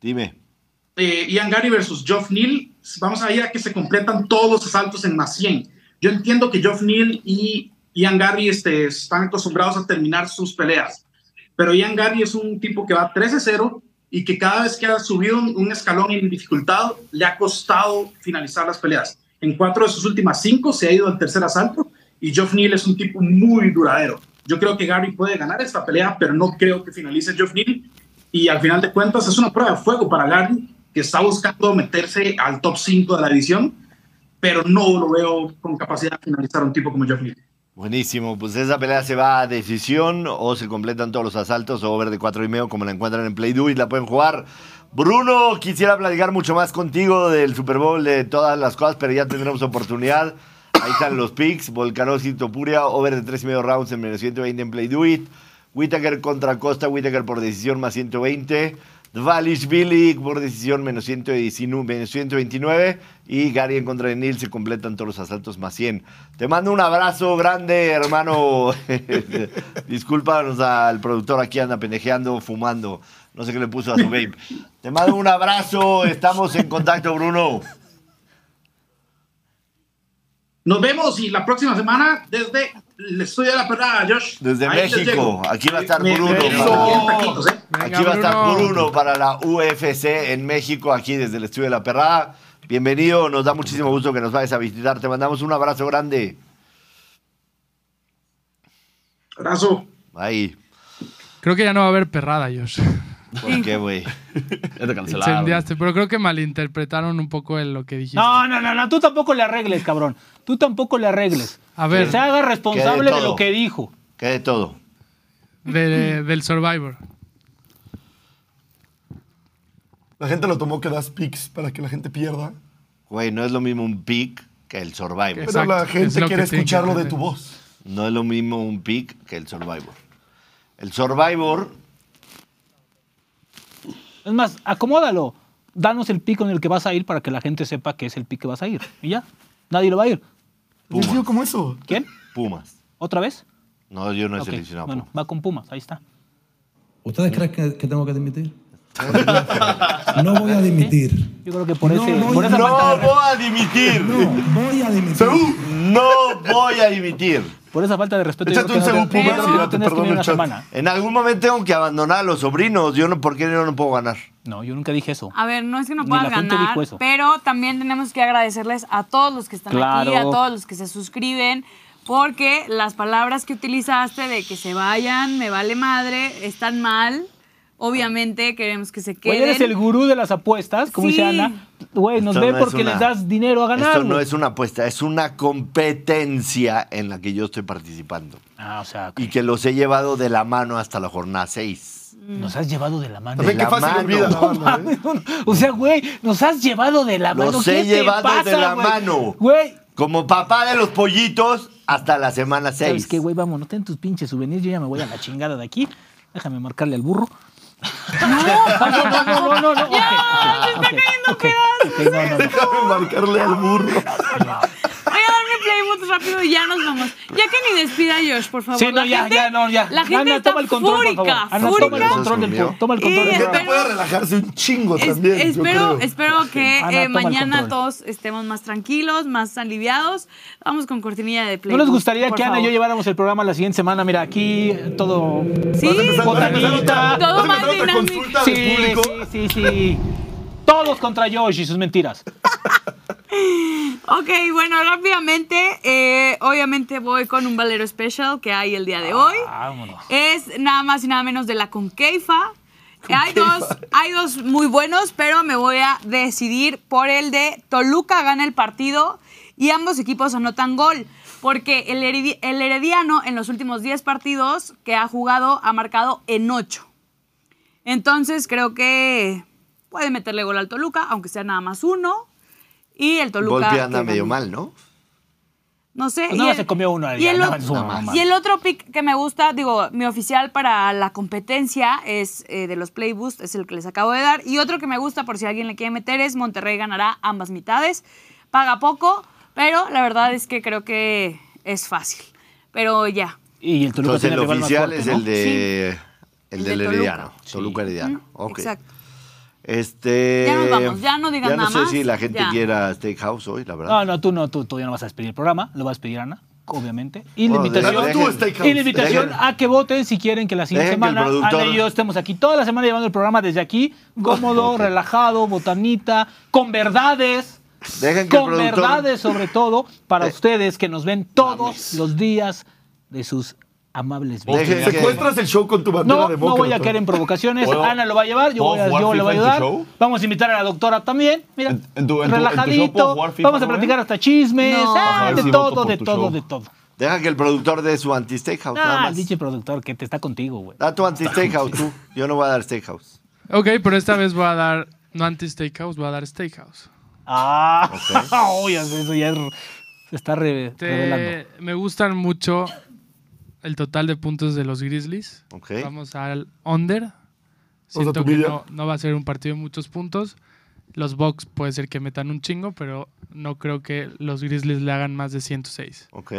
S1: dime.
S9: eh, Ian Gary versus Geoff Neal. Vamos a ir a que se completan todos los asaltos en más 100. Yo entiendo que Geoff Neal y Ian Gary este, están acostumbrados a terminar sus peleas, pero Ian Gary es un tipo que va 13-0 y que cada vez que ha subido un, un escalón en dificultad le ha costado finalizar las peleas. En cuatro de sus últimas cinco se ha ido al tercer asalto y Geoff Neal es un tipo muy duradero. Yo creo que Gary puede ganar esta pelea, pero no creo que finalice Geoff Neal y al final de cuentas es una prueba de fuego para Gary, que está buscando meterse al top 5 de la división, pero no lo veo con capacidad de finalizar a un tipo como Jeff Lee.
S1: Buenísimo, pues esa pelea se va a decisión o se completan todos los asaltos o over de cuatro y medio como la encuentran en Play Do y la pueden jugar. Bruno, quisiera platicar mucho más contigo del Super Bowl, de todas las cosas, pero ya tendremos oportunidad. Ahí están los picks, Volkanovski, Topuria, over de tres y medio rounds en menos 120 en Play Do It. Whittaker contra Costa, Whittaker por decisión más 120. Dvalishvili por decisión menos 119, menos 129. Y Gary en contra de Neil se completan todos los asaltos más 100. Te mando un abrazo grande, hermano. Discúlpanos al productor aquí, anda pendejeando, fumando. No sé qué le puso a su vape. Te mando un abrazo. Estamos en contacto, Bruno.
S9: Nos vemos y la próxima semana desde el estudio de la perrada, Josh.
S1: Desde
S9: Ahí les
S1: México.
S9: llego.
S1: Aquí va a estar
S9: Me- me-
S1: Bruno,
S9: me-
S1: mano.
S9: me- taquitos, ¿eh?
S6: Venga,
S1: aquí va a estar
S6: Bruno.
S1: Bruno para la UFC en México, aquí desde el estudio de la perrada. Bienvenido, nos da muchísimo gusto que nos vayas a visitar. Te mandamos un abrazo grande.
S9: Abrazo.
S1: Ahí.
S6: Creo que ya no va a haber perrada, Josh.
S1: ¿Por qué, güey?
S5: Ya te cancelaron.
S6: Incendiaste, pero creo que malinterpretaron un poco el- lo que dijiste.
S3: No, no, no, no, tú tampoco le arregles, cabrón. Tú tampoco le arregles.
S6: A ver.
S3: Que se haga
S1: Que
S3: responsable
S1: de
S3: de
S1: todo.
S3: lo que dijo.
S1: Que de todo.
S6: De- del Survivor.
S4: La gente lo tomó que das picks para que la gente pierda.
S1: Güey, no es lo mismo un pick que el Survivor.
S4: Pero
S6: Exacto,
S4: la
S6: es lo
S4: gente
S6: que
S4: quiere
S6: tiene que
S4: escucharlo de
S6: entender.
S4: tu voz.
S1: No es lo mismo un pick que el Survivor. El Survivor,
S3: Es más, acomódalo. Danos el pico en el que vas a ir para que la gente sepa que es el pico que vas a ir. Y ya. Nadie lo va a ir.
S4: Yo sigo como eso.
S3: ¿Quién?
S1: Pumas.
S3: ¿Otra vez?
S1: No, yo no he
S3: Ok,
S1: seleccionado
S3: Bueno,
S1: Pumas.
S3: va con Pumas, ahí está.
S10: ¿Ustedes creen que, que tengo que dimitir? No voy a dimitir.
S3: Yo creo que por,
S10: No,
S3: ese,
S10: no,
S3: por esa
S1: No
S3: falta de re-
S1: voy a dimitir.
S10: No, voy a dimitir.
S4: ¡Seú!
S1: No voy a dimitir.
S3: por esa falta de respeto. yo
S4: Échate
S3: creo que
S4: un
S3: no te-
S4: segundo,
S3: no
S4: Pumas, y ya te
S3: tienes que
S4: perdono
S3: venir
S4: el
S3: una
S4: chat.
S3: semana.
S1: En algún momento tengo que abandonar a los sobrinos. Yo no, ¿por qué yo no puedo ganar?
S3: No, yo nunca dije eso.
S2: A ver, no es que no
S3: Ni
S2: puedan
S3: la gente
S2: ganar,
S3: dijo eso.
S2: pero también tenemos que agradecerles a todos los que están aquí,
S3: Claro.
S2: a todos los que se suscriben, porque las palabras que utilizaste de que se vayan, me vale madre, están mal. Obviamente queremos que se
S3: Güey,
S2: queden.
S3: eres el gurú de las apuestas, como
S2: Sí.
S3: dice Ana. Güey, nos
S1: Esto
S3: ve
S1: no es
S3: porque
S1: una-
S3: les das dinero a ganar.
S1: Esto no
S3: güey.
S1: es una apuesta, es una competencia en la que yo estoy participando.
S3: Ah, o sea,
S1: Y que los he llevado de la mano hasta la jornada 6.
S3: nos has llevado de la mano.
S4: Ven
S1: la
S4: qué fácil
S1: mano.
S4: olvida la banda, ¿eh?
S3: O sea, güey, nos has llevado de la
S1: Los
S3: mano.
S1: he
S3: ¿Qué te
S1: llevado de
S3: pasa,
S1: la
S3: güey?
S1: mano.
S3: Güey,
S1: Como papá de los pollitos hasta la semana 6.
S3: ¿Sabes qué, güey? Vámonos, ten tus pinches souvenirs. Yo ya me voy a la chingada de aquí. Déjame marcarle al burro. No, no, no, no, no. no.
S2: Ya,
S3: Ok, ok, ok, no, no, no.
S4: Déjame marcarle al burro.
S2: Voy a dar mi playbook rápido y ya nos vamos. Ya que ni despida a Josh, por favor.
S3: Sí, no,
S2: La
S3: ya,
S2: gente-
S3: ya, no, ya.
S2: La gente
S3: Ana,
S2: está
S3: toma el control,
S2: fúrica,
S3: por favor. Ana, toma el
S2: fúrica.
S3: control del
S4: Dios
S3: po-
S4: mío.
S3: Toma el control
S2: Y-
S4: La
S3: del
S4: gente
S2: Espero-
S4: puede relajarse un chingo
S2: Es-
S4: también. yo
S2: espero,
S4: creo.
S2: espero que
S3: Ana, toma
S2: eh,
S3: el
S2: mañana
S3: control.
S2: todos estemos más tranquilos, más aliviados. Vamos con cortinilla de
S3: ¿No
S2: playbook.
S3: les gustaría
S2: por
S3: que Ana y yo
S2: favor.
S3: lleváramos el programa la siguiente semana? Mira, aquí todo.
S2: Sí,
S4: Vas a empezar otra-
S2: Todo
S4: vas a
S2: más
S4: empezar otra
S2: dinámico.
S4: consulta del
S3: Sí,
S4: público.
S3: sí, sí, sí. Todos contra Josh y sus mentiras.
S2: Ok, bueno, rápidamente, eh, obviamente voy con un valero special que hay el día de hoy.
S3: Vámonos.
S2: Es nada más y nada menos de la Conqueifa. Eh, Hay dos, hay dos muy buenos, pero me voy a decidir por el de Toluca gana el partido y ambos equipos anotan gol. Porque el, heredi- el Herediano en los últimos 10 partidos que ha jugado ha marcado en 8. Entonces creo que puede meterle gol al Toluca, aunque sea nada más uno. Y el Toluca.
S1: Golpe
S2: que
S1: anda medio
S2: gane.
S1: mal, ¿no?
S2: No sé.
S3: Pues nada más se comió uno ahí,
S2: y el,
S3: nada
S2: ot-
S3: más su mamá.
S2: y el otro pick que me gusta, digo, mi oficial para la competencia es eh, de los Playboost, es el que les acabo de dar. Y otro que me gusta, por si alguien le quiere meter, es Monterrey ganará ambas mitades. Paga poco, pero la verdad es que creo que es fácil. Pero ya.
S3: Y el Toluca
S1: Entonces
S3: tiene
S1: el
S3: rival más
S1: oficial
S3: fuerte,
S1: es
S3: ¿no?
S1: el de. El
S2: El
S1: del
S2: de Toluca.
S1: Herediano. Toluca Herediano. Ok.
S2: Exacto.
S1: Este.
S2: Ya nos vamos, ya no digan
S1: ya
S2: nada
S1: No
S2: más,
S1: sé si la gente
S2: ya.
S1: quiera Steakhouse hoy, la verdad.
S3: Ah, No, no, tú no, tú, tú ya no vas a despedir el programa, lo vas a pedir Ana, obviamente. Y la
S1: Bueno,
S3: invitación,
S1: dejen-
S4: Tú, Steakhouse.
S3: y la invitación
S1: dejen-
S3: a que voten si quieren que la siguiente
S1: dejen que el
S3: semana
S1: productor-
S3: Ana y yo estemos aquí toda la semana llevando el programa desde aquí, cómodo, relajado, botanita, con verdades.
S1: Dejen que el
S3: con
S1: productor-
S3: verdades sobre todo para
S1: Eh.
S3: ustedes que nos ven todos los días de sus amables vidas.
S1: Dejen que-
S4: Secuestras el show con tu bandera
S3: No, no
S4: demócrata.
S3: voy a caer en provocaciones.
S5: ¿Puedo-
S3: Ana lo va a llevar, yo,
S5: puedo
S3: voy a-
S5: jugar
S3: yo le voy a
S5: FIFA en
S3: ayudar.
S5: tu show?
S3: Vamos a invitar a la doctora también. Mira,
S5: ¿En- en tu- en tu- en tu
S3: relajadito.
S5: show puedo jugar FIFA,
S3: Vamos a platicar
S5: Rubén?
S3: hasta chismes.
S2: No.
S3: ah,
S5: A ver
S3: de
S5: si voto
S3: todo,
S5: por
S3: de
S5: tu
S3: todo,
S5: show.
S3: de todo.
S1: Deja que el productor dé su anti-Steakhouse, nada
S3: Ah,
S1: más.
S3: dicho productor que te está contigo, güey.
S1: Da tu anti-Steakhouse, tú. Yo no voy a dar Steakhouse.
S6: Ok, pero esta vez voy a dar, no anti-steakhouse, voy a dar steakhouse.
S3: Ah, oye, eso ya es- se está re-
S6: Te-
S3: revelando.
S6: Este, me gustan mucho el total de puntos de los Grizzlies.
S1: Ok.
S6: Vamos al under.
S4: sea,
S6: Siento
S4: tu
S6: que
S4: vida.
S6: no, no va a ser un partido de muchos puntos. Los Bucks puede ser que metan un chingo, pero no creo que los Grizzlies le hagan más de 106.
S1: Ok.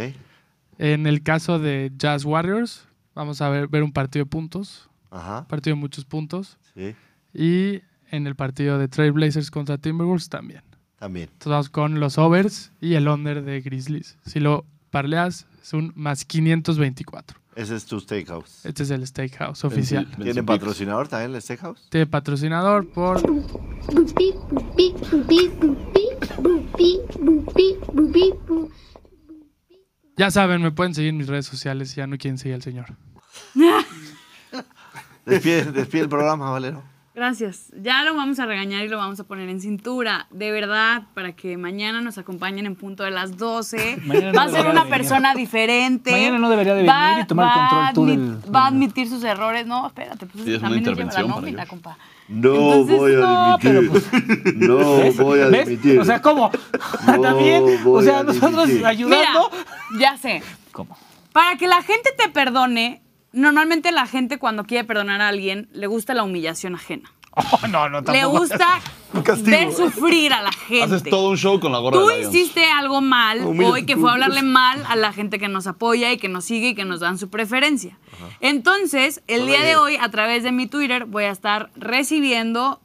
S6: En el caso de Jazz Warriors, vamos a ver, ver un partido de puntos,
S1: Ajá.
S6: partido de muchos puntos.
S1: Sí.
S6: Y en el partido de Trail Blazers contra Timberwolves también.
S1: También.
S6: Entonces vamos con los overs y el under de Grizzlies. Si lo parleas, es un más 524.
S1: Ese es tu Steakhouse.
S6: Este es el Steakhouse oficial.
S1: ¿Tiene patrocinador también el Steakhouse?
S6: Tiene patrocinador por...
S11: Boopy, boopy, boopy, boopy, boopy, boopy, boopy, boopy.
S6: Ya saben, me pueden seguir en mis redes sociales si ya no quieren seguir al señor.
S1: Despide, despide el programa, Valero.
S2: Gracias. Ya lo vamos a regañar y lo vamos a poner en cintura. De verdad, para que mañana nos acompañen en punto de las 12.
S3: Mañana no
S2: va a ser
S3: debería
S2: una
S3: de venir.
S2: persona diferente.
S3: Mañana no debería de
S2: Va-
S3: venir y tomar el
S2: va
S3: control
S2: a
S3: tú
S2: admit-
S3: del-
S2: Va a admitir sus errores. No, espérate, pues
S5: Sí, es una
S2: también él lleva la
S5: intervención para
S2: nómina,
S5: ellos.
S2: compa.
S1: No
S2: Entonces,
S1: voy a
S3: no, pero
S1: admitir. No
S3: ¿Ves?
S1: voy a
S3: ¿Ves?
S1: admitir.
S3: O sea, ¿cómo?
S1: No
S3: También, o
S1: voy
S3: sea,
S1: a
S3: nosotros
S1: dimitir.
S3: ayudando.
S2: Mira, ya sé.
S3: ¿Cómo?
S2: Para que la gente te perdone, normalmente la gente cuando quiere perdonar a alguien le gusta la humillación ajena.
S3: Oh, no, no,
S2: Le
S3: tampoco.
S2: gusta
S4: castigo.
S2: ver sufrir a la gente.
S5: Haces todo un show con la gorra
S2: Tú
S5: de Lions.
S2: hiciste algo mal
S4: Humilla-
S2: hoy que fue hablarle mal a la gente que nos apoya y que nos sigue y que nos dan su preferencia. Entonces, el día de hoy, a través de mi Twitter, voy a estar recibiendo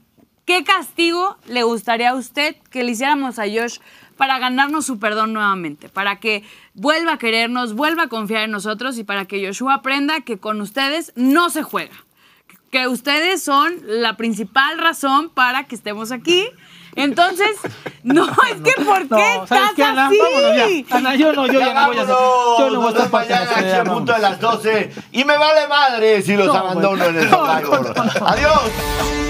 S2: qué castigo le gustaría a usted que le hiciéramos a Josh para ganarnos su perdón nuevamente, para que vuelva a querernos, vuelva a confiar en nosotros y para que Joshua aprenda que con ustedes no se juega que ustedes son la principal razón para que estemos aquí. Entonces, no, es que ¿por qué
S3: No,
S2: estás
S3: ¿sabes qué, Ana?
S2: así?
S3: Vámonos ya. Ana, yo no, yo ya, no voy a hacer. Yo no voy a
S1: Nos
S3: estar
S1: vemos
S3: parte
S1: mañana
S3: de la
S1: aquí
S3: sociedad,
S1: a punto de
S3: vámonos.
S1: las 12. Y me vale madre si los
S3: No,
S1: abandono
S3: bueno.
S1: en el
S3: No,
S1: Survivor.
S3: no, no, no.
S1: Adiós.